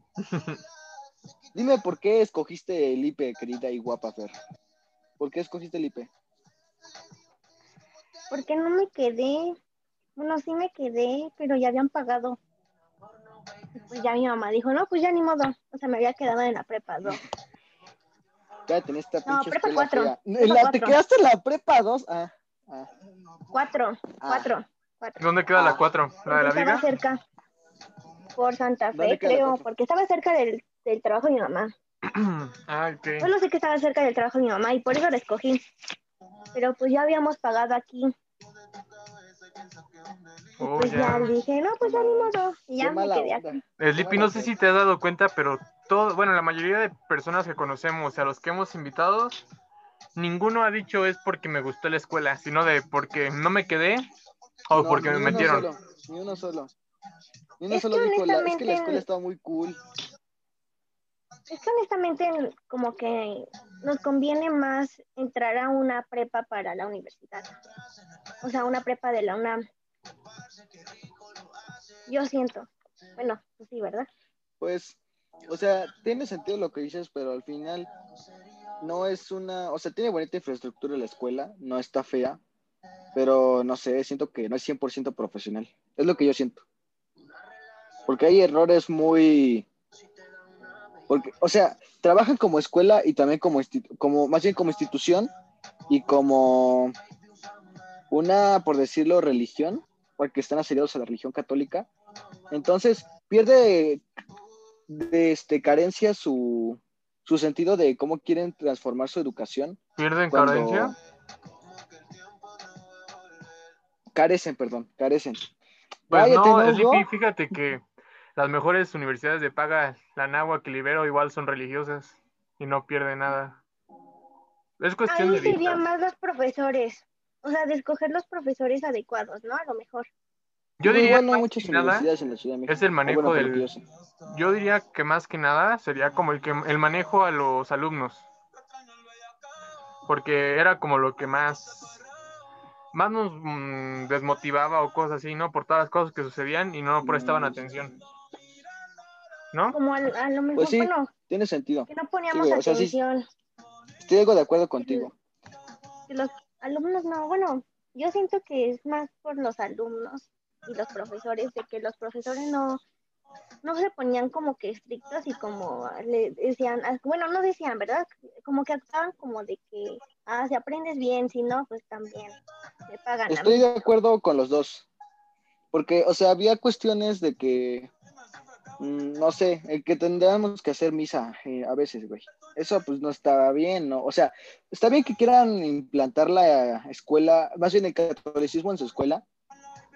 dime por qué escogiste el IPE, querida y guapa Fer. ¿Por qué escogiste el IPE? Porque no me quedé. Bueno, sí me quedé, pero ya habían pagado. Y Pues ya mi mamá dijo, no, pues ya ni modo. O sea, me había quedado en la prepa dos. Cállate en esta pinche prepa escuela cuatro, fea. prepa La- ¿Te cuatro. quedaste en la prepa 2? Ah, ah, Cuatro, ah. cuatro. cuatro. ¿Dónde queda la 4? ¿La de la Porque estaba viga? cerca. Por Santa ¿Dónde Fe, queda la creo. cuatro? Porque estaba cerca del, del trabajo de mi mamá. ah, ok. Solo sé que estaba cerca del trabajo de mi mamá y por eso la escogí. Pero pues ya habíamos pagado aquí. Oh, Pues ya. ya dije, no, pues ya ni modo. Qué Y ya me mala quedé onda. aquí. Sleepy, no sé si pues. te has dado cuenta, pero todo, bueno, la mayoría de personas que conocemos, a los que hemos invitado, ninguno ha dicho es porque me gustó la escuela, sino de porque no me quedé o No, porque me ni uno metieron. solo, ni uno solo. Ni uno Es solo que dijo, la- es que la honestamente- escuela estaba muy cool. Es que honestamente como que nos conviene más entrar a una prepa para la universidad. O sea, una prepa de la UNAM. Yo siento. Bueno, pues sí, ¿verdad? Pues, o sea, tiene sentido lo que dices, pero al final no es una, o sea, tiene bonita infraestructura la escuela, no está fea, pero no sé, siento que no es 100% profesional. Es lo que yo siento. Porque hay errores muy... Porque, o sea, trabajan como escuela y también como, institu- como más bien como institución y como una, por decirlo, religión, porque están asediados a la religión católica. Entonces, pierde de este, carencia su, su sentido de cómo quieren transformar su educación. ¿Pierden cuando- carencia? Carecen, perdón, carecen. Pues Cállate, no, ¿no, Sleepy, Hugo? fíjate que las mejores universidades de paga, la Nahua que libero, igual son religiosas y no pierden nada. Es A cuestión mí de vistas. serían más los profesores. O sea, de escoger los profesores adecuados, ¿no? A lo mejor. Yo Digo, diría igual no hay más muchas que nada, universidades en la Ciudad de México. es el Ah, manejo Pues bueno, pero del- curioso. Yo diría que más que nada sería como el que el manejo a los alumnos. porque era como lo que más, más nos mm, desmotivaba o cosas así, ¿no? Por todas las cosas que sucedían y no prestaban Mm. atención. ¿No? Como al- a, lo mejor, Pues sí. bueno, Tiene sentido. que no poníamos güey, o sea, sí. atención. Estoy algo de acuerdo contigo. que los alumnos no, bueno, yo siento que es más por los alumnos y los profesores, de que los profesores no, no se ponían como que estrictos y como le decían, ah, bueno, no decían, ¿verdad? Como que actuaban como de que, ah, si aprendes bien, si no, pues también te pagan. a Estoy mí. de acuerdo con los dos. Porque, o sea, había cuestiones de que, mm, no sé, el que tendríamos que hacer misa eh, a veces, güey. Eso pues no estaba bien, ¿no? O sea, está bien que quieran implantar la escuela, más bien el catolicismo en su escuela,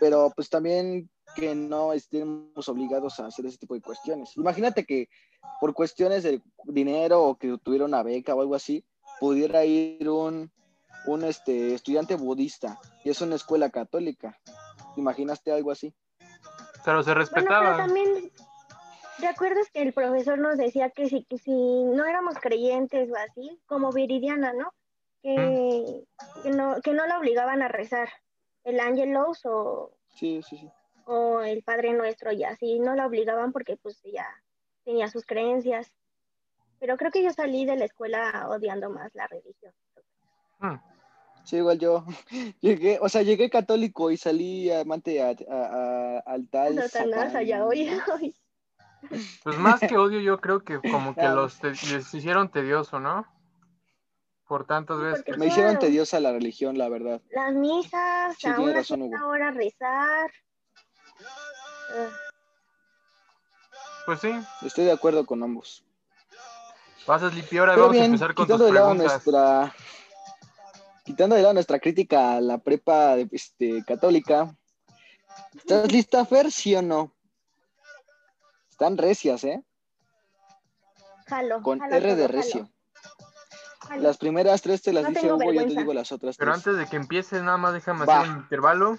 pero pues también que no estemos obligados a hacer ese tipo de cuestiones. Imagínate que por cuestiones de dinero o que tuviera una beca o algo así, pudiera ir un un este, estudiante budista y es una escuela católica. ¿Te ¿Imaginaste algo así? Pero se Bueno, respetaba. pero también, ¿te acuerdas que el profesor nos decía que si, que si no éramos creyentes o así, como Viridiana, ¿no? Que, que no que no la obligaban a rezar el Angelus o, Sí, sí, sí. o el Padre Nuestro y así, no la obligaban porque pues ella tenía sus creencias. Pero creo que yo salí de la escuela odiando más la religión. Mm. Sí, igual yo llegué, o sea, llegué católico y salí amante a- a- a- al tal. Satanás Satán. allá hoy. hoy. Pues más que odio, yo creo que como que Claro. los te- les hicieron tedioso, ¿no? Por tantas Sí, veces. porque- Me hicieron Claro. tediosa la religión, la verdad. Las misas, Sí, a tiene una razón, cierta Hugo. hora rezar. Ugh. Pues sí, Estoy de acuerdo con ambos. vas a Sleepy, ahora Pero vamos a bien, empezar con tus quitando de lado preguntas. nuestra. Quitando de lado nuestra crítica a la prepa este, católica. ¿Estás lista, Fer? ¿Sí o no? Están recias, ¿eh? Jalo. Con jalo R de todo, jalo, recio. jalo. Las primeras tres te las No dice tengo Hugo, yo te vergüenza. digo las otras Pero tres. antes de que empieces, nada más déjame Pues, Va. hacer un intervalo.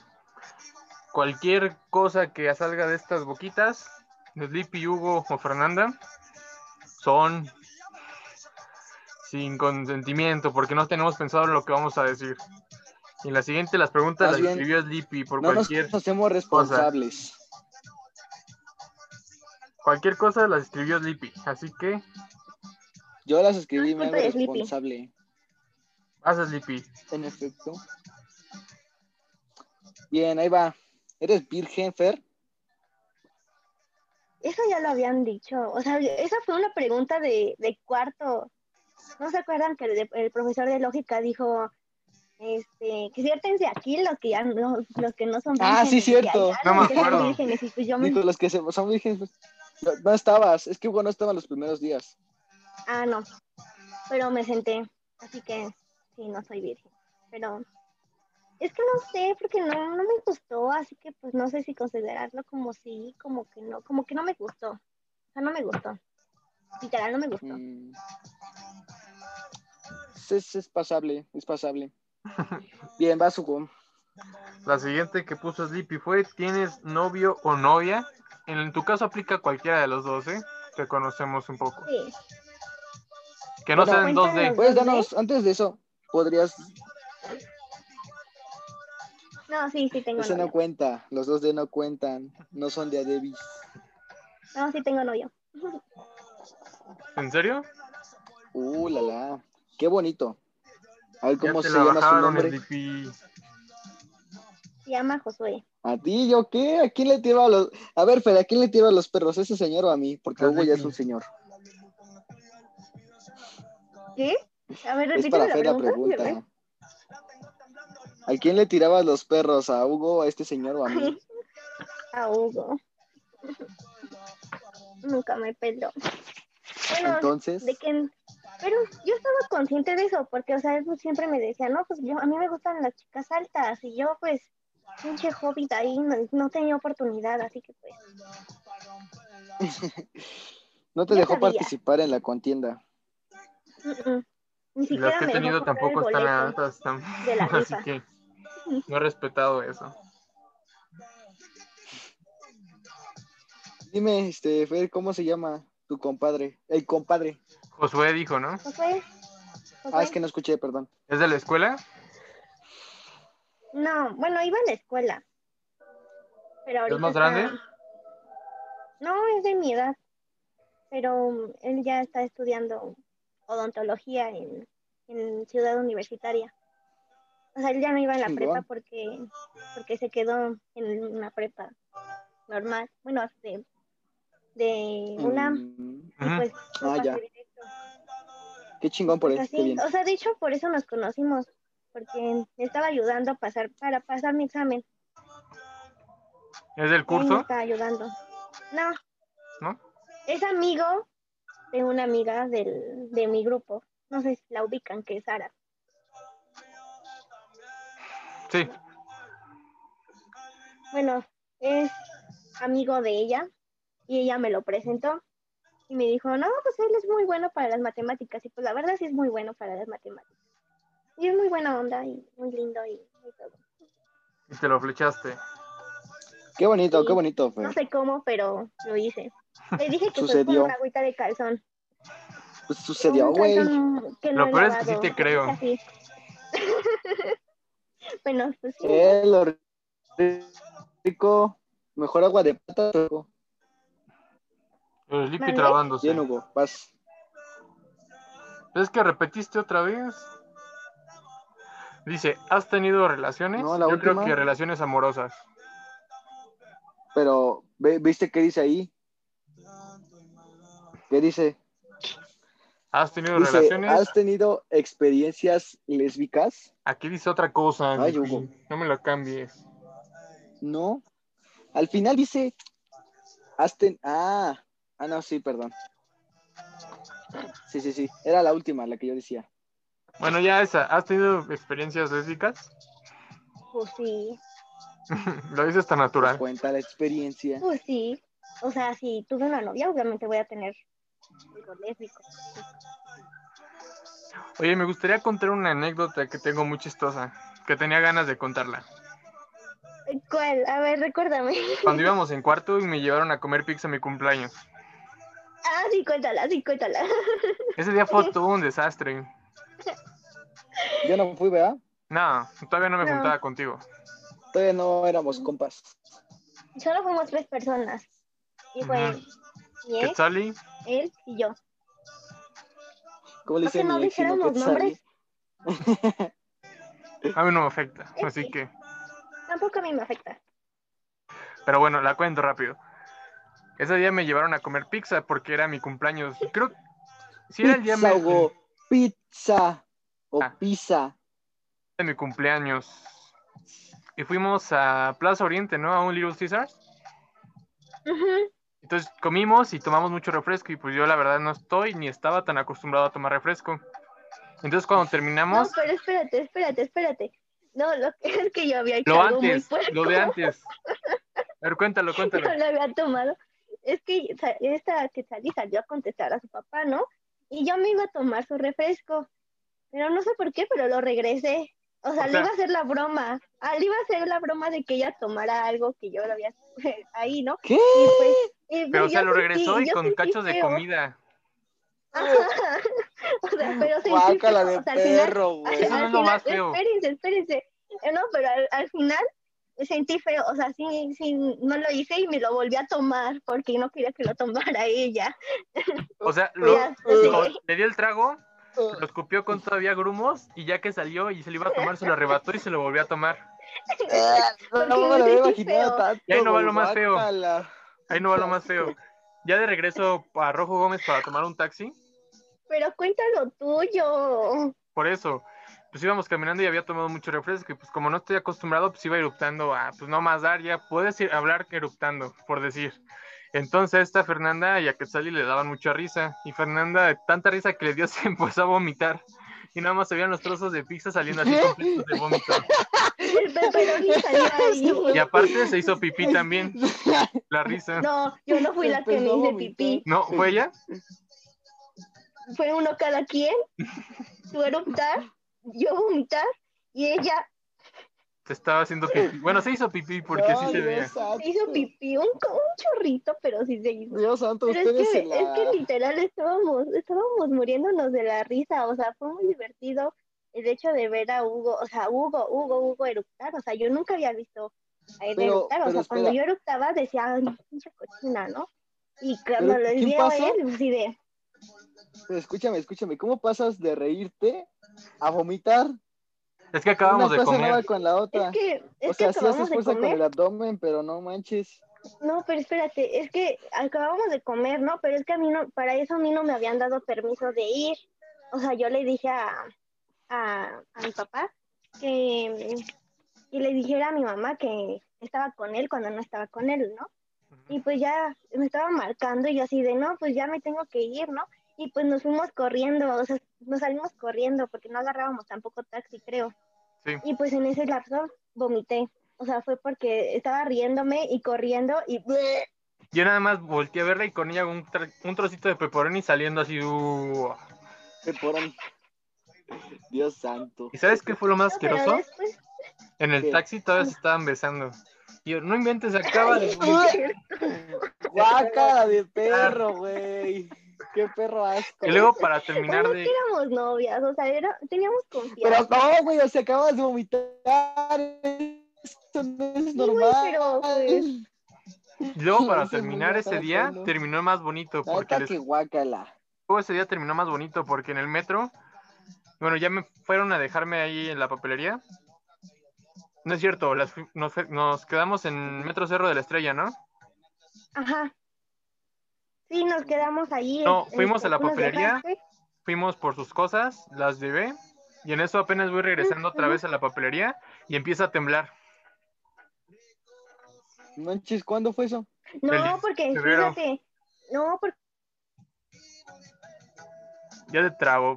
Cualquier cosa que salga de estas boquitas, de Sleepy, Hugo o Fernanda, son sin consentimiento, porque no tenemos pensado en lo que vamos a decir. Y en la siguiente, las preguntas Más las bien, escribió Sleepy por no nos, cualquier. nos hacemos responsables. Cualquier cosa las escribió Sleepy, así que Yo las escribí, me No es hago culpa de Flippy. responsable. haz a Sleepy. En efecto. Bien, ahí va. ¿Eres virgen, Fer? Eso ya lo habían dicho. O sea, esa fue una pregunta de, de cuarto. ¿No se acuerdan que el, el profesor de lógica dijo este, que ciértense aquí los que ya no, los que no son Ah, sí, vírgenes, y cierto. allá No los me que son acuerdo. vírgenes, y pues yo me- Dijo, los que se- son virgen. No, no estabas, es que Hugo no estaba los primeros días. Ah, no. Pero me senté. Así que sí, no soy virgen. Pero es que no sé, porque no, no me gustó. Así que pues no sé si considerarlo como sí, como que no. Como que no me gustó. O sea, no me gustó. Literal, no me gustó. Mm. Es, es pasable, es pasable. Bien, vas, Hugo. La siguiente que puso Sleepy fue, ¿tienes novio o novia? En tu caso aplica cualquiera de los dos, ¿eh? Te conocemos un poco. Sí. Que no Bueno, sean dos de... cuéntanos. Puedes darnos, Pues, antes de eso, podrías, No, sí, sí tengo ese novio. no cuenta, los dos de no cuentan, no son de Adebis. No, sí tengo novio. ¿En serio? Uh, la la. Qué bonito. A ver Ya cómo te se la llama su bajaron, nombre. Sleepy. Se llama Josué. ¿A ti yo qué? ¿A quién le tiro a los.? A ver, Fede, ¿a quién le tiro a los perros? ¿Ese señor o a mí? Porque A Hugo ya Ricky. es un señor. ¿Qué? A ver, Es repíteme para la Fede la pregunta. pregunta. ¿A quién le tirabas los perros? ¿A Hugo, a este señor o a mí? A Ah, Hugo. Nunca me peló. Bueno, Entonces. de que pero yo estaba consciente de eso porque o sea él pues, siempre me decía no pues yo a mí me gustan las chicas altas y yo pues pinche hobbit ahí no, no tenía oportunidad así que pues No te yo dejó sabía. participar en la contienda. mm, mm. ni Y las siquiera que he me tenido dejó comprar el tampoco están boleto altas. tam- de la Así rifa que no he respetado eso. Dime, este, Fede, ¿cómo se llama tu compadre? El compadre. Josué dijo, ¿no? Josué Ah, es que no escuché, perdón. ¿Es de la escuela? No, bueno, iba a la escuela. ¿Es Pero ahorita más está- grande? No, es de mi edad. Pero um, él ya está estudiando odontología en, en Ciudad Universitaria. O sea, él ya no iba a la Chingón. prepa porque, porque se quedó en una prepa normal. Bueno, de, de una. Mm, y Ujú. pues, yo Ah, ya. pasé directo. qué chingón por él, qué Así, bien. o sea, de hecho, por eso nos conocimos, porque me estaba ayudando a pasar, para pasar mi examen. ¿Es del Él me curso? estaba ayudando. No. ¿No? Es amigo de una amiga del, de mi grupo. No sé si la ubican, que es Sara. Sí. Bueno, es amigo de ella y ella me lo presentó y me dijo, no, pues él es muy bueno para las matemáticas y pues la verdad sí es muy bueno para las matemáticas. Y es muy buena onda y muy lindo y, y todo. Y te lo flechaste. Qué bonito, Sí. qué bonito fue. No sé cómo, pero lo hice. Le dije que fue con Sucedió. una agüita de calzón. Pues sucedió, güey. Lo peor es que sí te creo. bueno, pues sí. Eh, lo rico. Mejor agua de pata, Hugo. El lipi ¿Mandé? trabándose. Bien, Hugo, vas. ¿Es que repetiste otra vez? Dice, ¿has tenido relaciones? No, la Yo creo última. que relaciones amorosas. Pero, ve- ¿viste qué dice ahí? ¿Qué dice? ¿Has tenido Dice, relaciones? ¿has tenido experiencias lésbicas? Aquí dice otra cosa. Ay, Lipi. Hugo. No me la cambies. No. Al final dice, has ten... Ah, ah, no, sí, perdón. Sí, sí, sí. Era la última, la que yo decía. Bueno, ya esa. ¿Has tenido experiencias lésbicas? Pues sí. lo dices tan natural. Cuenta la experiencia. Pues sí. O sea, si tuve una novia, obviamente voy a tener algo lésbico. Oye, me gustaría contar una anécdota que tengo muy chistosa, que tenía ganas de contarla. ¿Cuál? A ver, recuérdame. Cuando íbamos en cuarto y me llevaron a comer pizza a mi cumpleaños. Ah, sí, cuéntala, sí, cuéntala. Ese día fue todo un desastre. Yo no fui, ¿verdad? No, todavía no me No. juntaba contigo. Todavía no éramos compas. Solo fuimos tres personas. Y fue Ujú. mi ex, Quetzali, él y yo. ¿Cómo le ¿Por qué dice no mi ex? sino dijéramos que salí? nombres? a mí no me afecta, así que... Tampoco a mí me afecta. Pero bueno, la cuento rápido. Ese día me llevaron a comer pizza porque era mi cumpleaños. Creo que... Sí, era el día Pizza, me- Hugo. Pizza. O Ah. pizza. de mi cumpleaños. Y fuimos a Plaza Oriente, ¿no? A un Little Caesars. Ujú. Entonces comimos y tomamos mucho refresco y pues yo la verdad no estoy ni estaba tan acostumbrado a tomar refresco. Entonces cuando No, terminamos, pero espérate, espérate, espérate. No, lo que es que yo había hecho lo algo muy antes, fuerte. lo de antes. A ver, cuéntalo, cuéntalo. Yo lo había tomado. Es que sa- esta que salí salió a contestar a su papá, ¿no? Y yo me iba a tomar su refresco. Pero no sé por qué, pero lo regresé. O sea, O le sea- iba a hacer la broma. Ah, le iba a hacer la broma de que ella tomara algo que yo lo había ahí, ¿no? ¿Qué? Y pues, y pues Pero o sea, yo lo sentí- regresó y yo con sentí cachos de feo. comida. Ajá. O sea, pero sentí Guácala feo. de O sea, al final- perro, güey. Pues, Eso no es lo más feo. Espérense, espérense. Eh, No, pero al, al final sentí feo, o sea, sí, sí, no lo hice y me lo volví a tomar porque no quería que lo tomara ella. O sea, lo- Ya, pues, lo- sí. le dio el trago, lo escupió con todavía grumos y ya que salió y se lo iba a tomar, se lo arrebató y se lo volvió a tomar. Ah, No, me Porque lo había sentí imaginado feo. tanto. Y ahí no va güey, lo más feo. guácala. Ahí no va lo más feo. Ya de regreso a Rojo Gómez para tomar un taxi. Pero cuenta lo tuyo. Por eso, pues íbamos caminando y había tomado mucho refresco y pues como no estoy acostumbrado, pues iba eruptando a, pues no más dar, ya puedes ir, hablar eruptando, por decir. Entonces esta Fernanda y a Quetzali le daban mucha risa y Fernanda, de tanta risa que le dio, se empezó a vomitar. Y nada más se veían los trozos de pizza saliendo así completos de vómito. Pero, pero ni salió ahí. Y aparte se hizo pipí también, la risa. No, yo no fui la que me Empezó a hice vomitar. pipí. ¿No? ¿Fue ella? Fue uno cada quien. Tú eruptar, yo vomitar y ella te estaba haciendo pipí. Bueno, se hizo pipí porque sí se veía. Se hizo pipí, un, un chorrito, pero sí se hizo. Dios santo, Pero es ustedes que, se la- es que literal estábamos, estábamos muriéndonos de la risa, o sea, fue muy divertido el hecho de ver a Hugo, o sea, Hugo, Hugo, Hugo eructar, o sea, yo nunca había visto a él Pero- eructar, o pero sea, cuando yo espera. eructaba decía, ay, pinche cochina, ¿no? Y cuando Pero, lo ¿quién vi a pasó? él, pues, así de, Pero escúchame, escúchame, ¿cómo pasas de reírte a vomitar? Es que acabamos Una de cosa no va comer. con la otra. es que, es Ah, o sea, que sí haces acabamos de fuerza con comer, el abdomen, pero no manches. no, pero espérate, es que acabamos de comer, ¿no? Pero es que a mí no, para eso a mí no me habían dado permiso de ir, o sea, yo le dije a, a, a mi papá que, y le dijera a mi mamá que estaba con él cuando no estaba con él, ¿no? Y pues ya me estaba marcando y yo así de, no, pues ya me tengo que ir, ¿no? Y pues nos fuimos corriendo, o sea, nos salimos corriendo porque no agarrábamos tampoco taxi, creo. Sí. Y pues en ese lapso vomité. O sea, fue porque estaba riéndome y corriendo y... Yo nada más volteé a verla y con ella un, tra- un trocito de pepperoni saliendo así. uh. Te ponen- Dios santo. ¿Y sabes qué fue lo más No, pero asqueroso? después- En el ¿Qué? taxi todavía se estaban besando. Y yo, no inventes, acaba de Guácala de perro, güey. Qué perro asco. Y luego para Pero terminar no de... que éramos novias, o sea, era- teníamos confianza. Pero no, güey, o sea, acabas de vomitar. Esto no es normal. pero, pues, y luego para Ese es muy terminar ese guacala, día, Pablo. terminó más bonito. Porque Neta les- que guácala. luego ese día terminó más bonito porque en el metro... Bueno, ya me fueron a dejarme ahí en la papelería. No es cierto, las fui- nos, fue- nos quedamos en Metro Cerro de la Estrella, ¿no? Ajá. Sí, nos quedamos allí. No, este, fuimos a la tú nos papelería. dejaste. fuimos por sus cosas, las llevé y en eso apenas voy regresando otra vez a la papelería y empieza a temblar. Manches, ¿cuándo fue eso? Feliz No, porque febrero. fíjate. No, porque Ya te trabo.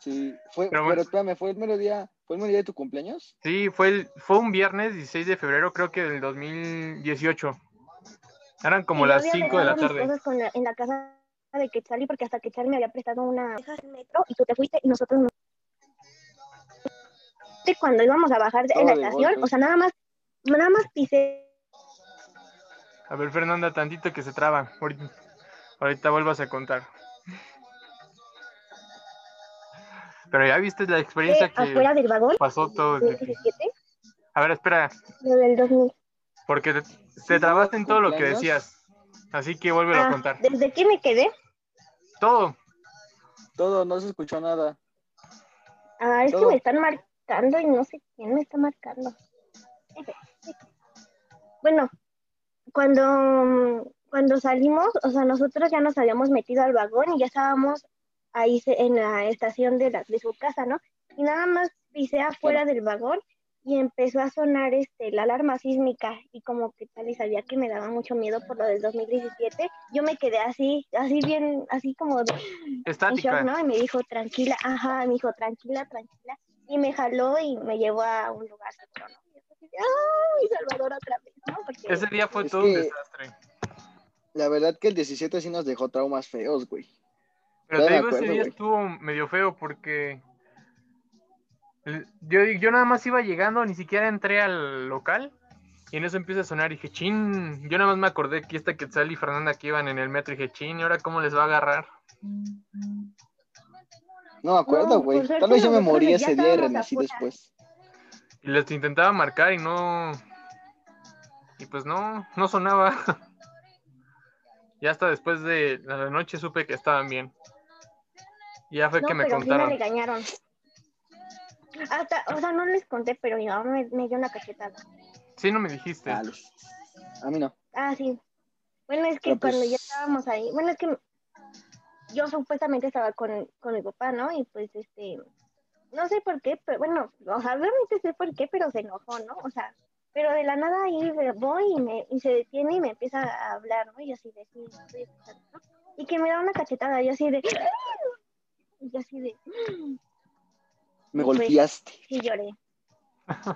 Sí, fue, Pero pero, bueno. espérame, fue el mero día, fue el mero día de tu cumpleaños. Sí, fue, el- fue un viernes 16 de febrero, creo que del 2018. Eran como Y las yo había 5 de la dejado mis tarde. cosas con la- en la casa de Quetzali porque hasta Quetzali me había prestado una dejas el metro y tú te fuiste y nosotros nos Te- cuando íbamos a bajar de- en la Todo de estación, golpe. o sea, nada más nada más pisé A ver, Fernanda, tantito que se traba. Ahorita, ahorita vuelvas a contar. Pero ya viste la experiencia afuera que del vagón pasó todo. del 17, A ver, espera, lo del 2000. porque te, Sí, te trabaste en todo lo que cumpleaños. decías. Así que vuélvelo a Ah, contar. desde que me quedé, Todo. Todo, no se escuchó nada. ah, es que Todo. me están marcando y no sé quién me está marcando. Bueno, cuando, cuando salimos, o sea, nosotros ya nos habíamos metido al vagón y ya estábamos ahí se- en la estación de, la, de su casa, ¿no? Y nada más pisé afuera del vagón y empezó a sonar este, la alarma sísmica y como que tal y sabía que me daba mucho miedo por lo del 2017, yo me quedé así, así bien, así como de- en Estática. shock, ¿no? Y me dijo, tranquila, ajá, me dijo, tranquila, tranquila. Y me jaló y me llevó a un lugar seguro, ¿no? Y yo así de, ¡Ay, Salvador otra vez! ¿no? Porque... Ese día fue Es todo un que- desastre. La verdad que el 17 sí nos dejó traumas feos, güey. Pero ya te me digo, ese acuerdo, día güey. estuvo medio feo porque l- yo, yo nada más iba llegando, ni siquiera entré al local. Y en eso empieza a sonar y dije, chin, yo nada más me acordé que esta Quetzal y Fernanda que iban en el metro y dije, chin, ¿y ahora cómo les va a agarrar? No me acuerdo, No, güey. por Tal suerte vez yo me nosotros morí ya ese día y estábamos renací afuera. después. Y les intentaba marcar y no... Y pues no, no sonaba. y hasta después de la noche supe que estaban bien. Y ya fue No, que me pero contaron. sí me regañaron. Hasta, o sea, no les conté, pero mi mamá me, me dio una cachetada. Sí, no me dijiste. Chale. A mí no. Ah, sí. Bueno, es que Pero, pues, cuando ya estábamos ahí, bueno, es que yo supuestamente estaba con, con mi papá, ¿no? Y pues, este, no sé por qué, pero bueno, o sea, realmente sé por qué, pero se enojó, ¿no? O sea, pero de la nada ahí voy y, me, y se detiene y me empieza a hablar, ¿no? Y yo así de, sí, estoy escuchando, ¿no? Y que me da una cachetada, yo así de, "¡Ah!". y yo así de, Me Güey. golpeaste. Sí, lloré.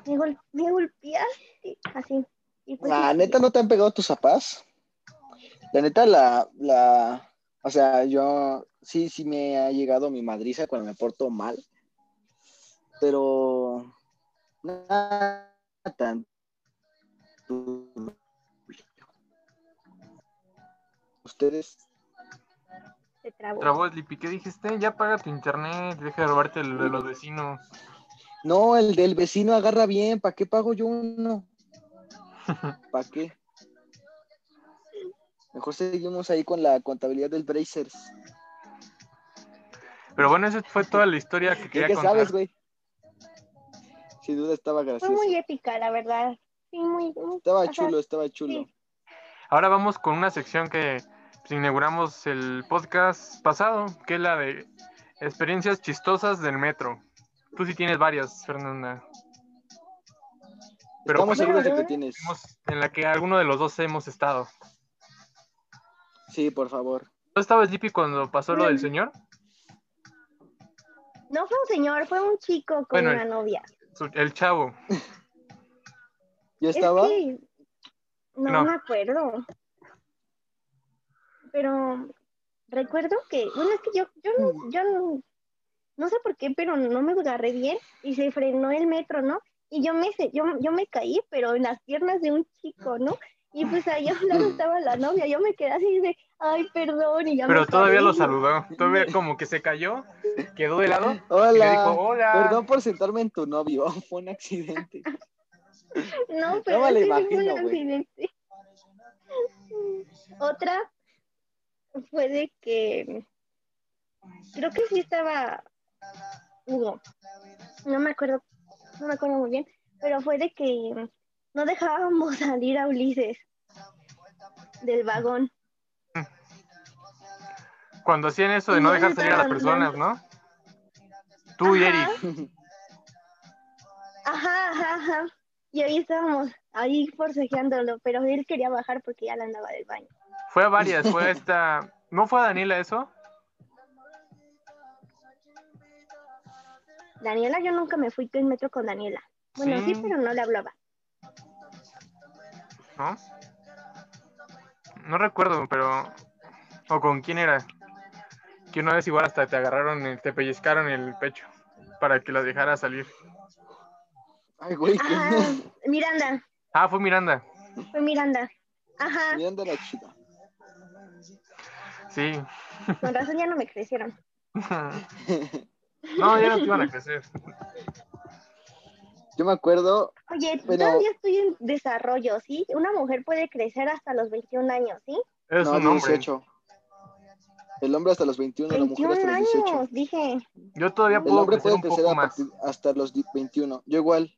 Me, gol- me golpeaste. Así. Y pues, La neta, ¿no te han pegado tus zapas? La neta, la, la, o sea, yo sí, sí me ha llegado mi madriza cuando me porto mal, pero nada tan turbio. Ustedes. Se trabó. Trabó Slippy, ¿qué dijiste? Ya paga tu internet, deja de robarte el de los vecinos. No, el del vecino agarra bien. ¿Para qué pago yo uno? ¿Para qué? Mejor seguimos ahí con la contabilidad del Brazers. Pero bueno, esa fue toda la historia que ¿Qué quería que contar. sabes, güey? Sin duda estaba Fue gracioso. muy épica, la verdad. Sí, muy, muy- Estaba o sea, chulo, estaba chulo. sí. Ahora vamos con una sección que pues, inauguramos el podcast pasado, que es la de experiencias chistosas del metro. Tú sí tienes varias, Fernanda. Pero Estamos pues, seguros de que ¿verdad? tienes. hemos- en la que alguno de los dos hemos estado. Sí, por favor. ¿Tú estabas Lippy cuando pasó lo del señor? No fue un señor, fue un chico con Bueno, una novia. Su- El chavo. Yo Es estaba. que no, No. me acuerdo. Pero recuerdo que, bueno, es que yo, yo, Mm. no, yo no, no sé por qué, pero no me agarré bien y se frenó el metro, ¿no? Y yo me, se- yo, yo me caí, pero en las piernas de un chico, ¿no? Y pues ahí a un Mm. lado estaba la novia, yo me quedé así de, ay, perdón, y ya Pero me todavía paré. lo saludó. Todavía como que se cayó, quedó de lado y le dijo, Hola. hola. Perdón por sentarme en tu novio. Fue un accidente. No, pero me la es que sí fue un imagino, güey. accidente. Otra fue de que creo que sí estaba Hugo. No me acuerdo, no me acuerdo muy bien, pero fue de que no dejábamos salir a Ulises del vagón. Cuando hacían eso de no Y dejar ahorita salir a las hablando. personas, ¿no? Tú y Ajá. Eric. Ajá, ajá, ajá. Y ahí estábamos ahí forcejeándolo, pero él quería bajar porque ya la andaba del baño. Fue a varias, fue a esta. ¿No fue a Daniela eso? Daniela, yo nunca me fui en metro con Daniela. Bueno, Sí. sí, pero no le hablaba. ¿No? No recuerdo, pero. ¿O con quién era? Que una vez igual hasta te agarraron, el- te pellizcaron el pecho para que las dejara salir. Ay, güey. Ajá, Que... Ah, Miranda, Ah, fue Miranda. fue Miranda. Ajá, Miranda la chida. Sí. con razón ya no me crecieron. No, ya no te iban a crecer. Yo me acuerdo. Oye, Bueno. todavía estoy en desarrollo, ¿sí? Una mujer puede crecer hasta los 21 años, ¿sí? Es no, un hombre. 18. El hombre hasta los 21, la mujer 21 hasta los años, 18. dije. Yo todavía El puedo hombre crecer puede un crecer poco a más. partir- hasta los di- 21. Yo igual.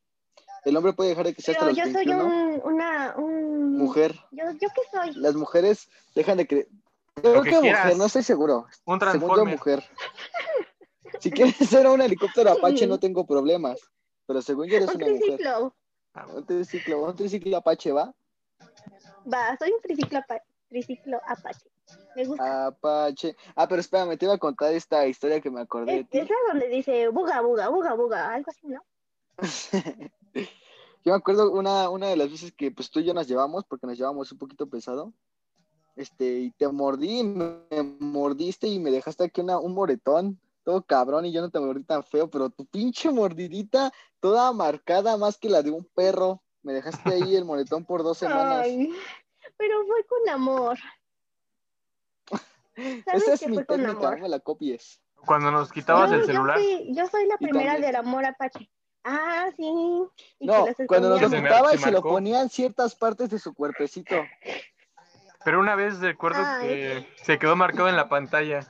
El hombre puede dejar de crecer Pero hasta yo los soy 21. un, una, un... Mujer. Yo, ¿Yo qué soy? Las mujeres dejan de crecer. Creo que que mujer, quieras. no estoy seguro. Un Según yo, transformer. mujer. Si quieres ser un helicóptero Apache, no tengo problemas. Pero según yo, eres Un una mujer. triciclo. Un triciclo, un triciclo Apache, ¿va? Va, soy un triciclo, apa- triciclo apache. Me gusta. Apache. Ah, pero espérame, te iba a contar esta historia que me acordé de es, ti. es la donde dice buga, buga, buga, buga, algo así, ¿no? Yo me acuerdo una, una de las veces que pues tú y yo nos llevamos, porque nos llevamos un poquito pesado, este, y te mordí, me me mordiste y me dejaste aquí una, un moretón, todo cabrón, y yo no te mordí tan feo, pero tu pinche mordidita, toda marcada más que la de un perro, me dejaste ahí el moretón por dos semanas. Ay, pero fue con amor. ¿Sabes Esa es que mi fue con técnica, amor? no me la copies. Cuando nos quitabas No, el yo celular. fui- Yo, soy la Y primera también- del amor apache. Ah, sí. Y no, que los cuando nos lo Se me- escondíamos. quitaba se y se lo marcó. ponía en ciertas partes de su cuerpecito. Pero una vez recuerdo Ay. que se quedó marcado en la pantalla.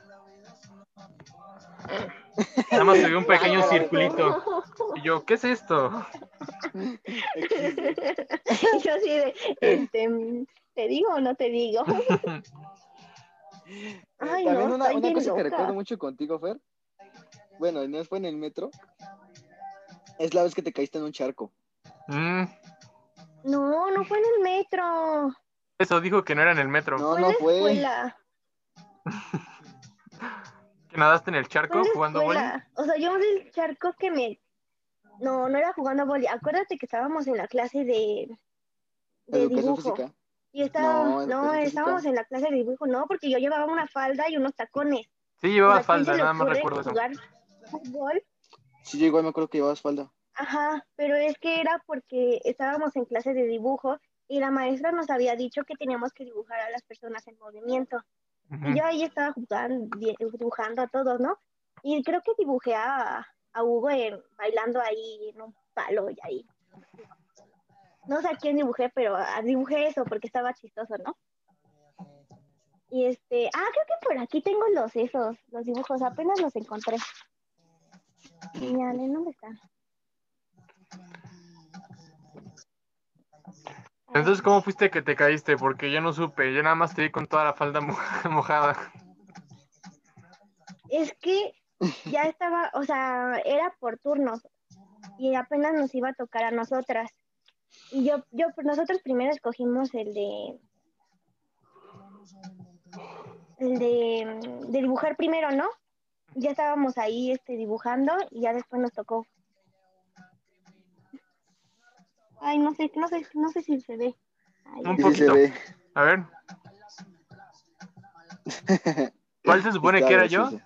Nada más se vio un pequeño Ay, circulito. no. Y yo, ¿qué es esto? Y yo así de, este, mm, ¿te digo o no te digo? Ay, Eh, También no, una, estoy una bien cosa que loca. recuerdo mucho contigo, Fer. Bueno, no fue en el metro. Es la vez que te caíste en un charco. Mm, No, no fue en el metro. eso dijo que no era en el metro. No, fue no en la fue. escuela. Que nadaste en el Fue charco en la jugando escuela. bola. O sea, yo del charco que me... No, no era jugando boli. Acuérdate que estábamos en la clase de... de educación dibujo. física. Y estábamos, No, no, educación física. estábamos en la clase de dibujo, no, porque yo llevaba una falda y unos tacones. Sí, ¿A llevabas quién se falda, le nada más ocurre recuerdo eso. Jugar fútbol Sí, yo igual me acuerdo que llevabas falda. Ajá, pero es que era porque estábamos en clase de dibujo y la maestra nos había dicho que teníamos que dibujar a las personas en movimiento. Y yo ahí estaba jugando, di- dibujando a todos, ¿no? Y creo que dibujé a, a Hugo en- bailando ahí en un palo y ahí. No sé a quién dibujé, pero ah, dibujé eso porque estaba chistoso, ¿no? Y este, ah, creo que por aquí tengo los esos, los dibujos, apenas los encontré. Genial, ¿en dónde están? Entonces, ¿cómo fuiste que te caíste? Porque yo no supe, yo nada más te vi con toda la falda mo- mojada. Es que ya estaba, o sea, era por turnos y apenas nos iba a tocar a nosotras. Y yo, yo, pues, nosotros primero escogimos el de, el de, mm, de dibujar primero, ¿no? Ya estábamos ahí este, dibujando y ya después nos tocó. Ay, no sé, no sé, no sé si se ve. Ay, Un Sí, sí poquito. se ve. A ver, ¿cuál se supone que era Sí, yo? sí.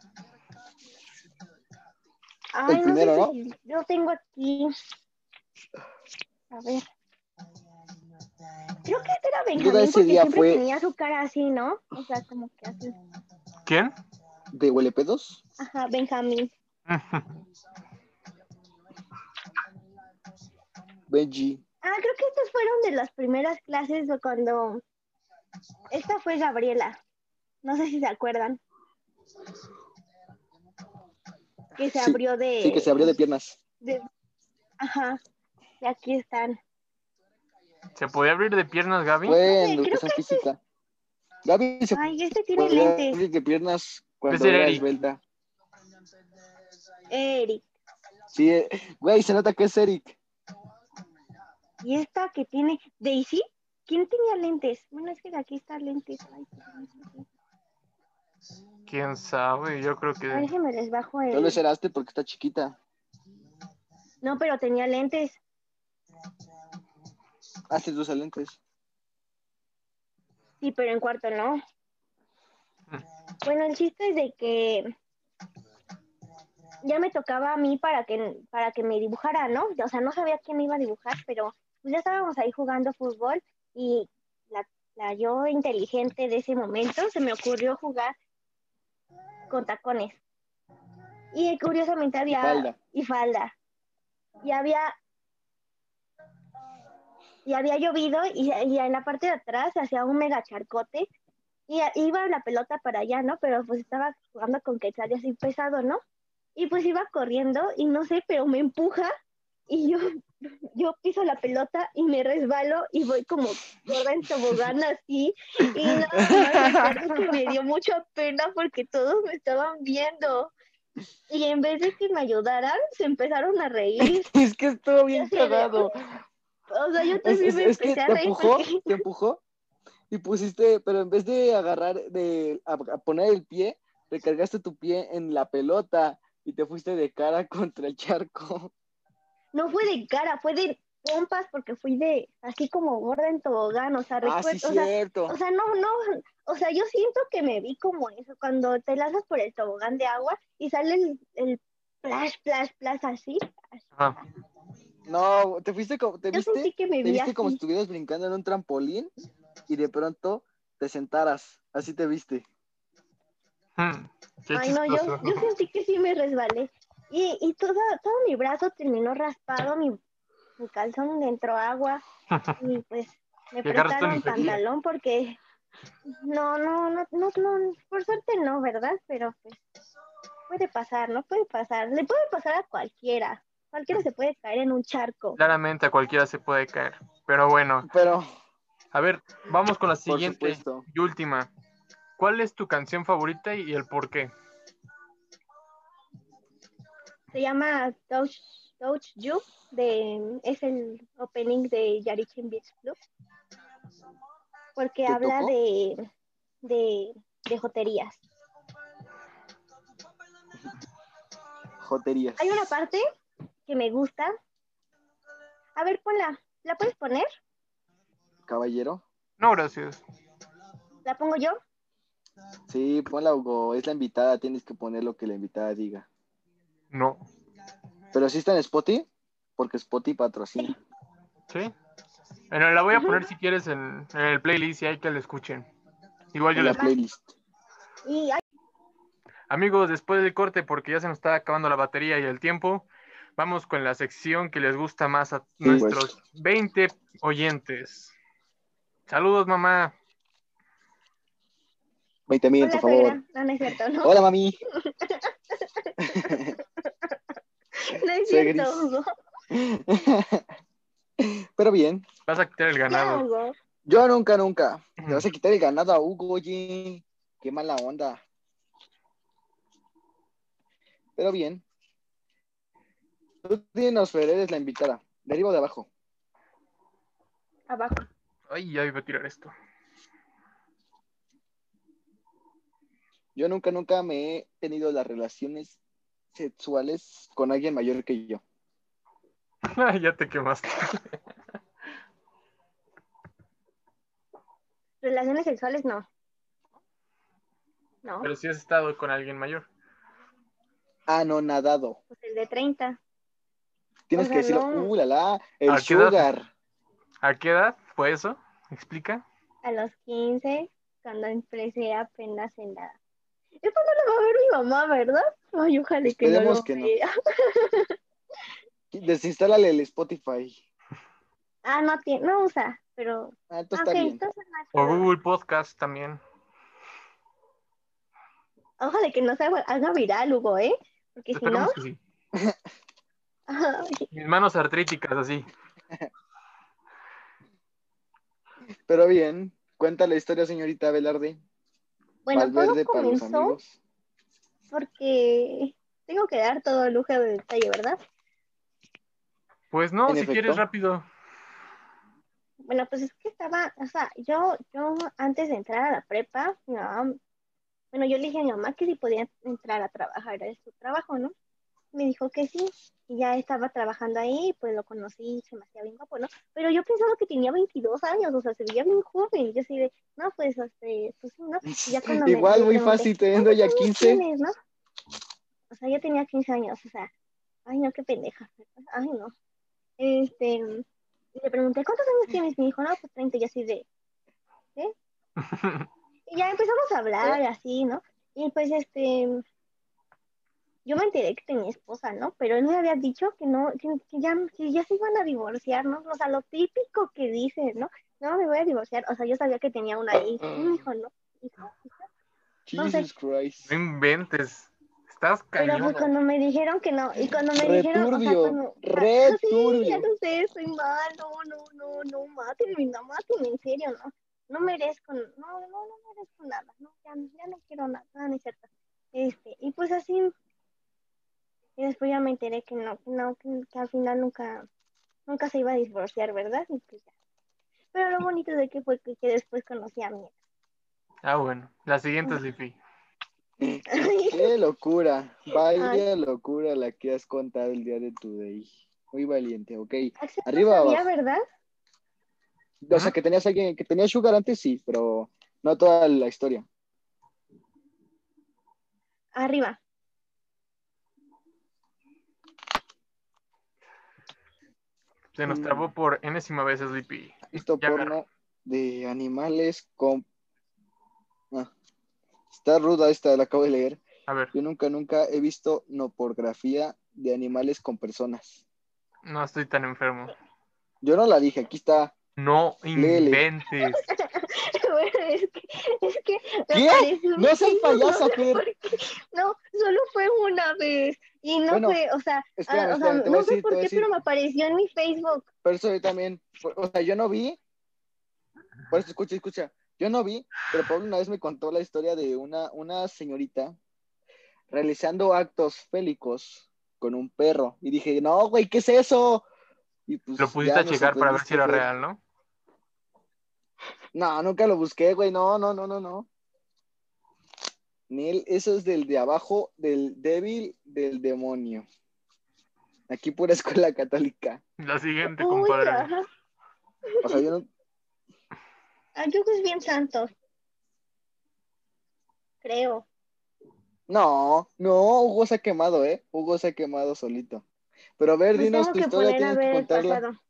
Ay, El no sé primero, si- yo tengo aquí. A ver. Creo que este era Benjamín ese porque día siempre fue- tenía su cara así, ¿no? O sea, como que así. ¿Quién? ¿De huelepedos? Ajá, Benjamín. Benji. Ah, creo que estas fueron de las primeras clases de cuando. Esta fue Gabriela. No sé si se acuerdan. Que se Sí, abrió de. Sí, que se abrió de piernas. de- Ajá. Y aquí están. ¿Se podía abrir de piernas, Gaby? Fue en Sí, creo educación que sí. física. Gaby se Ay, este tiene podía lentes. abrir de piernas cuando Ese era era Eric. esbelta. Eric. Sí, eh, güey, se nota que es Eric. Y esta que tiene Daisy, ¿quién tenía lentes? Bueno, es que aquí está lentes. Ay, ¿Quién sabe? Yo creo a ver que... si me les bajo el- Tal vez era este porque está chiquita. No, pero tenía lentes. Hace tus lentes. Sí, pero en cuarto no. Bueno, el chiste es de que ya me tocaba a mí para que para que me dibujara, ¿no? O sea, no sabía quién me iba a dibujar, pero pues ya estábamos ahí jugando fútbol y la, la yo inteligente de ese momento se me ocurrió jugar con tacones. Y curiosamente había Falda. y falda. Y había y había llovido y, y en la parte de atrás se hacía un mega charcote y a- iba la pelota para allá, ¿no? Pero pues estaba jugando con Quetzal y así pesado, ¿no? Y pues iba corriendo y no sé, pero me empuja y yo, yo piso la pelota y me resbalo y voy como gorda en tobogán así y no, no, recuerdo que me dio mucha pena porque todos me estaban viendo y en vez de que me ayudaran se empezaron a reír Es que estuvo bien Sí, de- cagado. o sea yo Es, también es- me es que empecé a te reír empujó, porque- te empujó y pusiste, pero en vez de agarrar, de a- a poner el pie, recargaste tu pie en la pelota y te fuiste de cara contra el charco. no fue de cara fue de pompas porque fui de así como gorda en tobogán o sea Ah, sí, recuerdo o sea, cierto. O sea, no, no, o sea, yo siento que me vi como eso, cuando te lanzas por el tobogán de agua y sale el, el plash, plash, plash así. Ajá. No, te fuiste como, te Yo sentí viste, que me te vi viste así. como si estuvieras brincando en un trampolín y de pronto te sentaras. Así te viste. Hmm, Qué Ay, no, yo, chistoso. yo sentí que sí me resbalé. Y, y todo, todo mi brazo terminó raspado, mi, mi calzón le entró agua y pues me Y agarraste prestaron una infección. pantalón porque... No, no, no, no, no, por suerte no, ¿verdad? Pero pues puede pasar, no puede pasar. Le puede pasar a cualquiera. Cualquiera se puede caer en un charco. Claramente a cualquiera se puede caer. Pero bueno, Pero, a ver, vamos con la por siguiente supuesto. y última. ¿Cuál es tu canción favorita y el por qué? Se llama Touch, Touch You, de, es el opening de Yarichin Beach Club, porque ¿Te habla tocó? de, de, de joterías. Joterías. Hay una parte que me gusta. A ver, ponla. ¿La puedes poner? Caballero. No, gracias. ¿La pongo yo? Sí, ponla, Hugo. Es la invitada. Tienes que poner lo que la invitada diga. No. Pero sí está en Spotify, porque Spotify patrocina. Sí. Bueno, la voy a poner si quieres en, en el playlist y hay que la escuchen. Igual yo En la les playlist. Y ay, Amigos, después del corte, porque ya se nos está acabando la batería y el tiempo, vamos con la sección que les gusta más a pues. nuestros 20 oyentes. Saludos, mamá. 20 mil, hola, por favor. suegra. No, no es cierto, no. Hola, mami. no suegris. es cierto, Hugo. Pero bien. Vas a quitar el Ya, ganado. Hugo. Yo nunca, nunca. Mm. Le vas a quitar el ganado a Hugo, oye. Qué mala onda. Pero bien. Tú tienes, Fer, eres la invitada. De arriba o de abajo. Abajo. Ay, ya iba a tirar esto. Yo nunca, nunca me he tenido las relaciones sexuales con alguien mayor que yo. Ay, Ah, ya te quemaste. Relaciones sexuales, no. No, Pero sí has estado con alguien mayor. Ah, Anonadado. pues el de 30. Tienes O que sea, decir, no. uh, la, la, el ¿A qué edad? sugar. ¿A qué edad fue eso? Explica. A los 15, cuando empecé apenas en la... Esto no lo va a ver mi mamá, ¿verdad? Ay, ojalá que no Esperemos lo que no. vea. Desinstálale el Spotify. Ah, no tiene, no usa, pero... Ah, esto Ah, está ok, bien. entonces no es O nada. Google Podcast también. Ojalá que no se haga- haga viral, Hugo, ¿eh? Porque si no... Esperemos que sí. Ay, Mis manos artríticas, así. Pero bien, cuenta la historia, señorita Velarde. Bueno, todo Valverde para los comenzó amigos. porque tengo que dar todo el lujo de detalle, ¿verdad? Pues no, En si efecto. quieres rápido. Bueno, pues es que estaba, o sea, yo, yo antes de entrar a la prepa, mi mamá- bueno, yo le dije a mi mamá que si podía entrar a trabajar, era su trabajo, ¿no? Me dijo que sí, y ya estaba trabajando ahí, pues lo conocí, se me hacía bien guapo, ¿no? Pero yo pensaba que tenía 22 años, o sea, se veía bien joven, yo así de, no, pues, este, pues sí, ¿no? Y ya cuando me- Igual, me muy pregunté, fácil, teniendo ya ¿cuántos años 15. tienes, no? O sea, yo tenía 15 años, o sea, ay, no, qué pendeja. Ay, no. Este, y le pregunté, ¿cuántos años tienes? Me dijo, no, pues 30, y así de. ¿Qué? Y ya empezamos a hablar, así, ¿no? Y pues, este. Yo me enteré que tenía esposa, ¿no? Pero él me había dicho que no, que, que ya, que ya se iban a divorciar, ¿no? O sea, lo típico que dices, ¿no? No, me voy a divorciar. O sea, yo sabía que tenía una hija, un hijo, ¿no? Hijo, hijo. no sé. Jesus Christ. No inventes. Estás Pero cañón. pues, cuando me dijeron que no, y cuando me dijeron, o sea, Returbio, cuando- returbio. Sí, ya lo sé, soy mal, no, no, no, no, mátenme, no, mátenme, en serio, no, no merezco, no, no, no merezco nada, no, ya, ya no quiero nada, no, no es cierto. Este, y pues así, y después ya me enteré que no, que no, que, que al final nunca, nunca se iba a divorciar, ¿verdad? Y pues ya. Pero lo bonito de que fue que, que después conocí a mi Ah, bueno. La siguiente es Lipi. Qué locura. Vaya locura la que has contado el día de tu day. Muy valiente, ok. Axel, Arriba, no sabía, abajo. ¿verdad? O sea, que tenías alguien, que tenías Sugar antes, sí, pero no toda la historia. Arriba. Se Mm. nos trabó por enésima vez Sleepy. Visto Ya, porno de animales con. Ah. Está ruda esta, la acabo de leer. A ver, Yo nunca, nunca he visto nopografía de animales con personas. no estoy tan enfermo. Yo no la dije, aquí está. No Lele. inventes. Bueno, es que, es que me ¿Qué? pareció No seas un payasa, horror, Fer. porque- No, solo fue una vez. Y no Bueno, fue, o sea, Espérame, ah, o sea, espérame, te voy a no sé decir, te por voy a qué, decir. pero me apareció en mi Facebook. Por eso yo también, por- o sea, yo no vi, por eso escucha, escucha, yo no vi, pero Pablo una vez me contó la historia de una, una señorita realizando actos félicos con un perro. Y dije, no, güey, ¿qué es eso? Y pues, Lo ya pudiste a me checar para ver si era sorprendiste, real, ¿no? güey. No, nunca lo busqué, güey, no, no, no, no, no. Neil, eso es del de abajo, del débil, del demonio. Aquí pura escuela católica. La siguiente, Uy, compadre. ajá. O sea, yo no, Ah, yo que es bien santo. Creo. No, no, Hugo se ha quemado, ¿eh? Hugo se ha quemado solito. Pero a ver, Me dinos Pues tu tengo que historia, poner a tienes que ver el contarla. pasado.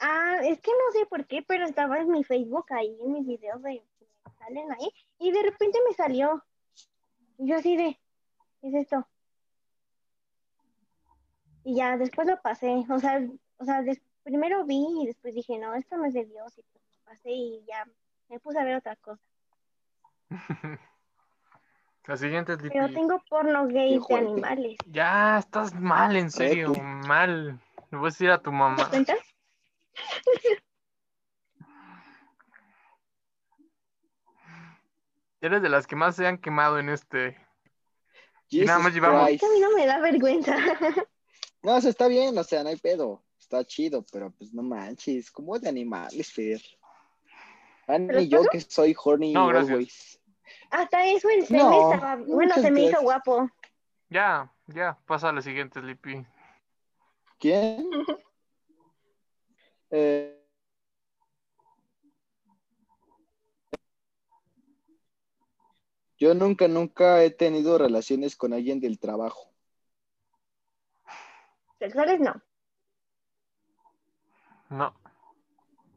Ah, es que no sé por qué, pero estaba en mi Facebook ahí, en mis videos de me salen ahí, y de repente me salió. Y yo así de, ¿qué es esto? Y ya después lo pasé, o sea, o sea, des- primero vi y después dije, no, esto no es de Dios, y pues lo pasé y ya me puse a ver otra cosa. La siguiente es Pero Lipi. tengo porno gay de fuerte. animales. Ya, estás mal, en serio, Eh, tú. mal. Le voy a decir a tu ¿Te mamá. cuentas? Eres de las que más se han quemado en este. Y Jesus nada más llevamos- Es Christ. que a mí no me da vergüenza. No, eso está bien, o sea, no hay pedo. Está chido, pero pues no manches, como de animales, Fer. Ah, ¿Pero Ni yo puedo? que soy horny No, gracias. always. Hasta eso el Femi No, estaba, bueno, se muchas me hizo gracias. guapo. Ya, ya, pasa a la siguiente, Lipi. ¿Quién? Eh, yo nunca, nunca he tenido relaciones con alguien del trabajo. Sexuales no. No.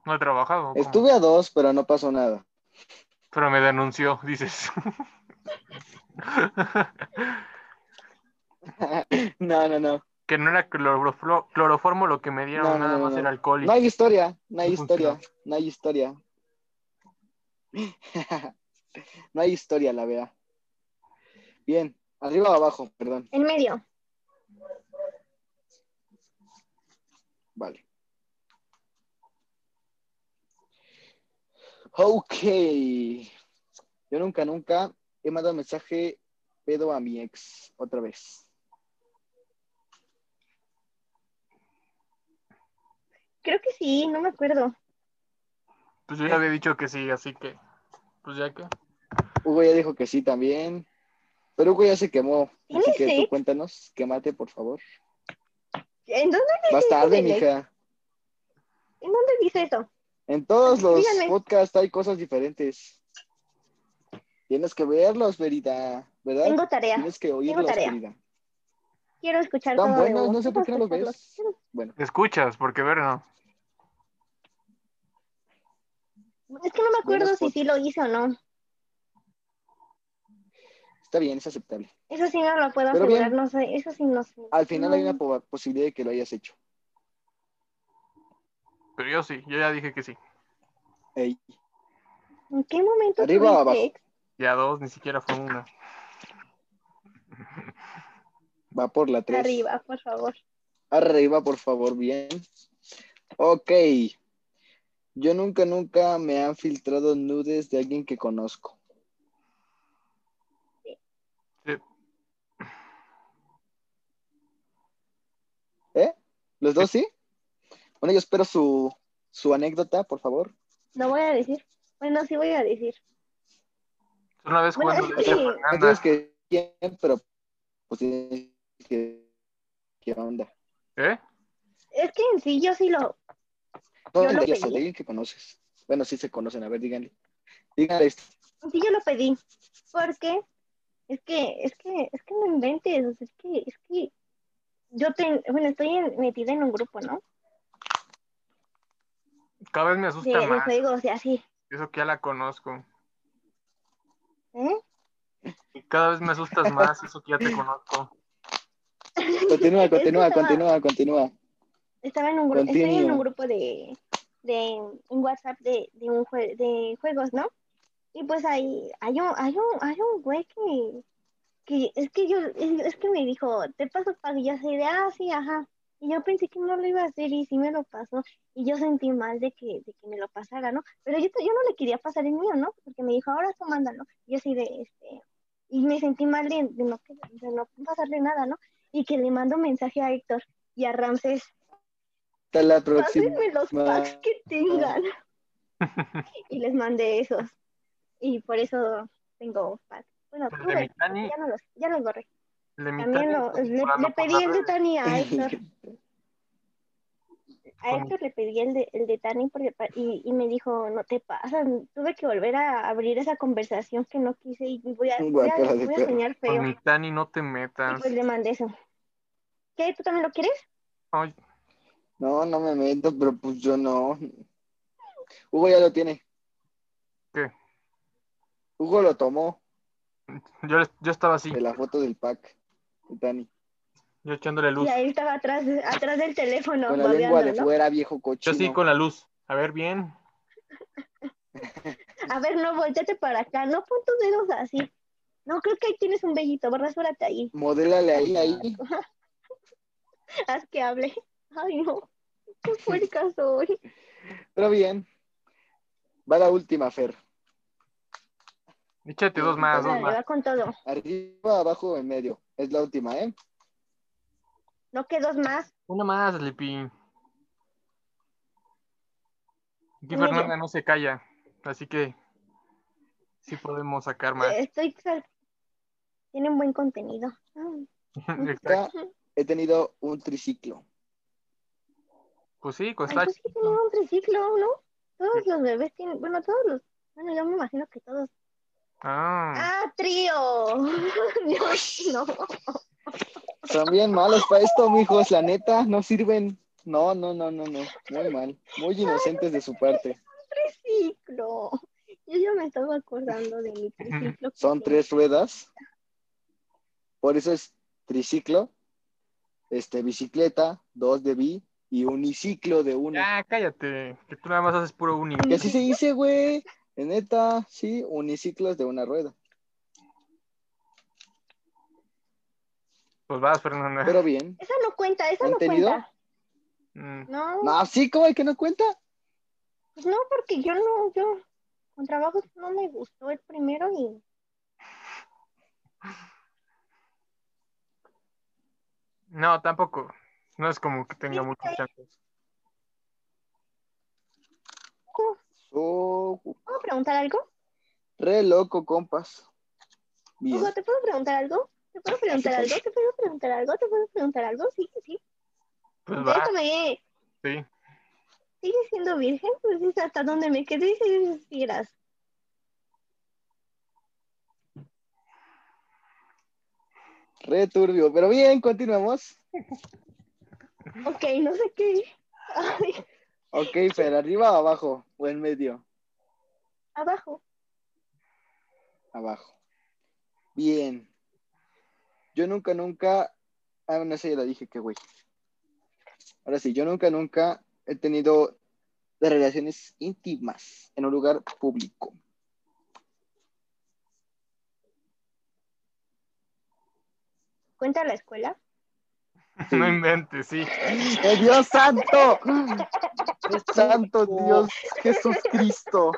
No he trabajado. ¿cómo? Estuve a dos, pero no pasó nada. Pero me denunció, dices. No, no, no. que no era cloroflo- cloroformo lo que me dieron, No, no, nada no, más no. era alcohol. y- No hay historia, no hay No funciona. historia, no hay historia. No hay historia, la verdad. Bien, arriba o abajo, perdón. En medio. Vale. Ok. Yo nunca, nunca he mandado mensaje pedo a mi ex otra vez. Creo que sí, no me acuerdo. Pues yo ya había dicho que sí, así que. Pues ya que. Hugo ya dijo que sí también. Pero Hugo ya se quemó. Así ¿Tienes que tú ex? cuéntanos, quémate, por favor. ¿En dónde, Más tarde, del ex? mija. en dónde dice eso? En todos los Dígame. podcasts hay cosas diferentes. Tienes que verlos, Verita. ¿Verdad? Tengo tarea. Tienes que oírlos, tarea. Verita. Quiero escuchar Están todo de buenos, vos. no sé por qué no los Quiero ves. Bueno, Escuchas, porque ver no. escucharlos. Es que no me acuerdo Buenos si sí lo hice o no. está bien, es aceptable. Eso sí no lo puedo Pero asegurar, bien. no sé. Eso sí no sé. Al final hay No. una po- posibilidad de que lo hayas hecho. Pero yo sí, yo ya dije que sí. Ey, ¿En qué momento Arriba o tuviste abajo. ex? Ya dos, ni siquiera fue una. va por la 3. Arriba, por favor. Arriba, por favor, bien. Ok. Yo nunca, nunca me han filtrado nudes de alguien que conozco. Sí. ¿Eh? ¿Los dos sí? Bueno, yo espero su, su anécdota, por favor. No voy a decir. Bueno, sí voy a decir. Una vez Bueno, jugando es le dije a que- No Fernanda, tienes que quién, pero pues tienes que qué onda. ¿eh? Es que en sí yo sí lo. No, Yo de lo ellos, de pedí. alguien que conoces. Bueno, sí se conocen, a ver, díganle. Díganle esto. Pues Sí, yo lo pedí. Porque es que, es que, es que no inventes. o sea, es que, es que yo te, bueno, estoy en- metida en un grupo, ¿no? Cada vez me De, asusta de más. juegos y así. Eso que ya la conozco. ¿eh? Y cada vez me asustas más, eso que ya te conozco. Continúa, continúa, Eso continúa, continúa. Estaba en un grupo, estoy en Continúa. un grupo de, de un WhatsApp de, de un jue- de juegos, ¿no? Y pues ahí hay un, hay un, hay un güey que, que es que yo, es, es que me dijo, te paso para y yo así de ah, sí, ajá. Y yo pensé que no lo iba a hacer y sí me lo pasó. Y yo sentí mal de que, de que me lo pasara, ¿no? Pero yo, yo no le quería pasar el mío, ¿no? Porque me dijo, ahora tú mándalo. Y yo así de, este, y me sentí mal de, de no, de no pasarle nada, ¿no? Y que le mando mensaje a Héctor y a Ramses. Hasta la próxima. Pásenme los packs que tengan. y les mandé esos. Y por eso tengo packs. Bueno, El de tuve, Mitani, ya no los, ya los borré. el de También Mitani. lo- estoy le, llorando le por pedí las el de redes. Tani a Héctor. A Con- Héctor le pedí el de, el de Tani porque pa- y, y me dijo, no te pasas. Tuve que volver a abrir esa conversación que no quise y voy a, voy a, Guácala de voy a perro. soñar Con feo. Y Mitani no te metas. pues le mandé eso. ¿Qué? ¿Tú también lo quieres? Ay, No, no me meto, pero pues yo no. Hugo ya lo tiene. ¿Qué? Hugo lo tomó yo, les- yo estaba así, de la foto del pack. de Dani. yo echándole luz. Y ahí estaba atrás, atrás del teléfono, Con la lengua de babeando, ¿no? fuera, viejo Yo cochino. sí con la luz. A ver, bien. A ver, no, volteate para acá, no pon tus dedos así. No, creo que ahí tienes un vellito, rasúrate ahí, Modélale ahí, ahí. haz que hable. Ay, no, qué puerca soy. Pero bien. Va la última, Fer. Échate dos más, dos Dale, más. va con todo. Arriba, abajo, en medio. Es la última, ¿eh? No, que dos más. Una más, Sleepy. Aquí Una Fernanda no se calla, así que sí podemos sacar más. Estoy. sal- Tienen buen contenido. Ay, Exacto. Acá he tenido un triciclo. Pues sí, con Ay, Slash. pues sí, tienen un triciclo, ¿no? Todos los bebés tienen. Bueno, todos los. Bueno, yo me imagino que todos. Ah, ¡Ah, trío! Dios, no. Son bien malos para esto, mijos. La neta, no sirven. No, no, no, no, no. Muy mal. Muy inocentes de su parte. Triciclo. Yo ya me estaba acordando de mi triciclo. que Son tenía. tres ruedas. Por eso es triciclo. Este, bicicleta, dos de bi y uniciclo de uno. ya, cállate, que tú nada más haces puro uni. Que así se dice, güey. La neta, sí, uniciclos de una rueda. Pues vas, Fernanda. Pero bien. Esa no cuenta, esa ¿Han no tenido? cuenta. Mm, No, No, sí, ¿cómo el que no cuenta? pues no, porque yo no, yo con trabajos no me gustó el primero y No, tampoco. No es como que tenga muchas chances. Oh, ¿puedo preguntar algo? re loco, compas. Bien. Hugo, ¿te puedo preguntar algo? ¿Te puedo preguntar algo? ¿Te puedo preguntar algo? ¿Te puedo preguntar algo? Sí, sí. Pues Yo va, me sí. sigue siendo virgen, pues es hasta donde me quedé y tiras. Re turbio. Pero bien, continuamos. Ok, no sé qué. Ay, Ok, Fer, arriba o abajo. O en medio. abajo. Abajo. Bien. Yo nunca, nunca. Ah, no sé, ya lo dije, qué güey. Ahora sí, yo nunca, nunca he tenido relaciones íntimas en un lugar público. ¿Cuenta la escuela? No inventes, sí. ¡Eh, Dios santo! ¡Santo Dios Jesucristo!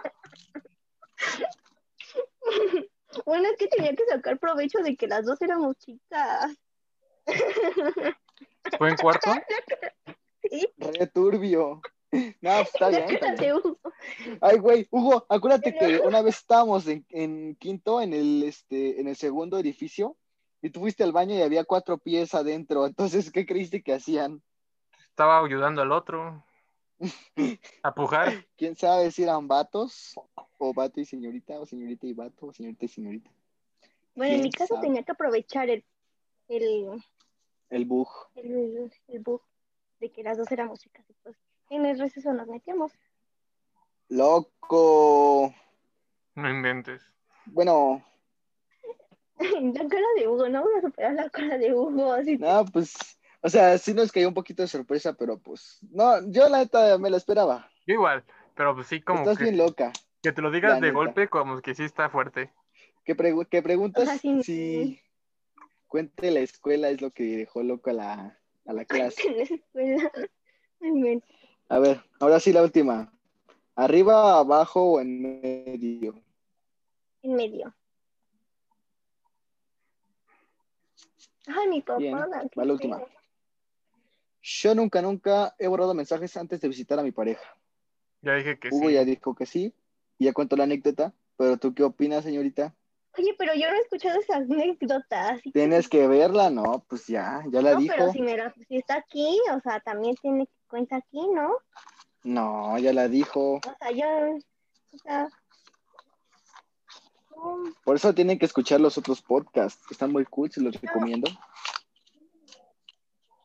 Bueno, es que tenía que sacar provecho de que las dos éramos chicas. ¿Fue en cuarto? Re turbio. No, pues, está bien. está bien. Cállate, Hugo. Ay, güey, Hugo, acuérdate que una vez estábamos en, en quinto, en el, este, en el segundo edificio, y tú fuiste al baño y había cuatro pies adentro. Entonces, ¿qué creíste que hacían? Estaba ayudando al otro. A pujar. ¿Quién sabe si eran vatos? O vato y señorita, o señorita y vato, o señorita y señorita. Bueno, en mi ¿Quién caso sabe? tenía que aprovechar el, el, El bug. el, el bug de que las dos éramos chicas. y pues, en el receso nos metíamos. ¡Loco! No inventes. Bueno, La cara de Hugo, no voy a superar la cara de Hugo. Así no, pues, o sea, sí nos cayó un poquito de sorpresa, pero pues, no, yo la neta me la esperaba. Yo igual, pero pues sí, como Estás que, bien loca. que te lo digas la de neta. golpe, como que sí está fuerte. que, pregu- que preguntas Ajá, sí. si cuente la escuela es lo que dejó loco a la, a la clase. en la escuela. Ay, men. A ver, ahora sí la última. ¿Arriba, abajo o en medio? En medio. Ay, mi papá. Bien, qué va la última. pena. Yo nunca, nunca he borrado mensajes antes de visitar a mi pareja. Ya dije que Hugo sí. ya dijo que sí, y ya contó la anécdota, pero ¿tú qué opinas, señorita? Oye, pero yo no he escuchado esa anécdota. Así que- ¿Tienes que verla? No, pues ya, ya la no, dijo. pero si, me la- si está aquí, o sea, también tiene que cuenta aquí, ¿no? No, ya la dijo. O sea, yo. O sea. mm, no, Por eso tienen Pues que escuchar los otros podcasts. Están muy cool, se los recomiendo.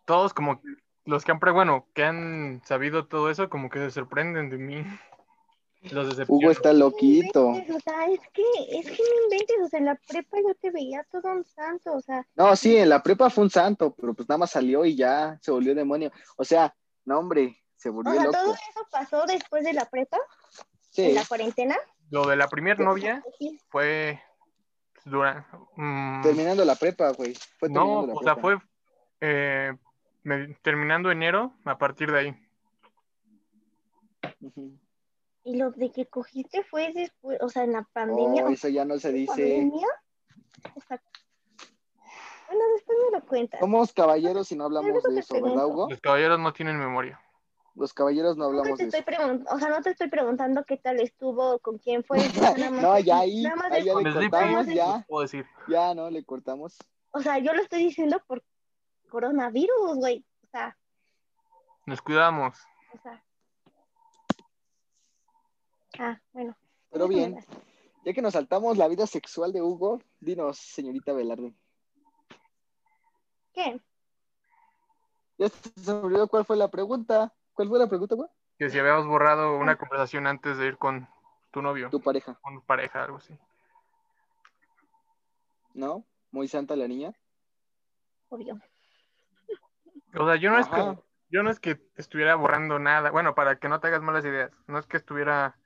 todos como los que han, pre- bueno, que han sabido todo eso, como que se sorprenden de mí. Los Hugo decepciono. está loquito. inventes, o sea, es que, es que no inventes, o sea, en la prepa yo te veía todo un santo, o sea, No, sí, en la prepa fue un santo, pero pues nada más salió y ya se volvió demonio. O sea, no, hombre, se o volvió sea, todo loco. eso pasó después de la prepa, Sí, en la cuarentena. Lo de la primera novia Sí, fue Mm, durante... terminando la prepa, güey. Fue no, terminando la o sea, prepa. fue eh, me- terminando enero, a partir de ahí. Ujú. Y lo de que cogiste fue después, o sea, en la pandemia. Oh, o eso ya no se dice. pandemia. O sea, bueno, después me lo cuentas. Somos caballeros y no hablamos Algo de te eso, ¿verdad, pregunto. Hugo? Los caballeros no tienen memoria. Los caballeros no Nunca hablamos te de estoy eso. pregun- o sea, no te estoy preguntando qué tal estuvo, con quién fue. nada más No, así, ya ahí, nada más ahí ya de- le Con Sleepy, cortamos, ¿qué ya, puedo decir? ya, ¿no? Le cortamos. O sea, yo lo estoy diciendo por coronavirus, güey. O sea, Nos cuidamos. o sea. Ah, bueno. Pero Ya bien, me das. ya que nos saltamos la vida sexual de Hugo, dinos, señorita Velarde. ¿Qué? Ya se me olvidó cuál fue la pregunta. ¿Cuál fue la pregunta, güey? Que si habíamos borrado una conversación antes de ir con tu novio, Tu pareja, con pareja, algo así. ¿no? Muy santa la niña. Obvio. O sea, yo no es Ajá. que yo no es que estuviera borrando nada, bueno, para que no te hagas malas ideas, no es que estuviera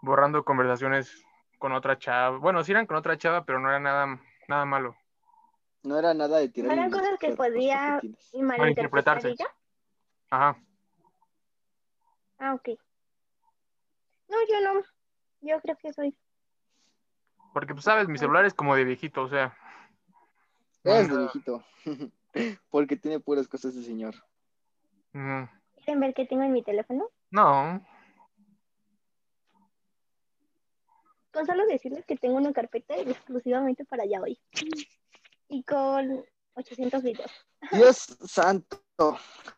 borrando conversaciones con otra chava. Bueno, sí eran con otra chava, pero no era nada nada malo. No era nada de tirar. Eran indirectas, cosas que pero, pues, podía- ¿por qué tienes? ¿Y malinterpretar Malinterpretarse. ella? Ajá. Ah, ok. No, yo no. Yo creo que soy. Porque pues sabes, mi celular es como de viejito, o sea, no hay Es de nada. viejito. Porque tiene puras cosas de señor. mm, ¿Quieren ver qué tengo en mi teléfono? no, Con solo decirles que tengo una carpeta exclusivamente para ya hoy. Y con 800 videos. Dios santo.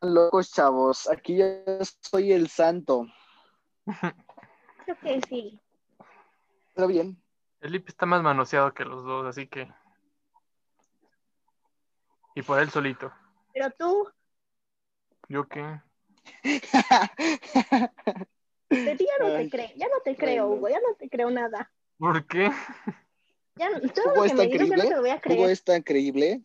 Locos chavos. Aquí yo soy el santo. Creo que sí. Pero bien. el lip está más manoseado que los dos, así que y por él solito. Pero tú, Yo qué? de ti ya no Ay. te creo. Ya no te creo, Bueno. Hugo. Ya no te creo nada. ¿Por qué? Ya no, todo Hugo es lo que tan me digas ya no creíble. te lo voy a Hugo creer. es tan creíble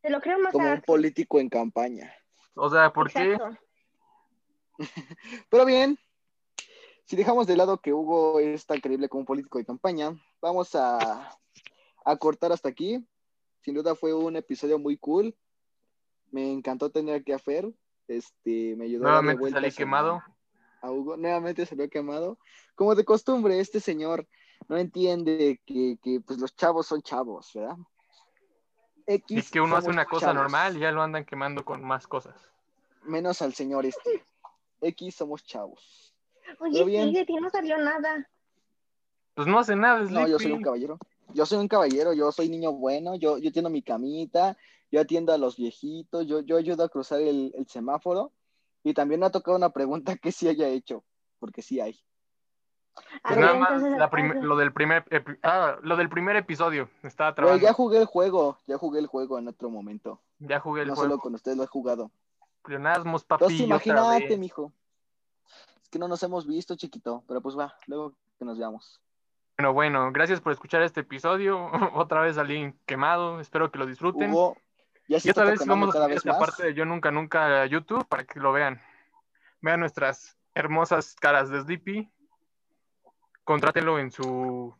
Te lo creo más como a un político en campaña. O sea, ¿por qué? Exacto. Pero bien. Si dejamos de lado que Hugo es tan creíble como un político de campaña, vamos a, a cortar hasta aquí. Sin duda fue un episodio muy cool. Me encantó tener aquí a Fer. Este, me ayudó a darle Nuevamente vueltas salí a- quemado. a Hugo, nuevamente salió quemado. Como de costumbre, este señor no entiende que, que, pues los chavos son chavos, ¿verdad? X, Y que uno hace somos una cosa chavos, normal y ya lo andan quemando con más cosas. Menos al señor este. X somos chavos. Oye, Pero bien. sí, de ti no salió nada. Pues no hace nada, No, yo soy un Sleepy. caballero. Yo soy un caballero, yo soy niño bueno, yo, yo atiendo mi camita, yo atiendo a los viejitos, yo, yo ayudo a cruzar el, el semáforo. Y también me ha tocado una pregunta que sí haya hecho, porque sí hay. A Pues Pero ver, nada más entonces, la prim- hazlo. lo del primer epi- ah, lo del primer episodio estaba Pero trabajando. ya jugué el juego, ya jugué el juego en otro momento. Ya jugué el no juego. solo con ustedes lo he jugado. Pleonasmos, Entonces, papi, otra imagínate, vez. mijo. Es que no nos hemos visto, chiquito, pero pues va, luego que nos veamos. Bueno, bueno, gracias por escuchar este episodio. otra vez salí quemado. Espero que lo disfruten. Hugo, ya se y otra está vez tocando vamos a cada subir vez esta más. parte de Yo Nunca Nunca a YouTube para que lo vean. Vean nuestras hermosas caras de Sleepy. Contrátelo en su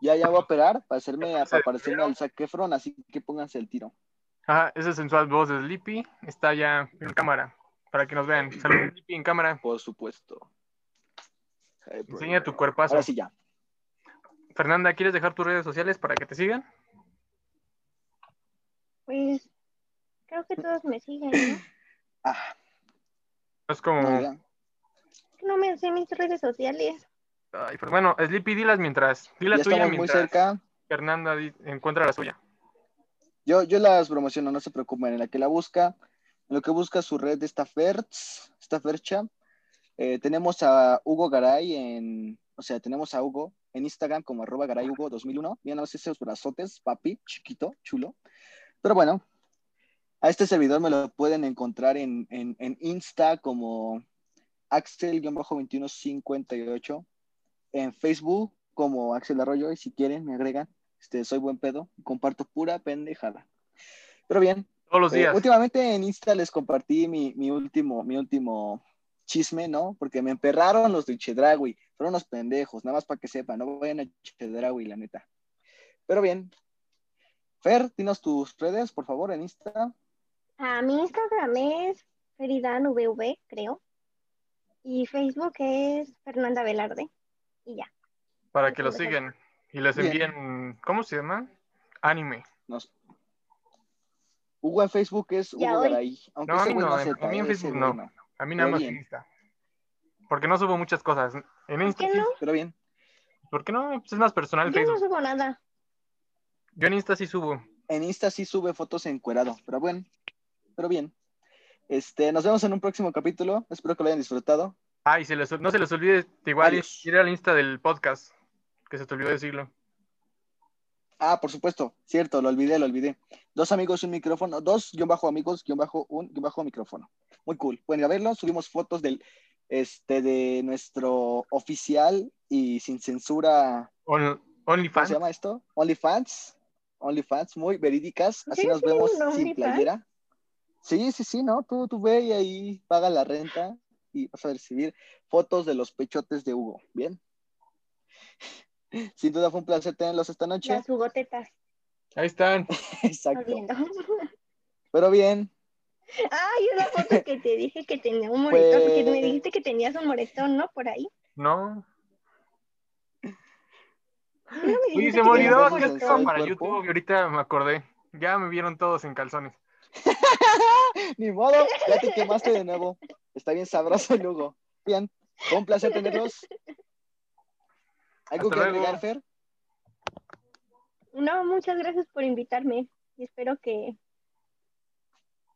Ya, ya voy a operar para hacerme, Catorce para de parecerme febrero. al Zac Efron, así que pónganse el tiro. Ajá, esa sensual voz de Sleepy está ya en cámara, para que nos vean. Salud, Sleepy, en cámara. Por supuesto. Ay, bro. Enseña tu cuerpazo. Ahora sí ya. Fernanda, ¿quieres dejar tus redes sociales para que te sigan? Pues creo que todos me siguen, ¿no? Ah, Es como... mira. No me sé mis redes sociales. Ay, pero bueno, Sleepy, dilas mientras. Dila ya tuya estamos muy mientras cerca. Fernanda di- encuentra la suya. Yo, yo las promociono, no se preocupen, en la que la busca, en lo que busca su red está Fertz, está Fercha. Eh, tenemos a Hugo Garay en, o sea, tenemos a Hugo en Instagram como arroba Garay Hugo 2001. Miren esos brazotes, papi, chiquito, chulo. Pero bueno, A este servidor me lo pueden encontrar en, en, en Insta como Axel-2158, en Facebook como Axel Arroyo, y si quieren me agregan, este, soy buen pedo, y comparto pura pendejada. Pero bien, Todos los eh, días. últimamente en Insta les compartí mi, mi último, mi último chisme, ¿no? Porque me emperraron los de Chedragui, fueron unos pendejos, nada más para que sepan, no vayan a Chedragui, la neta. Pero bien, Fer, dinos tus redes, por favor, en Insta. Ah, mi Instagram es FeridanVV, creo. Y Facebook es Fernanda Velarde. Y ya. para que lo sigan y les Bien. envíen, ¿cómo se llama? Anime. Nos... Hugo en Facebook es Hugo Ya hoy. Garay. Aunque No, a ese mí güey no, hace a mí en tarea, Facebook ese no. güey A mí nada Muy más bien. en Insta. Porque no subo muchas cosas. En Insta, qué sí, no? Pero bien, ¿por qué no? Pues es más personal Yo no Facebook. subo nada. Yo en Insta sí subo. en Insta sí sube fotos encuerado, pero bueno, pero bien. Este, nos vemos en un próximo capítulo. Espero que lo hayan disfrutado. Ah, y se les- no se les olvide igual Adiós. ir al Insta del podcast, que se te olvidó decirlo. Ah, por supuesto, cierto, lo olvidé, lo olvidé. Dos amigos, un micrófono, dos guión bajo amigos, guión bajo un guión bajo micrófono. Muy cool. Pueden ir a verlo, subimos fotos del este de nuestro oficial y sin censura On- ¿Cómo se OnlyFans. llama esto? OnlyFans. OnlyFans, muy verídicas. Así ¿Sí nos tienen vemos un sin OnlyFans? playera. Sí, sí, sí, ¿no? Tú, tú ve y ahí paga la renta y vas a recibir fotos de los pechotes de Hugo. Bien. Sin duda fue un placer tenerlos esta noche. Ya subo tetas. Ahí están. Exacto. Hablando. Pero bien, Ay, una foto que te dije que tenía un moretón. Que Pues me dijiste que tenías un moretón, ¿no? Por ahí. No. ¿No me dijiste Uy, que se que me tenías olvidó tenías algo un que en esto el moretón? para cuerpo. YouTube y ahorita me acordé. Ya me vieron todos en calzones. ni modo, ya te quemaste de nuevo. Está bien sabroso el Hugo. Bien, fue un placer tenerlos. ¿Algo Hasta que luego. agregar, Fer? No, muchas gracias por invitarme. Y espero que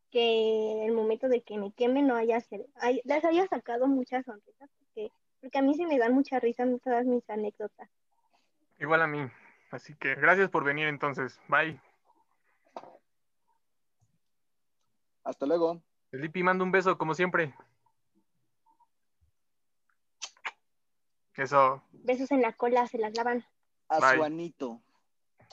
que el momento de que me queme no haya ser- ay- les haya sacado muchas sonrisas porque, porque a mí se me dan mucha risa todas mis anécdotas. Igual a mí. Así que gracias por venir entonces. Bye. Hasta luego. Felipe, mando un beso como siempre. Eso. Besos en la cola, se las lavan. A Bye. su anito.